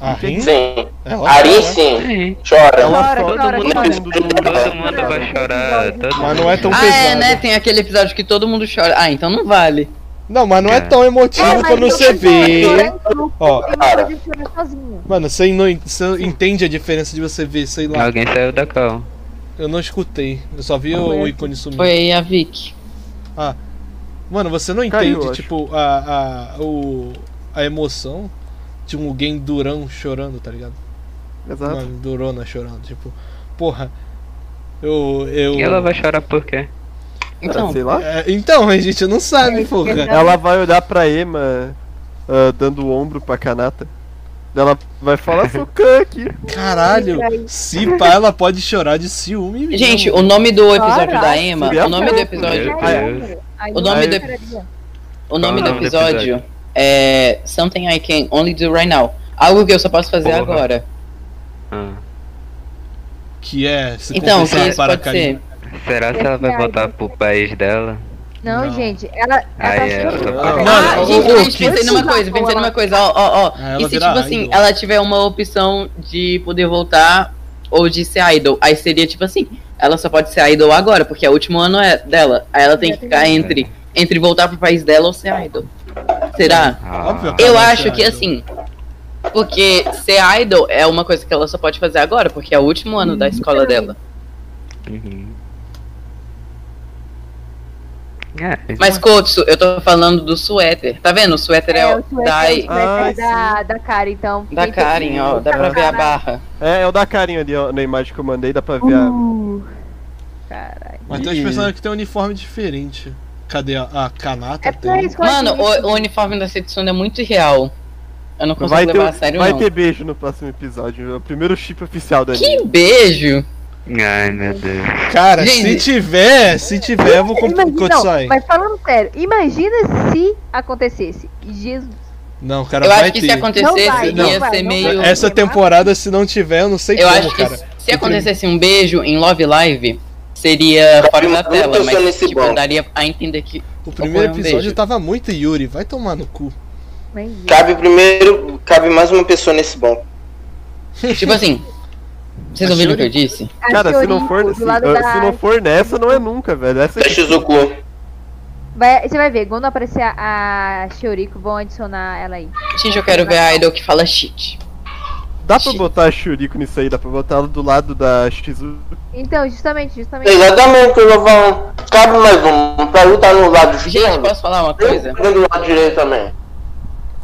[SPEAKER 3] A
[SPEAKER 4] Hum?
[SPEAKER 3] Rin?
[SPEAKER 2] Sim.
[SPEAKER 3] Ela
[SPEAKER 2] Ari
[SPEAKER 3] chora.
[SPEAKER 2] sim,
[SPEAKER 6] Sim.
[SPEAKER 4] Então,
[SPEAKER 2] chora.
[SPEAKER 7] Ela
[SPEAKER 5] Chora,
[SPEAKER 7] chora,
[SPEAKER 5] chora,
[SPEAKER 7] todo
[SPEAKER 5] chora.
[SPEAKER 7] mundo do
[SPEAKER 6] Todo mundo vai chorar. Todo
[SPEAKER 3] Mas
[SPEAKER 6] mundo.
[SPEAKER 3] não é tão
[SPEAKER 4] ah, é,
[SPEAKER 3] pesado.
[SPEAKER 4] né? Tem aquele episódio que todo mundo chora. Ah, então não vale.
[SPEAKER 3] Não, mas não é tão emotivo
[SPEAKER 5] É, mas
[SPEAKER 3] quando
[SPEAKER 5] eu
[SPEAKER 3] você
[SPEAKER 5] tô chorando,
[SPEAKER 3] vê.
[SPEAKER 4] né?
[SPEAKER 5] chorando em grupo,
[SPEAKER 3] Ó,
[SPEAKER 5] e uma coisa é chorar sozinho.
[SPEAKER 3] Mano, você não en- você entende a diferença de você ver, sei lá.
[SPEAKER 6] Alguém saiu da cal.
[SPEAKER 3] Eu não escutei. Eu só vi o ícone sumir.
[SPEAKER 4] é. Foi a Vicky.
[SPEAKER 3] Mano, você não
[SPEAKER 7] Caiu,
[SPEAKER 3] entende,
[SPEAKER 7] eu acho.
[SPEAKER 3] tipo, a, a, o, a emoção de um alguém durão chorando, tá ligado?
[SPEAKER 7] Exato.
[SPEAKER 3] Uma durona chorando, tipo, porra. Eu. eu...
[SPEAKER 6] E ela vai chorar por quê?
[SPEAKER 4] Então,
[SPEAKER 7] sei lá.
[SPEAKER 3] É, então, a gente não sabe, porra.
[SPEAKER 7] Ela vai olhar pra Ema ah, dando o ombro pra Kanata. Ela vai falar Sokan aqui.
[SPEAKER 3] Caralho, se pá, ela pode chorar de ciúme mesmo.
[SPEAKER 4] gente, o nome do episódio
[SPEAKER 5] Chora.
[SPEAKER 4] da Emma. O nome do
[SPEAKER 5] né?
[SPEAKER 4] episódio.
[SPEAKER 6] Meu
[SPEAKER 7] Ah, é.
[SPEAKER 6] Deus.
[SPEAKER 5] Aí
[SPEAKER 4] O nome
[SPEAKER 5] eu
[SPEAKER 4] do-
[SPEAKER 5] choraria.
[SPEAKER 4] O nome do
[SPEAKER 6] Qual é o nome do
[SPEAKER 4] episódio é Something I Can Only Do Right Now. Algo que eu só posso fazer
[SPEAKER 6] Porra.
[SPEAKER 4] agora.
[SPEAKER 6] Ah.
[SPEAKER 3] Que é se
[SPEAKER 4] Então, que
[SPEAKER 3] confessar
[SPEAKER 4] isso
[SPEAKER 3] para
[SPEAKER 4] pode
[SPEAKER 3] cair.
[SPEAKER 4] ser.
[SPEAKER 6] Será que ela vai voltar pro país dela?
[SPEAKER 5] Não,
[SPEAKER 3] Não.
[SPEAKER 5] gente, ela, ela tá
[SPEAKER 6] Aí ela só
[SPEAKER 5] chorando.
[SPEAKER 6] pode.
[SPEAKER 3] Mano,
[SPEAKER 4] ah,
[SPEAKER 3] ô,
[SPEAKER 4] gente,
[SPEAKER 3] ô,
[SPEAKER 4] gente,
[SPEAKER 3] que
[SPEAKER 4] pensei
[SPEAKER 5] isso?
[SPEAKER 4] numa coisa, pensei numa coisa, ó, ó, ó.
[SPEAKER 3] Ah, ela
[SPEAKER 4] e se,
[SPEAKER 3] vira
[SPEAKER 4] tipo assim,
[SPEAKER 3] idol.
[SPEAKER 4] ela tiver uma opção de poder voltar ou de ser idol, aí seria tipo assim, ela só pode ser idol agora, porque é o último ano é dela. Aí ela tem que ficar entre, entre voltar pro país dela ou ser idol. Será?
[SPEAKER 6] Ah,
[SPEAKER 3] Óbvio.
[SPEAKER 4] Eu
[SPEAKER 3] Ela
[SPEAKER 4] acho
[SPEAKER 3] ser
[SPEAKER 4] que
[SPEAKER 3] idol.
[SPEAKER 4] assim. Porque ser idol é uma coisa que ela só pode fazer agora, porque é o último ano da escola dela.
[SPEAKER 6] uhum. É,
[SPEAKER 4] Mas, Kotsu, eu tô falando do suéter. Tá vendo? O suéter é,
[SPEAKER 5] É,
[SPEAKER 4] o
[SPEAKER 5] o suéter,
[SPEAKER 4] da,
[SPEAKER 5] o suéter
[SPEAKER 7] Ai,
[SPEAKER 5] da, da Karen, então.
[SPEAKER 4] da Karen, ó. Dá pra ver a barra.
[SPEAKER 7] É, é o da carinha ali, ó, na imagem que eu mandei, dá pra ver a.
[SPEAKER 4] Hum.
[SPEAKER 3] Mas tem
[SPEAKER 7] Ih.
[SPEAKER 3] uns personagens que tem um uniforme diferente. Cadê a, a Kanata?
[SPEAKER 5] É
[SPEAKER 3] tem?
[SPEAKER 5] pra isso que eu
[SPEAKER 4] Mano,
[SPEAKER 5] acho
[SPEAKER 4] o, o uniforme da Setsuna é muito real. Eu não consigo
[SPEAKER 7] Vai, ter,
[SPEAKER 4] levar a sério,
[SPEAKER 7] vai
[SPEAKER 4] não.
[SPEAKER 7] ter beijo no próximo episódio. É o primeiro chip oficial da
[SPEAKER 4] Que beijo!
[SPEAKER 6] é. Ai, meu Deus.
[SPEAKER 3] Cara,
[SPEAKER 4] Gente.
[SPEAKER 3] se tiver, se tiver, eu vou comprar o
[SPEAKER 5] Imagina,
[SPEAKER 3] Kotsai.
[SPEAKER 5] não, mas falando sério, imagina se acontecesse. Jesus.
[SPEAKER 3] Não, cara,
[SPEAKER 4] eu
[SPEAKER 3] vai
[SPEAKER 4] acho que
[SPEAKER 3] ter.
[SPEAKER 4] se acontecesse,
[SPEAKER 5] Não vai,
[SPEAKER 3] não
[SPEAKER 4] ia
[SPEAKER 5] vai,
[SPEAKER 4] ser
[SPEAKER 5] não
[SPEAKER 4] meio.
[SPEAKER 5] vai.
[SPEAKER 3] Essa temporada, se não tiver, eu não sei
[SPEAKER 4] Eu
[SPEAKER 3] como,
[SPEAKER 4] acho que
[SPEAKER 3] cara.
[SPEAKER 4] se acontecesse um beijo em Love Live, seria fora da
[SPEAKER 2] Muito
[SPEAKER 4] tela, mas
[SPEAKER 2] nesse
[SPEAKER 4] tipo,
[SPEAKER 2] bom.
[SPEAKER 4] daria a entender que.
[SPEAKER 3] O primeiro
[SPEAKER 4] Ou foi um
[SPEAKER 3] episódio
[SPEAKER 4] beijo.
[SPEAKER 3] tava muito Yuri, vai tomar no cu.
[SPEAKER 5] Imagina.
[SPEAKER 2] Cabe primeiro, cabe mais uma pessoa nesse bom.
[SPEAKER 4] Tipo assim. Vocês
[SPEAKER 3] A
[SPEAKER 4] ouviram o que eu
[SPEAKER 3] Shuri-
[SPEAKER 4] disse?
[SPEAKER 5] A
[SPEAKER 7] Cara, se não
[SPEAKER 5] Shioriko,
[SPEAKER 7] for,
[SPEAKER 5] do
[SPEAKER 7] se,
[SPEAKER 5] lado
[SPEAKER 7] ah,
[SPEAKER 5] da-
[SPEAKER 7] se não for nessa, não é nunca, velho. Essa aqui.
[SPEAKER 2] Fecha o cu.
[SPEAKER 5] vai- Você vai ver, quando aparecer a, a Shioriko, vão adicionar ela aí.
[SPEAKER 4] Gente, eu quero ver a Idol que fala shit.
[SPEAKER 7] Dá pra botar a Shuriko nisso aí, dá pra botar ela do lado da Shizu.
[SPEAKER 5] Então, justamente, justamente.
[SPEAKER 2] Exatamente, eu vou falar. Cabe mais um. Pra lutar no lado
[SPEAKER 4] Gente,
[SPEAKER 2] esquerdo.
[SPEAKER 4] posso falar uma coisa?
[SPEAKER 2] Eu do lado direito também.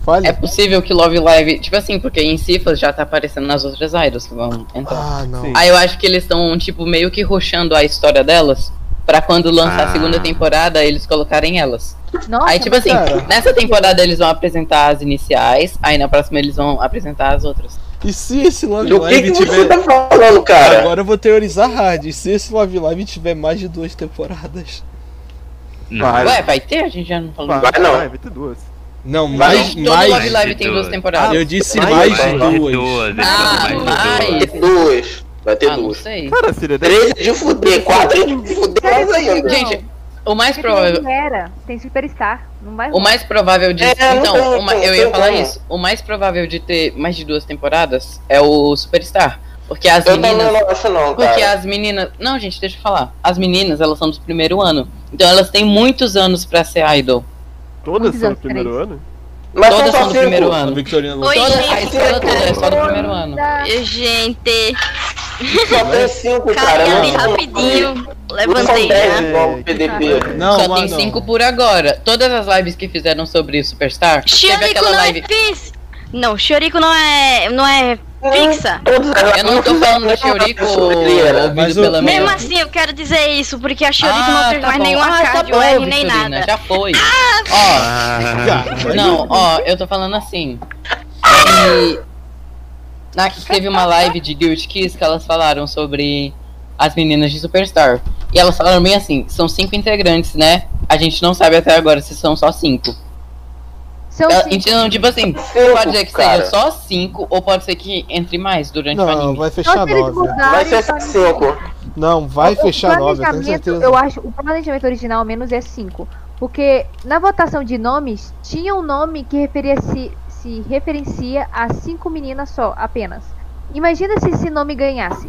[SPEAKER 3] Fale.
[SPEAKER 4] É possível que Love Live, tipo assim, porque em Cifras já tá aparecendo nas outras idols que vão entrar.
[SPEAKER 3] Ah, não.
[SPEAKER 7] Sim.
[SPEAKER 4] Aí eu acho que eles estão, tipo, meio que roxando a história delas. Pra quando lançar a
[SPEAKER 6] Ah.
[SPEAKER 4] segunda temporada, eles colocarem elas.
[SPEAKER 5] Nossa,
[SPEAKER 4] aí, tipo assim,
[SPEAKER 3] cara.
[SPEAKER 4] nessa temporada eles vão apresentar as iniciais, aí na próxima eles vão apresentar as outras.
[SPEAKER 3] E se esse Love
[SPEAKER 2] Do que,
[SPEAKER 3] Live
[SPEAKER 2] que você
[SPEAKER 3] tiver.
[SPEAKER 2] tá falando, cara?
[SPEAKER 3] Agora eu vou teorizar hard. E se esse Love Live tiver mais de duas temporadas?
[SPEAKER 6] Não.
[SPEAKER 7] Vai.
[SPEAKER 4] Ué, vai ter? A gente já não falou.
[SPEAKER 2] Vai não.
[SPEAKER 7] Vai, vai ter duas.
[SPEAKER 3] Não,
[SPEAKER 2] Vai.
[SPEAKER 3] mais.
[SPEAKER 4] Todo Love
[SPEAKER 3] mais
[SPEAKER 4] Live tem duas temporadas.
[SPEAKER 3] eu disse
[SPEAKER 7] Vai,
[SPEAKER 3] mais
[SPEAKER 7] vai.
[SPEAKER 3] de
[SPEAKER 6] Vai ter
[SPEAKER 3] duas.
[SPEAKER 6] duas,
[SPEAKER 4] Ah,
[SPEAKER 6] então, mais de
[SPEAKER 4] mais.
[SPEAKER 2] Vai ter duas. Vai ter
[SPEAKER 4] Ah, não
[SPEAKER 2] duas.
[SPEAKER 4] sei.
[SPEAKER 7] Cara, seria dez.
[SPEAKER 2] Três de fuder, quatro de fuder, mais ainda.
[SPEAKER 4] Gente, o mais provável.
[SPEAKER 5] não era. Tem Superstar. Não vai
[SPEAKER 4] O mais provável de.
[SPEAKER 2] É,
[SPEAKER 4] então,
[SPEAKER 2] não tem,
[SPEAKER 4] o ma-
[SPEAKER 2] não
[SPEAKER 4] eu
[SPEAKER 2] tem
[SPEAKER 4] ia falar
[SPEAKER 2] como.
[SPEAKER 4] isso. O mais provável de ter mais de duas temporadas é o Superstar. Porque as
[SPEAKER 2] Eu também
[SPEAKER 4] meninas.
[SPEAKER 2] não acho não,
[SPEAKER 4] Porque
[SPEAKER 2] cara.
[SPEAKER 4] as meninas. Não, gente, deixa eu falar. As meninas, elas são do primeiro ano. Então elas têm muitos anos pra ser idol.
[SPEAKER 7] Todas
[SPEAKER 5] Quantos
[SPEAKER 7] são do
[SPEAKER 5] anos?
[SPEAKER 7] primeiro
[SPEAKER 5] Três.
[SPEAKER 7] ano?
[SPEAKER 2] Mas
[SPEAKER 4] Todas
[SPEAKER 2] só
[SPEAKER 4] são do
[SPEAKER 2] cinco.
[SPEAKER 4] primeiro
[SPEAKER 3] A
[SPEAKER 4] ano.
[SPEAKER 3] Victorina
[SPEAKER 1] Oi,
[SPEAKER 4] Toda
[SPEAKER 1] gente,
[SPEAKER 4] a escola toda é só do primeiro ano.
[SPEAKER 1] Oi, Gente,
[SPEAKER 2] Só tem cinco, cara.
[SPEAKER 1] calma ali
[SPEAKER 2] não-
[SPEAKER 1] rapidinho.
[SPEAKER 4] É
[SPEAKER 2] Não são
[SPEAKER 1] Levantei
[SPEAKER 4] né?
[SPEAKER 1] né?
[SPEAKER 2] dez
[SPEAKER 1] já.
[SPEAKER 2] igual o PDP.
[SPEAKER 3] Não,
[SPEAKER 4] Só tem
[SPEAKER 3] mano.
[SPEAKER 4] cinco por agora. Todas as lives que fizeram sobre o Superstar. teve
[SPEAKER 1] Shurico
[SPEAKER 4] aquela
[SPEAKER 1] não é
[SPEAKER 4] live. Ah,
[SPEAKER 1] fix. Não, Shurico não é, não é fixa.
[SPEAKER 2] Todas as-
[SPEAKER 4] Eu não tô falando do Shurico
[SPEAKER 3] Mas
[SPEAKER 4] ouvido
[SPEAKER 3] o-
[SPEAKER 4] pela minha-
[SPEAKER 1] Mesmo assim, eu quero dizer isso, porque a Shurico
[SPEAKER 4] tá Ah,
[SPEAKER 1] não tem
[SPEAKER 4] tá
[SPEAKER 1] mais
[SPEAKER 4] bom.
[SPEAKER 1] nenhuma
[SPEAKER 4] Ah, tá
[SPEAKER 1] card
[SPEAKER 4] bom,
[SPEAKER 1] UR nem
[SPEAKER 4] Vitorina,
[SPEAKER 1] nada.
[SPEAKER 4] Já foi. Ó,
[SPEAKER 6] Ah,
[SPEAKER 3] Cara,
[SPEAKER 4] Não, ó, eu tô falando assim. que na, teve uma live de Guild Kiss que elas falaram sobre as meninas de Superstar. E elas falaram bem assim: são cinco integrantes, né? A gente não sabe até agora se são só cinco.
[SPEAKER 5] São
[SPEAKER 4] Ela-
[SPEAKER 5] cinco.
[SPEAKER 4] Então, tipo assim,
[SPEAKER 2] Cinco,
[SPEAKER 4] pode ser que
[SPEAKER 2] cara.
[SPEAKER 4] seja só cinco, ou pode ser que entre mais durante o
[SPEAKER 3] Não,
[SPEAKER 4] anime.
[SPEAKER 3] vai
[SPEAKER 5] Então,
[SPEAKER 3] fechar
[SPEAKER 5] se eles
[SPEAKER 3] nove. né?
[SPEAKER 5] mudarem,
[SPEAKER 2] Vai ser
[SPEAKER 5] tá no
[SPEAKER 2] cinco.
[SPEAKER 3] Não, vai
[SPEAKER 5] O-
[SPEAKER 3] fechar
[SPEAKER 5] o
[SPEAKER 3] nove, eu tenho
[SPEAKER 5] planejamento,
[SPEAKER 3] certeza.
[SPEAKER 5] eu acho, o planejamento original ao menos é 5. Porque na votação de nomes, tinha um nome que referia se, se referencia a cinco meninas só, apenas. Imagina se esse nome ganhasse.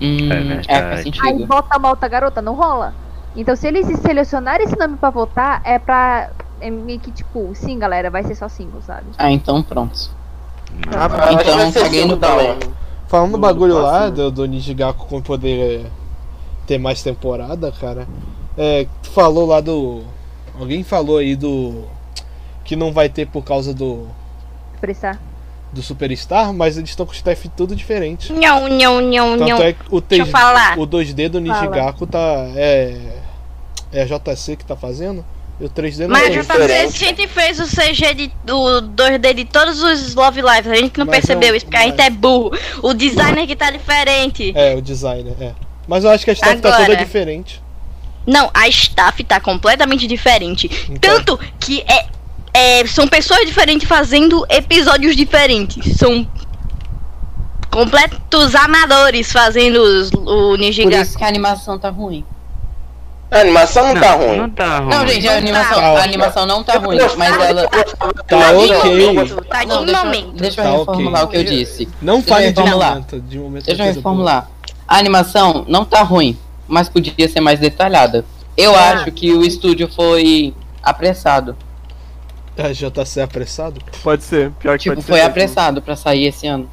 [SPEAKER 4] Hum,
[SPEAKER 6] É
[SPEAKER 4] é,
[SPEAKER 6] verdade.
[SPEAKER 4] faz
[SPEAKER 5] Aí
[SPEAKER 4] sentido.
[SPEAKER 5] bota uma outra garota, não rola. Então se eles selecionarem esse nome pra votar, é pra. É meio que tipo, sim, galera, vai ser só cinco, sabe?
[SPEAKER 4] Ah, então pronto.
[SPEAKER 7] Ah,
[SPEAKER 2] Ah, acho que
[SPEAKER 4] Então,
[SPEAKER 2] vai ser
[SPEAKER 4] caguei
[SPEAKER 2] cinco
[SPEAKER 4] no pau.
[SPEAKER 2] também.
[SPEAKER 3] Falando
[SPEAKER 7] do
[SPEAKER 3] do um bagulho lá,
[SPEAKER 7] próximo.
[SPEAKER 3] do, do Nijigaku com poder é, ter mais temporada, cara. É, tu falou lá do. Alguém falou aí do. Que não vai ter por causa do.
[SPEAKER 5] Expressar.
[SPEAKER 3] Do Superstar, mas eles estão com o staff tudo diferente.
[SPEAKER 1] Nhão, nhão, nhão,
[SPEAKER 3] Tanto
[SPEAKER 1] nhão.
[SPEAKER 3] é que o,
[SPEAKER 1] Deixa eu
[SPEAKER 3] 3,
[SPEAKER 1] falar.
[SPEAKER 3] o 2D do Nijigaku tá. É. É a JC que tá fazendo. E o 3D não
[SPEAKER 1] Mas assim, a
[SPEAKER 2] já
[SPEAKER 3] é.
[SPEAKER 1] gente
[SPEAKER 2] tá- diferente.
[SPEAKER 1] sempre fez o CG de, do 2D de todos os Love Lives. A gente não
[SPEAKER 3] Mas
[SPEAKER 1] percebeu
[SPEAKER 3] não-
[SPEAKER 1] isso, porque a gente
[SPEAKER 3] mas-
[SPEAKER 1] é burro. O designer que tá diferente.
[SPEAKER 3] É, o designer, é. Mas eu acho que a staff tá
[SPEAKER 1] Agora.
[SPEAKER 3] toda diferente.
[SPEAKER 1] Não, a staff tá completamente diferente.
[SPEAKER 3] Então,
[SPEAKER 1] Tanto que é, é, são pessoas diferentes fazendo episódios diferentes. São completos amadores fazendo os, o
[SPEAKER 4] Por
[SPEAKER 1] Nijigaku.
[SPEAKER 4] isso que a animação tá ruim.
[SPEAKER 2] A animação não, tá ruim.
[SPEAKER 6] Não tá ruim.
[SPEAKER 4] Não, gente, a animação,
[SPEAKER 3] Tá.
[SPEAKER 4] a animação não tá ruim, mas ela.
[SPEAKER 3] tá
[SPEAKER 1] Tá em
[SPEAKER 3] ok.
[SPEAKER 1] momento, Tá em
[SPEAKER 4] Não, deixa, eu-
[SPEAKER 1] momento.
[SPEAKER 4] deixa
[SPEAKER 3] Tá
[SPEAKER 4] eu
[SPEAKER 3] ok.
[SPEAKER 4] reformular o que eu disse.
[SPEAKER 3] Não
[SPEAKER 4] Deixa eu
[SPEAKER 3] fale de
[SPEAKER 4] reformular.
[SPEAKER 3] momento. De momento
[SPEAKER 4] Deixa
[SPEAKER 3] é
[SPEAKER 4] eu
[SPEAKER 3] coisa boa.
[SPEAKER 4] reformular. A animação não tá ruim, mas podia ser mais detalhada. Eu
[SPEAKER 5] Ah.
[SPEAKER 4] acho que o estúdio foi apressado.
[SPEAKER 3] Ah, já tá sendo apressado?
[SPEAKER 7] Pode ser, pior que
[SPEAKER 4] Tipo,
[SPEAKER 7] pode
[SPEAKER 4] foi
[SPEAKER 7] ser.
[SPEAKER 4] apressado pra sair esse ano.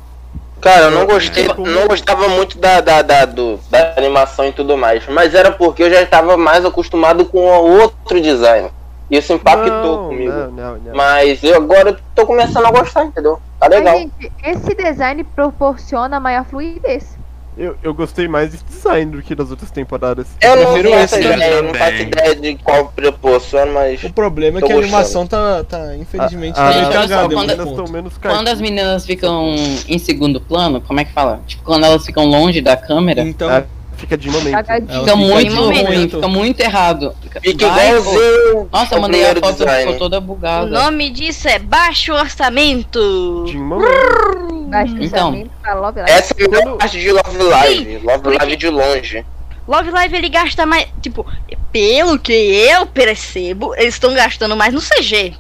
[SPEAKER 2] Cara, eu não gostei, não gostava muito da, da, da, do- da animação e tudo mais, mas era porque eu já estava mais acostumado com outro design. Isso impactou
[SPEAKER 7] não,
[SPEAKER 2] comigo.
[SPEAKER 7] Não, não, não.
[SPEAKER 2] Mas eu agora tô começando a gostar, entendeu? Tá legal.
[SPEAKER 5] Mas, gente, esse design proporciona maior fluidez.
[SPEAKER 7] Eu, eu gostei mais desse design do que das outras temporadas.
[SPEAKER 2] Eu não
[SPEAKER 3] prefiro
[SPEAKER 2] tenho essa
[SPEAKER 3] esse
[SPEAKER 2] ideia, eu
[SPEAKER 6] também.
[SPEAKER 2] não faço ideia de qual proporciona, mas.
[SPEAKER 3] O problema é
[SPEAKER 2] Tô
[SPEAKER 3] que a
[SPEAKER 2] gostando.
[SPEAKER 3] animação tá, tá infelizmente,
[SPEAKER 7] A-
[SPEAKER 3] tá meio
[SPEAKER 4] a-
[SPEAKER 3] cagada. em
[SPEAKER 4] quando-
[SPEAKER 3] alguns
[SPEAKER 7] meninas estão
[SPEAKER 3] pontos.
[SPEAKER 7] menos
[SPEAKER 4] Quando as
[SPEAKER 7] caídas.
[SPEAKER 4] meninas ficam em segundo plano, como é que fala? Tipo, quando elas ficam longe da câmera,
[SPEAKER 3] Então,
[SPEAKER 7] Ah, Fica de momento.
[SPEAKER 5] Cagadinho.
[SPEAKER 3] ela
[SPEAKER 4] fica
[SPEAKER 1] em
[SPEAKER 4] muito
[SPEAKER 1] momento.
[SPEAKER 4] ruim, fica muito errado.
[SPEAKER 2] Fica
[SPEAKER 4] Vai, pô.
[SPEAKER 2] igualzinho.
[SPEAKER 4] Nossa,
[SPEAKER 2] o
[SPEAKER 4] eu mandei a
[SPEAKER 2] primeiro
[SPEAKER 4] foto,
[SPEAKER 2] design.
[SPEAKER 4] ficou toda
[SPEAKER 1] O
[SPEAKER 4] bugada.
[SPEAKER 1] nome disso é baixo orçamento.
[SPEAKER 7] De momento.
[SPEAKER 5] Baixo
[SPEAKER 4] Então.
[SPEAKER 5] pensamento, é pra Love Live.
[SPEAKER 2] Essa é a melhor parte de Love Live. Love
[SPEAKER 1] porque-
[SPEAKER 2] Live de longe.
[SPEAKER 1] Love Live ele gasta mais. Tipo, pelo que eu percebo, eles estão gastando mais no CG.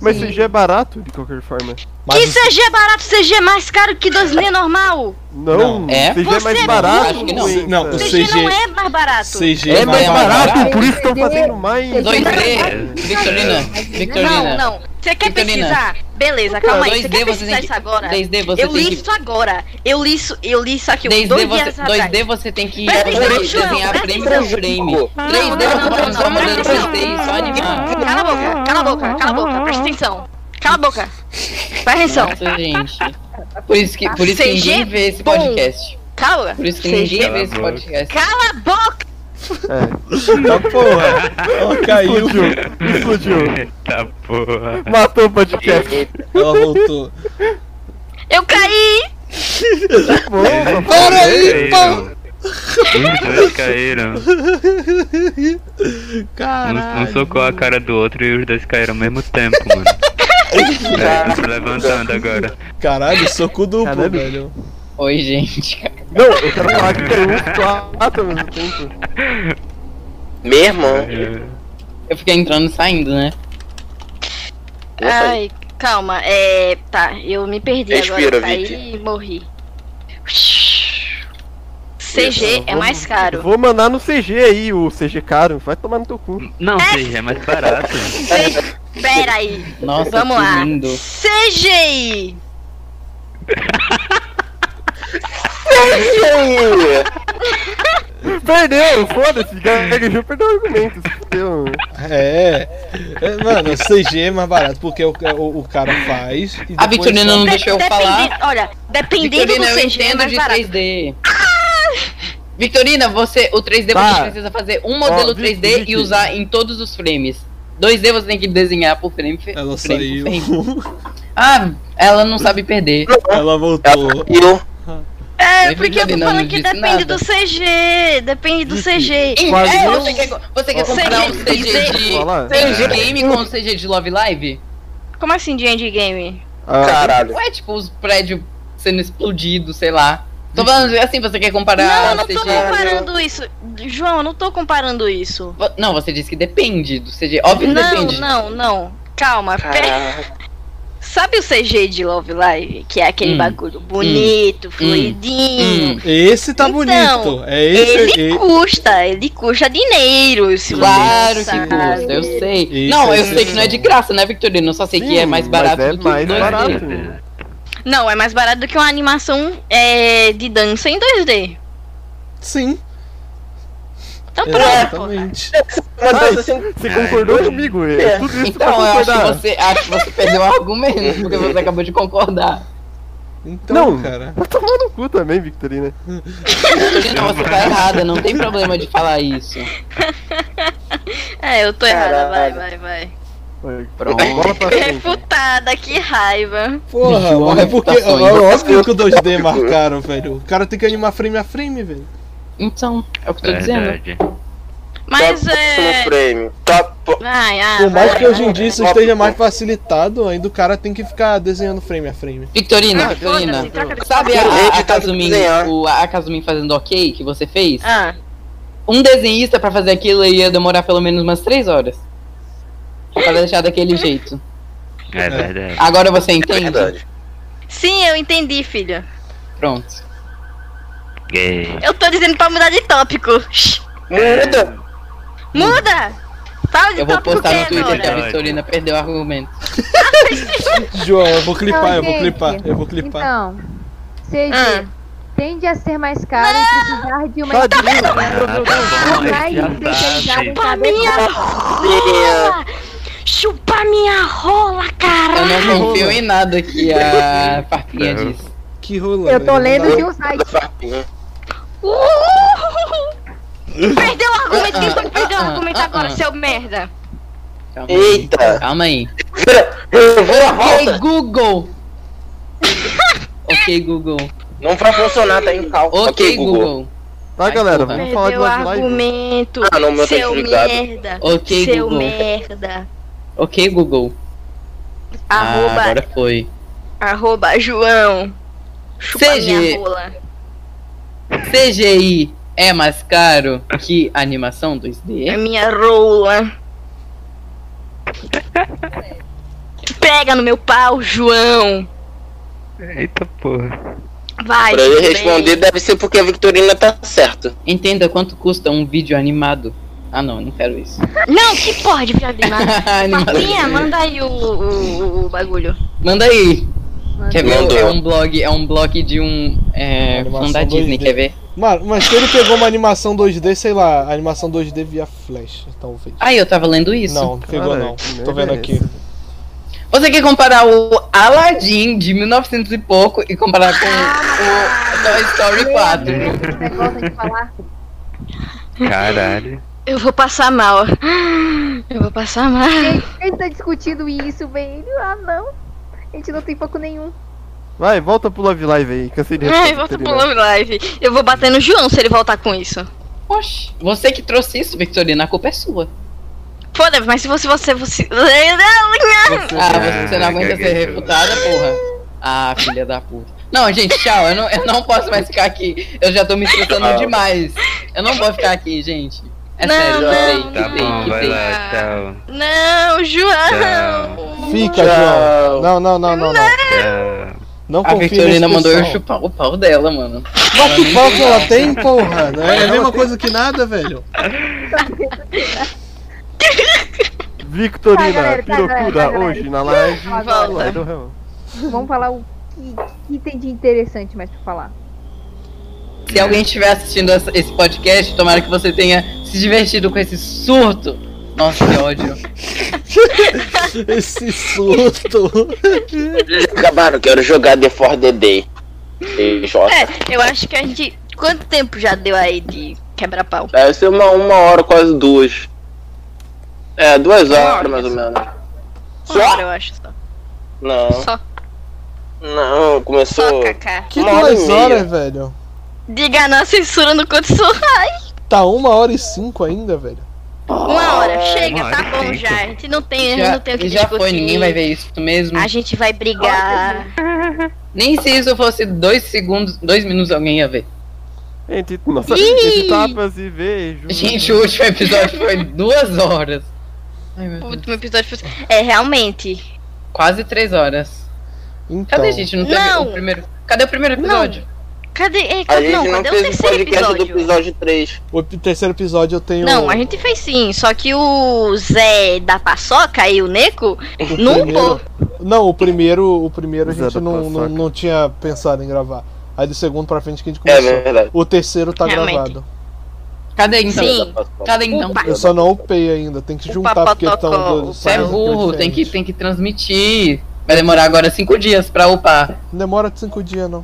[SPEAKER 7] Mas
[SPEAKER 5] Sim.
[SPEAKER 7] CG é barato, de qualquer forma.
[SPEAKER 3] mas
[SPEAKER 1] que
[SPEAKER 3] isso-
[SPEAKER 1] CG é barato, CG é mais caro que 2D normal.
[SPEAKER 7] Não,
[SPEAKER 3] Não.
[SPEAKER 4] É?
[SPEAKER 7] CG é mais
[SPEAKER 1] Você-
[SPEAKER 7] barato.
[SPEAKER 4] Acho que não.
[SPEAKER 7] doença.
[SPEAKER 3] Não, o
[SPEAKER 1] CG,
[SPEAKER 3] CG
[SPEAKER 1] não é mais barato.
[SPEAKER 3] CG
[SPEAKER 4] É,
[SPEAKER 3] é
[SPEAKER 4] mas
[SPEAKER 7] mais
[SPEAKER 3] mais
[SPEAKER 7] barato,
[SPEAKER 4] barato.
[SPEAKER 7] por isso estão
[SPEAKER 5] CG
[SPEAKER 7] fazendo mais.
[SPEAKER 5] CG
[SPEAKER 4] 2D, Victorina,
[SPEAKER 1] Não,
[SPEAKER 4] Victorina.
[SPEAKER 1] não. Você quer
[SPEAKER 4] Victorina.
[SPEAKER 1] pesquisar? Beleza, calma aí. Você
[SPEAKER 4] 2D
[SPEAKER 1] quer
[SPEAKER 4] você
[SPEAKER 1] pesquisar
[SPEAKER 4] tem
[SPEAKER 1] isso
[SPEAKER 4] que.
[SPEAKER 1] agora?
[SPEAKER 4] 2D você
[SPEAKER 1] Eu li
[SPEAKER 4] tem que.
[SPEAKER 1] isso agora. Eu li isso, eu li isso aqui uns
[SPEAKER 4] 2D
[SPEAKER 1] dois
[SPEAKER 4] você,
[SPEAKER 1] dias atrás.
[SPEAKER 4] 2D você tem que
[SPEAKER 1] Presta atenção,
[SPEAKER 4] pre-
[SPEAKER 1] João,
[SPEAKER 4] desenhar
[SPEAKER 1] presta
[SPEAKER 4] frame por
[SPEAKER 1] atenção.
[SPEAKER 4] frame.
[SPEAKER 1] Não,
[SPEAKER 4] 3D
[SPEAKER 1] não, não,
[SPEAKER 4] você tá
[SPEAKER 1] não,
[SPEAKER 4] só
[SPEAKER 1] não,
[SPEAKER 4] mudando
[SPEAKER 1] não,
[SPEAKER 4] 3D e só
[SPEAKER 1] não.
[SPEAKER 4] animar.
[SPEAKER 1] Cala a boca, cala a boca, cala a boca. Presta atenção. Cala a boca. Presta atenção.
[SPEAKER 4] Nossa, gente. Por isso que, por isso que
[SPEAKER 1] CG
[SPEAKER 4] ninguém vê esse
[SPEAKER 1] bom.
[SPEAKER 4] podcast.
[SPEAKER 1] Cala.
[SPEAKER 4] Por isso que
[SPEAKER 1] CG
[SPEAKER 4] ninguém vê esse
[SPEAKER 6] Cala a
[SPEAKER 4] podcast.
[SPEAKER 1] Cala a boca.
[SPEAKER 7] É,
[SPEAKER 3] Tá porra. Ela caiu.
[SPEAKER 7] explodiu, explodiu.
[SPEAKER 6] Eita porra.
[SPEAKER 7] Matou o podcast.
[SPEAKER 3] Ela voltou.
[SPEAKER 1] Eu caí.
[SPEAKER 7] Boa,
[SPEAKER 3] Para aí,
[SPEAKER 6] Caíram. Os dois caíram. Um, um
[SPEAKER 3] Caralho.
[SPEAKER 6] socou a cara do outro e os dois caíram ao mesmo tempo, mano. É, se levantando agora.
[SPEAKER 3] Caralho, soco duplo,
[SPEAKER 7] Caralho.
[SPEAKER 3] velho.
[SPEAKER 4] Oi, gente.
[SPEAKER 7] Não, eu quero falar que tem uns quatro ao mesmo tempo.
[SPEAKER 2] Meu irmão.
[SPEAKER 6] É,
[SPEAKER 4] É. Eu fiquei entrando e saindo, né?
[SPEAKER 2] Eu saí.
[SPEAKER 1] Ai, calma. É, tá, eu me perdi
[SPEAKER 2] Respira,
[SPEAKER 1] agora. Eu caí
[SPEAKER 2] Vicky.
[SPEAKER 1] e morri. CG é
[SPEAKER 7] Vou-
[SPEAKER 1] mais caro.
[SPEAKER 7] Vou mandar no CG aí, o CG caro. Vai tomar no teu cu.
[SPEAKER 6] Não, seja é mais barato.
[SPEAKER 1] Pera aí.
[SPEAKER 4] Nossa,
[SPEAKER 1] Vamos
[SPEAKER 4] que
[SPEAKER 1] lá.
[SPEAKER 4] lindo.
[SPEAKER 1] CGI.
[SPEAKER 7] Perdeu, foda-se. Gaguejou, perdeu o argumento. se fudeu.
[SPEAKER 3] É. É, Mano, CG é mais barato, porque o, o, o cara faz. E
[SPEAKER 4] A
[SPEAKER 3] depois
[SPEAKER 4] Victorina
[SPEAKER 3] só-
[SPEAKER 4] não deixou eu
[SPEAKER 1] Depende-
[SPEAKER 4] falar.
[SPEAKER 1] Olha, dependendo
[SPEAKER 4] Victorina,
[SPEAKER 1] do
[SPEAKER 4] eu
[SPEAKER 1] CG é
[SPEAKER 4] entendo
[SPEAKER 1] mais
[SPEAKER 4] de
[SPEAKER 1] barato. Ah!
[SPEAKER 4] 3D. Victorina, você, o 3D
[SPEAKER 7] Tá.
[SPEAKER 4] você precisa fazer um modelo
[SPEAKER 7] Ó, Vicky,
[SPEAKER 4] 3D
[SPEAKER 7] Vicky.
[SPEAKER 4] e usar em todos os frames. 2D você tem que desenhar por frame. fe-
[SPEAKER 3] Ela
[SPEAKER 4] frame
[SPEAKER 3] saiu.
[SPEAKER 4] por frame. Ah, ela não sabe perder.
[SPEAKER 3] Ela voltou.
[SPEAKER 2] E eu.
[SPEAKER 1] É,
[SPEAKER 4] Aí
[SPEAKER 1] porque eu tô
[SPEAKER 4] Victorina não
[SPEAKER 1] falando que
[SPEAKER 4] disse
[SPEAKER 1] depende
[SPEAKER 4] nada.
[SPEAKER 1] do CG. Depende do CG.
[SPEAKER 4] E-
[SPEAKER 7] Quase
[SPEAKER 4] é,
[SPEAKER 7] eu-
[SPEAKER 4] você quer, você quer
[SPEAKER 7] Ó,
[SPEAKER 4] comprar um
[SPEAKER 1] CG
[SPEAKER 4] CG de
[SPEAKER 7] Falar.
[SPEAKER 4] CG game com CG de Love Live?
[SPEAKER 1] Como assim de endgame?
[SPEAKER 7] Ah,
[SPEAKER 2] Caralho.
[SPEAKER 4] Ué, tipo, os prédios sendo explodidos, sei lá. Tô falando assim, você quer comparar...
[SPEAKER 1] não, não tô
[SPEAKER 4] CG?
[SPEAKER 1] comparando isso. João, eu não tô comparando isso.
[SPEAKER 4] Vo- Não, você disse que depende do CG. Óbvio que
[SPEAKER 1] Não,
[SPEAKER 4] depende.
[SPEAKER 1] não, não. Calma, pera.
[SPEAKER 2] Caralho.
[SPEAKER 1] Sabe o CG de Love Live? Que é aquele
[SPEAKER 4] Hum.
[SPEAKER 1] bagulho
[SPEAKER 3] Hum.
[SPEAKER 1] bonito, fluidinho.
[SPEAKER 4] Hum,
[SPEAKER 3] Esse tá
[SPEAKER 1] Então,
[SPEAKER 3] bonito. É esse.
[SPEAKER 1] Ele
[SPEAKER 3] e-
[SPEAKER 1] custa, ele custa dinheiro, se
[SPEAKER 4] claro
[SPEAKER 1] você
[SPEAKER 4] que
[SPEAKER 1] não sabe.
[SPEAKER 4] custa, eu sei.
[SPEAKER 3] Isso
[SPEAKER 4] não,
[SPEAKER 3] é
[SPEAKER 4] eu sei que não é de graça, né, Victorino? Eu só sei que
[SPEAKER 7] Sim,
[SPEAKER 4] é mais
[SPEAKER 7] mas
[SPEAKER 4] barato
[SPEAKER 7] é
[SPEAKER 4] do que
[SPEAKER 7] mais
[SPEAKER 4] dois
[SPEAKER 7] barato.
[SPEAKER 4] deles.
[SPEAKER 1] Não, é mais barato do que uma animação é, de dança em 2D.
[SPEAKER 3] Sim,
[SPEAKER 1] Então
[SPEAKER 3] É.
[SPEAKER 1] pronto.
[SPEAKER 3] exatamente.
[SPEAKER 2] Uma
[SPEAKER 7] Ai,
[SPEAKER 2] dança assim,
[SPEAKER 7] Você concordou comigo? É tudo isso pra
[SPEAKER 4] Então, eu acho
[SPEAKER 7] concordar.
[SPEAKER 4] que, você, acho que você perdeu o argumento, porque você acabou de concordar.
[SPEAKER 3] Então,
[SPEAKER 7] Não.
[SPEAKER 3] cara.
[SPEAKER 7] Tá tomando no cu também, Victorina.
[SPEAKER 4] Victorino, você tá errada, não tem problema de falar isso.
[SPEAKER 1] É, eu tô errada, vai,
[SPEAKER 2] Caralho.
[SPEAKER 1] vai, vai.
[SPEAKER 7] Vai,
[SPEAKER 4] Pronto.
[SPEAKER 7] Bola pra frente.
[SPEAKER 1] Refutada, que raiva.
[SPEAKER 3] Porra,
[SPEAKER 4] João
[SPEAKER 3] mano, é porque.
[SPEAKER 4] Reputações.
[SPEAKER 3] ó, Óbvio que o 2D marcaram, velho. O cara tem que animar frame a frame, velho.
[SPEAKER 4] Então, é o que eu tô dizendo.
[SPEAKER 6] Verdade.
[SPEAKER 1] Mas
[SPEAKER 2] top no
[SPEAKER 1] é.
[SPEAKER 2] frame. Top.
[SPEAKER 1] Vai, ah,
[SPEAKER 3] Por mais
[SPEAKER 1] vai,
[SPEAKER 3] que hoje em
[SPEAKER 1] vai.
[SPEAKER 3] dia isso
[SPEAKER 2] Óbvio.
[SPEAKER 3] esteja mais facilitado, ainda o cara tem que ficar desenhando frame a frame.
[SPEAKER 4] Victorina,
[SPEAKER 1] Ah,
[SPEAKER 4] Victorina.
[SPEAKER 1] foda-se, troca de-
[SPEAKER 4] Sabe a, a, a
[SPEAKER 2] Gente, tá
[SPEAKER 4] Kazumin,
[SPEAKER 2] desenhando.
[SPEAKER 4] o, a Kazumin fazendo ok que você fez?
[SPEAKER 1] Ah,
[SPEAKER 4] um desenhista pra fazer aquilo ia demorar pelo menos umas três horas. Pra deixar daquele jeito.
[SPEAKER 6] É verdade.
[SPEAKER 4] Agora você entende?
[SPEAKER 2] Verdade.
[SPEAKER 1] sim, eu entendi, filha.
[SPEAKER 4] Pronto.
[SPEAKER 6] Gay.
[SPEAKER 1] Eu tô dizendo pra mudar de tópico. Shh.
[SPEAKER 2] Muda.
[SPEAKER 1] Muda! Fala de
[SPEAKER 4] Eu vou
[SPEAKER 1] tópico
[SPEAKER 4] postar no
[SPEAKER 1] que é
[SPEAKER 4] Twitter que
[SPEAKER 1] agora.
[SPEAKER 4] a Victorina perdeu o argumento.
[SPEAKER 3] João, eu vou clipar, eu vou
[SPEAKER 5] gente,
[SPEAKER 3] clipar, eu vou clipar.
[SPEAKER 5] Então, CG
[SPEAKER 1] Ah.
[SPEAKER 5] tende a ser mais caro e precisar de uma
[SPEAKER 6] tá bom,
[SPEAKER 5] mais
[SPEAKER 6] já
[SPEAKER 5] especializada
[SPEAKER 6] sabe.
[SPEAKER 5] em
[SPEAKER 1] Chupa
[SPEAKER 5] cada
[SPEAKER 1] minha rola! Chupa minha rola,
[SPEAKER 4] Eu
[SPEAKER 1] cara!
[SPEAKER 4] não confio em nada que a Farpinha
[SPEAKER 6] Não.
[SPEAKER 4] disse.
[SPEAKER 3] Que rola.
[SPEAKER 5] Eu
[SPEAKER 3] velho,
[SPEAKER 5] tô
[SPEAKER 3] não
[SPEAKER 5] lendo
[SPEAKER 3] dá-
[SPEAKER 5] de um site.
[SPEAKER 2] Da farpinha.
[SPEAKER 1] Uh! Perdeu o argumento, quem pode perder o
[SPEAKER 4] Ah, ah,
[SPEAKER 1] argumento
[SPEAKER 4] ah,
[SPEAKER 1] agora,
[SPEAKER 4] ah.
[SPEAKER 1] seu merda?
[SPEAKER 4] Calma aí.
[SPEAKER 2] Eita.
[SPEAKER 4] Calma aí.
[SPEAKER 2] Vira. Revira a
[SPEAKER 4] Ok,
[SPEAKER 2] volta.
[SPEAKER 4] Google! ok, Google.
[SPEAKER 2] Não vai funcionar, tá em calma.
[SPEAKER 4] Ok, Google.
[SPEAKER 7] Tá,
[SPEAKER 4] Ai,
[SPEAKER 7] galera,
[SPEAKER 4] porra.
[SPEAKER 7] vamos falar de
[SPEAKER 1] Perdeu o
[SPEAKER 7] Love Live.
[SPEAKER 1] argumento,
[SPEAKER 2] Ah, não, meu
[SPEAKER 1] seu
[SPEAKER 2] tá desligado.
[SPEAKER 1] merda.
[SPEAKER 4] Ok,
[SPEAKER 1] seu
[SPEAKER 4] Google.
[SPEAKER 1] merda.
[SPEAKER 4] Ok, Google. Ah,
[SPEAKER 1] Arroba,
[SPEAKER 4] agora foi.
[SPEAKER 1] arroba João. Chupa
[SPEAKER 4] Seja-
[SPEAKER 1] minha rola.
[SPEAKER 4] CGI é mais caro que animação 2D?
[SPEAKER 1] É minha rola. Pega no meu pau, João.
[SPEAKER 6] Eita porra.
[SPEAKER 1] Vai,
[SPEAKER 2] Pra ele
[SPEAKER 1] tudo bem.
[SPEAKER 2] responder, deve ser porque a Victorina tá certa.
[SPEAKER 4] Entenda quanto custa um vídeo animado. Ah não, não quero isso.
[SPEAKER 1] Não, que porra de viado animado.
[SPEAKER 4] Animado.
[SPEAKER 1] Papinha, manda aí o, o- o- o bagulho.
[SPEAKER 4] Manda aí. Quer ver?
[SPEAKER 2] Mandou.
[SPEAKER 4] É um blog, é um blog de um é,
[SPEAKER 3] Animação
[SPEAKER 4] fundo da Disney,
[SPEAKER 3] 2D.
[SPEAKER 4] quer ver?
[SPEAKER 3] Mano, mas se ele pegou uma animação 2D, sei lá, animação 2D via flash, talvez.
[SPEAKER 4] Ah, eu tava lendo isso.
[SPEAKER 3] Não, não pegou
[SPEAKER 7] Cara,
[SPEAKER 3] não.
[SPEAKER 7] que merda
[SPEAKER 3] Tô vendo
[SPEAKER 7] é
[SPEAKER 3] aqui.
[SPEAKER 4] Você quer comparar o Aladdin de 1900 e pouco e comparar com o Toy Story 4?
[SPEAKER 5] Esse negócio de falar.
[SPEAKER 6] Caralho.
[SPEAKER 1] Eu vou passar mal. Eu vou passar mal.
[SPEAKER 5] A gente tá discutindo isso, velho. Ah, não. A gente não tem foco nenhum.
[SPEAKER 7] Vai, volta pro Love Live aí. Cansei de
[SPEAKER 1] Ai,
[SPEAKER 7] responder,
[SPEAKER 3] é.
[SPEAKER 1] volta pro
[SPEAKER 7] Victorina.
[SPEAKER 1] Love Live. Eu vou bater no João se ele voltar com isso.
[SPEAKER 4] Poxa, você que trouxe isso, Victorina, a culpa é sua.
[SPEAKER 1] Foda-se, mas se você, você, você.
[SPEAKER 4] Ah,
[SPEAKER 6] Ah,
[SPEAKER 4] você, você não aguenta ser
[SPEAKER 6] gaguejou.
[SPEAKER 4] refutada, porra. Ah, filha da puta. Não, gente, tchau. Eu não, eu não posso mais ficar aqui. Eu já tô me estressando
[SPEAKER 2] Tchau.
[SPEAKER 4] demais. Eu não vou ficar aqui, gente. É
[SPEAKER 1] Não,
[SPEAKER 4] sério, eu sei,
[SPEAKER 1] não,
[SPEAKER 4] que
[SPEAKER 6] Tá
[SPEAKER 1] não.
[SPEAKER 4] sei,
[SPEAKER 6] bom,
[SPEAKER 4] que
[SPEAKER 6] vai
[SPEAKER 4] sei.
[SPEAKER 6] lá, tchau.
[SPEAKER 1] Não, João!
[SPEAKER 6] Tchau.
[SPEAKER 4] Tá
[SPEAKER 3] Fica, João. Não, não, não, não, não.
[SPEAKER 6] Tchau.
[SPEAKER 3] Não
[SPEAKER 4] A
[SPEAKER 3] confia
[SPEAKER 4] Victorina
[SPEAKER 3] nesse
[SPEAKER 4] mandou eu
[SPEAKER 3] pessoal.
[SPEAKER 4] chupar o pau dela, mano.
[SPEAKER 3] Mas que pau que ela tem, porra? Não é a mesma coisa que nada, velho.
[SPEAKER 5] Então,
[SPEAKER 7] Victorina,
[SPEAKER 5] Tá, galera, tá,
[SPEAKER 7] pirocura
[SPEAKER 5] galera, tá,
[SPEAKER 7] hoje na live.
[SPEAKER 5] Agora.
[SPEAKER 7] Vai do ramo.
[SPEAKER 5] Vamos falar o que, que tem de interessante mais pra falar.
[SPEAKER 4] Se alguém estiver assistindo essa- esse podcast, tomara que você tenha se divertido com esse surto. Nossa, que ódio.
[SPEAKER 3] Esse surto.
[SPEAKER 2] Eles acabaram, quero jogar The For The Day. E J.
[SPEAKER 1] É, eu acho que a gente. Quanto tempo já deu aí de quebra-pau?
[SPEAKER 2] Deve ser É, uma, uma hora, quase duas. É, duas
[SPEAKER 1] Uma
[SPEAKER 2] horas
[SPEAKER 1] hora,
[SPEAKER 2] mais ou menos.
[SPEAKER 1] Uma
[SPEAKER 2] Só?
[SPEAKER 1] hora, eu acho só.
[SPEAKER 2] Não,
[SPEAKER 1] Só,
[SPEAKER 2] não,
[SPEAKER 1] só,
[SPEAKER 2] começou.
[SPEAKER 1] Kaká.
[SPEAKER 3] Que
[SPEAKER 2] Uma hora
[SPEAKER 3] duas
[SPEAKER 2] e meia.
[SPEAKER 3] horas, velho.
[SPEAKER 1] Diga não, censura no Kotsu.
[SPEAKER 3] Tá uma hora e cinco ainda, velho.
[SPEAKER 1] Uma hora. Bora, chega,
[SPEAKER 6] Bora,
[SPEAKER 1] tá bom
[SPEAKER 6] gente.
[SPEAKER 1] já. A gente não tem,
[SPEAKER 4] já
[SPEAKER 1] não tem o que
[SPEAKER 4] já
[SPEAKER 1] discutir.
[SPEAKER 4] foi, ninguém vai ver isso mesmo.
[SPEAKER 1] A gente vai brigar.
[SPEAKER 4] Nem se isso fosse dois segundos, dois minutos alguém ia ver.
[SPEAKER 7] Entre, nossa,
[SPEAKER 1] Ih!
[SPEAKER 7] entre tapas e beijo.
[SPEAKER 4] Gente, o último episódio foi duas horas. Ai, meu
[SPEAKER 1] O
[SPEAKER 4] Deus.
[SPEAKER 1] último episódio foi. É, realmente.
[SPEAKER 4] Quase três horas.
[SPEAKER 3] Então,
[SPEAKER 4] Cadê, gente? Não teve
[SPEAKER 1] Não.
[SPEAKER 4] o primeiro. Cadê o primeiro episódio?
[SPEAKER 1] Cadê? é,
[SPEAKER 2] A
[SPEAKER 1] cadê-
[SPEAKER 2] gente
[SPEAKER 1] não,
[SPEAKER 2] não,
[SPEAKER 1] cadê o
[SPEAKER 2] fez o
[SPEAKER 1] terceiro
[SPEAKER 2] podcast
[SPEAKER 1] episódio?
[SPEAKER 2] do episódio 3.
[SPEAKER 3] o ep- terceiro episódio eu tenho.
[SPEAKER 1] Não, a gente fez sim, só que o Zé da Paçoca e o Neco
[SPEAKER 3] o
[SPEAKER 1] não
[SPEAKER 3] primeiro-
[SPEAKER 1] pô.
[SPEAKER 3] Não, o primeiro, o primeiro a
[SPEAKER 7] Zé da
[SPEAKER 3] gente não, não,
[SPEAKER 7] Paçoca.
[SPEAKER 3] não tinha pensado em gravar. Aí do segundo pra frente que a gente
[SPEAKER 2] É
[SPEAKER 3] começou.
[SPEAKER 4] né?
[SPEAKER 2] verdade.
[SPEAKER 3] o terceiro tá
[SPEAKER 1] Realmente.
[SPEAKER 3] gravado.
[SPEAKER 4] Cadê então?
[SPEAKER 1] Sim.
[SPEAKER 4] Cadê então?
[SPEAKER 1] Opa.
[SPEAKER 3] Eu só não upei ainda, tem que
[SPEAKER 1] O
[SPEAKER 3] juntar
[SPEAKER 1] Papotocó,
[SPEAKER 3] porque estão
[SPEAKER 1] o
[SPEAKER 3] dois.
[SPEAKER 4] Você é
[SPEAKER 1] Não,
[SPEAKER 4] burro, tem que, tem que transmitir. Vai demorar agora cinco dias pra upar.
[SPEAKER 3] Não demora cinco dias, não.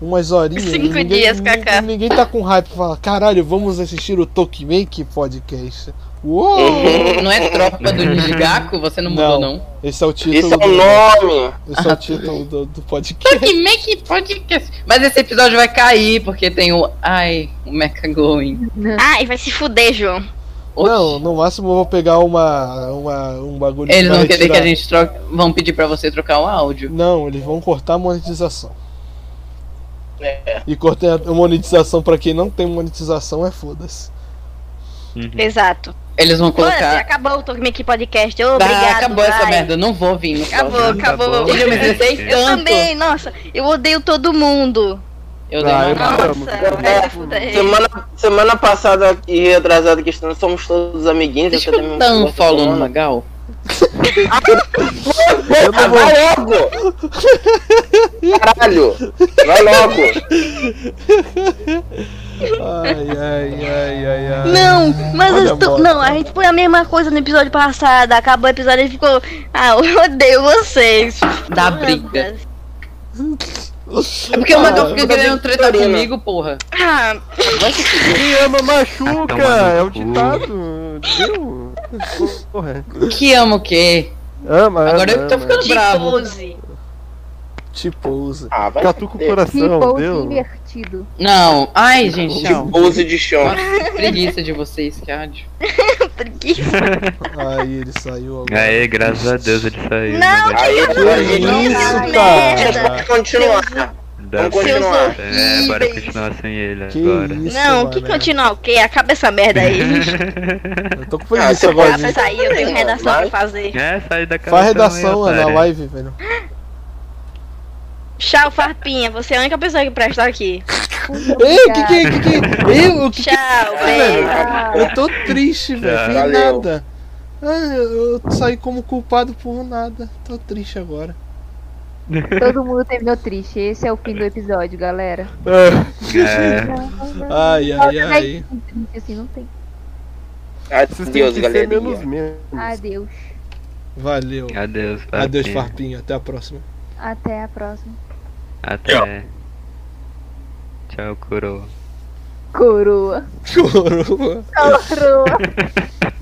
[SPEAKER 3] Umas horinhas.
[SPEAKER 1] Cinco
[SPEAKER 3] ninguém-
[SPEAKER 1] dias,
[SPEAKER 3] ninguém-
[SPEAKER 1] Kaká.
[SPEAKER 3] Ninguém tá com hype e fala, caralho, vamos assistir o Tokyo Make Podcast. Uou!
[SPEAKER 4] Não é tropa do Nijigaku? Você não mudou, não?
[SPEAKER 3] Esse é o título.
[SPEAKER 2] Isso é o
[SPEAKER 3] do,
[SPEAKER 2] nome.
[SPEAKER 3] Esse é o título do, do podcast.
[SPEAKER 4] Fuck Make Podcast. Mas esse episódio vai cair, porque tem o. Ai, o Mecha Going.
[SPEAKER 1] Ai, vai se fuder, João.
[SPEAKER 3] Não, no máximo eu vou pegar uma, uma, um bagulho.
[SPEAKER 4] Eles
[SPEAKER 3] pra
[SPEAKER 4] vão querer que
[SPEAKER 3] retirar.
[SPEAKER 4] a gente troque. Vão pedir pra você trocar o áudio.
[SPEAKER 3] Não, eles vão cortar a monetização.
[SPEAKER 2] É.
[SPEAKER 3] E cortar a monetização pra quem não tem monetização é foda-se.
[SPEAKER 6] Uhum.
[SPEAKER 1] Exato.
[SPEAKER 4] Eles vão
[SPEAKER 1] Foda-se,
[SPEAKER 4] colocar.
[SPEAKER 1] acabou o Tokyo Make Podcast.
[SPEAKER 4] Tá,
[SPEAKER 1] Obrigado.
[SPEAKER 4] acabou essa
[SPEAKER 1] vai.
[SPEAKER 4] merda, eu não vou vir. no
[SPEAKER 1] Acabou,
[SPEAKER 4] próximo.
[SPEAKER 1] acabou.
[SPEAKER 4] Eu já me estressei
[SPEAKER 6] Eu
[SPEAKER 1] Eu
[SPEAKER 4] tanto.
[SPEAKER 1] também, nossa, eu odeio todo mundo.
[SPEAKER 4] Eu dei
[SPEAKER 7] Ah, eu
[SPEAKER 4] uma
[SPEAKER 7] não.
[SPEAKER 4] raiva.
[SPEAKER 7] amo,
[SPEAKER 1] Nossa,
[SPEAKER 7] cara.
[SPEAKER 1] vai se fuder.
[SPEAKER 2] Semana, semana passada e retrasada que estamos, somos todos amiguinhos.
[SPEAKER 4] Deixa
[SPEAKER 2] você também
[SPEAKER 4] eu dar
[SPEAKER 2] me
[SPEAKER 4] um
[SPEAKER 2] gosta,
[SPEAKER 4] follow no
[SPEAKER 2] mano.
[SPEAKER 4] Magal.
[SPEAKER 7] Eu
[SPEAKER 2] Ah,
[SPEAKER 7] não vou.
[SPEAKER 2] vai logo! Caralho! Vai logo!
[SPEAKER 3] Ai, ai, ai, ai, ai.
[SPEAKER 1] Não, mas
[SPEAKER 3] Olha
[SPEAKER 1] eu estou-
[SPEAKER 3] a moto.
[SPEAKER 1] Não, a gente põe a mesma coisa no episódio passado. Acabou o episódio e ficou. Ah, eu odeio vocês.
[SPEAKER 4] Dá briga. É porque o Magal fica querendo tretar comigo, porra.
[SPEAKER 1] Ah,
[SPEAKER 7] Quem ama
[SPEAKER 4] Tá
[SPEAKER 7] machuca!
[SPEAKER 6] tomar no
[SPEAKER 7] É o
[SPEAKER 6] cu.
[SPEAKER 7] ditado. Deu. Porra.
[SPEAKER 4] Que amo o quê?
[SPEAKER 7] Ama,
[SPEAKER 4] Agora
[SPEAKER 7] ama,
[SPEAKER 4] eu tô
[SPEAKER 7] ama.
[SPEAKER 4] ficando
[SPEAKER 1] de
[SPEAKER 4] Tá bravo.
[SPEAKER 1] pose.
[SPEAKER 3] Tipo, usa.
[SPEAKER 2] Ah, vai.
[SPEAKER 7] Catuca o
[SPEAKER 5] Que
[SPEAKER 7] coração,
[SPEAKER 5] post
[SPEAKER 7] deu.
[SPEAKER 5] invertido.
[SPEAKER 4] Não. Ai, gente, tchau.
[SPEAKER 2] Pose de chão.
[SPEAKER 4] Nossa, que preguiça de vocês, que ódio.
[SPEAKER 1] Preguiça.
[SPEAKER 3] Aí ele saiu agora.
[SPEAKER 6] Aê, graças a Deus ele saiu.
[SPEAKER 1] Não,
[SPEAKER 2] Aí,
[SPEAKER 6] né?
[SPEAKER 3] Não,
[SPEAKER 2] a
[SPEAKER 1] Isso,
[SPEAKER 3] isso,
[SPEAKER 2] gente Ah, vai
[SPEAKER 3] cara.
[SPEAKER 2] continuar.
[SPEAKER 6] Dá
[SPEAKER 2] Vamos
[SPEAKER 6] certo.
[SPEAKER 2] continuar.
[SPEAKER 6] É, bora
[SPEAKER 1] horríveis.
[SPEAKER 6] continuar sem ele
[SPEAKER 3] Que
[SPEAKER 6] agora.
[SPEAKER 3] isso,
[SPEAKER 1] Não, que
[SPEAKER 3] mano.
[SPEAKER 1] continuar o quê? Acaba essa merda aí.
[SPEAKER 3] Eu tô com
[SPEAKER 2] Ah,
[SPEAKER 3] preguiça
[SPEAKER 2] você
[SPEAKER 3] agora.
[SPEAKER 1] Acaba
[SPEAKER 3] gente.
[SPEAKER 1] isso aí, eu tenho redação pra fazer.
[SPEAKER 6] É, sai da casa.
[SPEAKER 3] Faz redação é, na live, velho.
[SPEAKER 1] Tchau, Farpinha. Você é a única pessoa que presta aqui.
[SPEAKER 3] Ei, o que é que que que? Eu, o que que
[SPEAKER 1] Tchau,
[SPEAKER 3] velho?
[SPEAKER 1] beijo.
[SPEAKER 3] Eu tô triste, velho. Fiz
[SPEAKER 2] Valeu.
[SPEAKER 3] nada. Ah, eu eu saí como culpado por nada. Tô triste agora.
[SPEAKER 5] Todo mundo terminou triste. Esse é o fim do episódio, galera.
[SPEAKER 3] Ah.
[SPEAKER 7] É,
[SPEAKER 6] É,
[SPEAKER 3] Ai, ai, ai.
[SPEAKER 5] Assim, não tem.
[SPEAKER 7] vocês têm
[SPEAKER 2] Adeus,
[SPEAKER 7] que ser menos
[SPEAKER 2] galerinha.
[SPEAKER 7] menos.
[SPEAKER 5] Adeus.
[SPEAKER 3] Valeu.
[SPEAKER 6] É, adeus, Farpinha.
[SPEAKER 3] Adeus, Farpinho. Até a próxima.
[SPEAKER 5] Até a próxima.
[SPEAKER 6] Até. Tchau, coroa.
[SPEAKER 5] Coroa.
[SPEAKER 3] Coroa.
[SPEAKER 5] Coroa.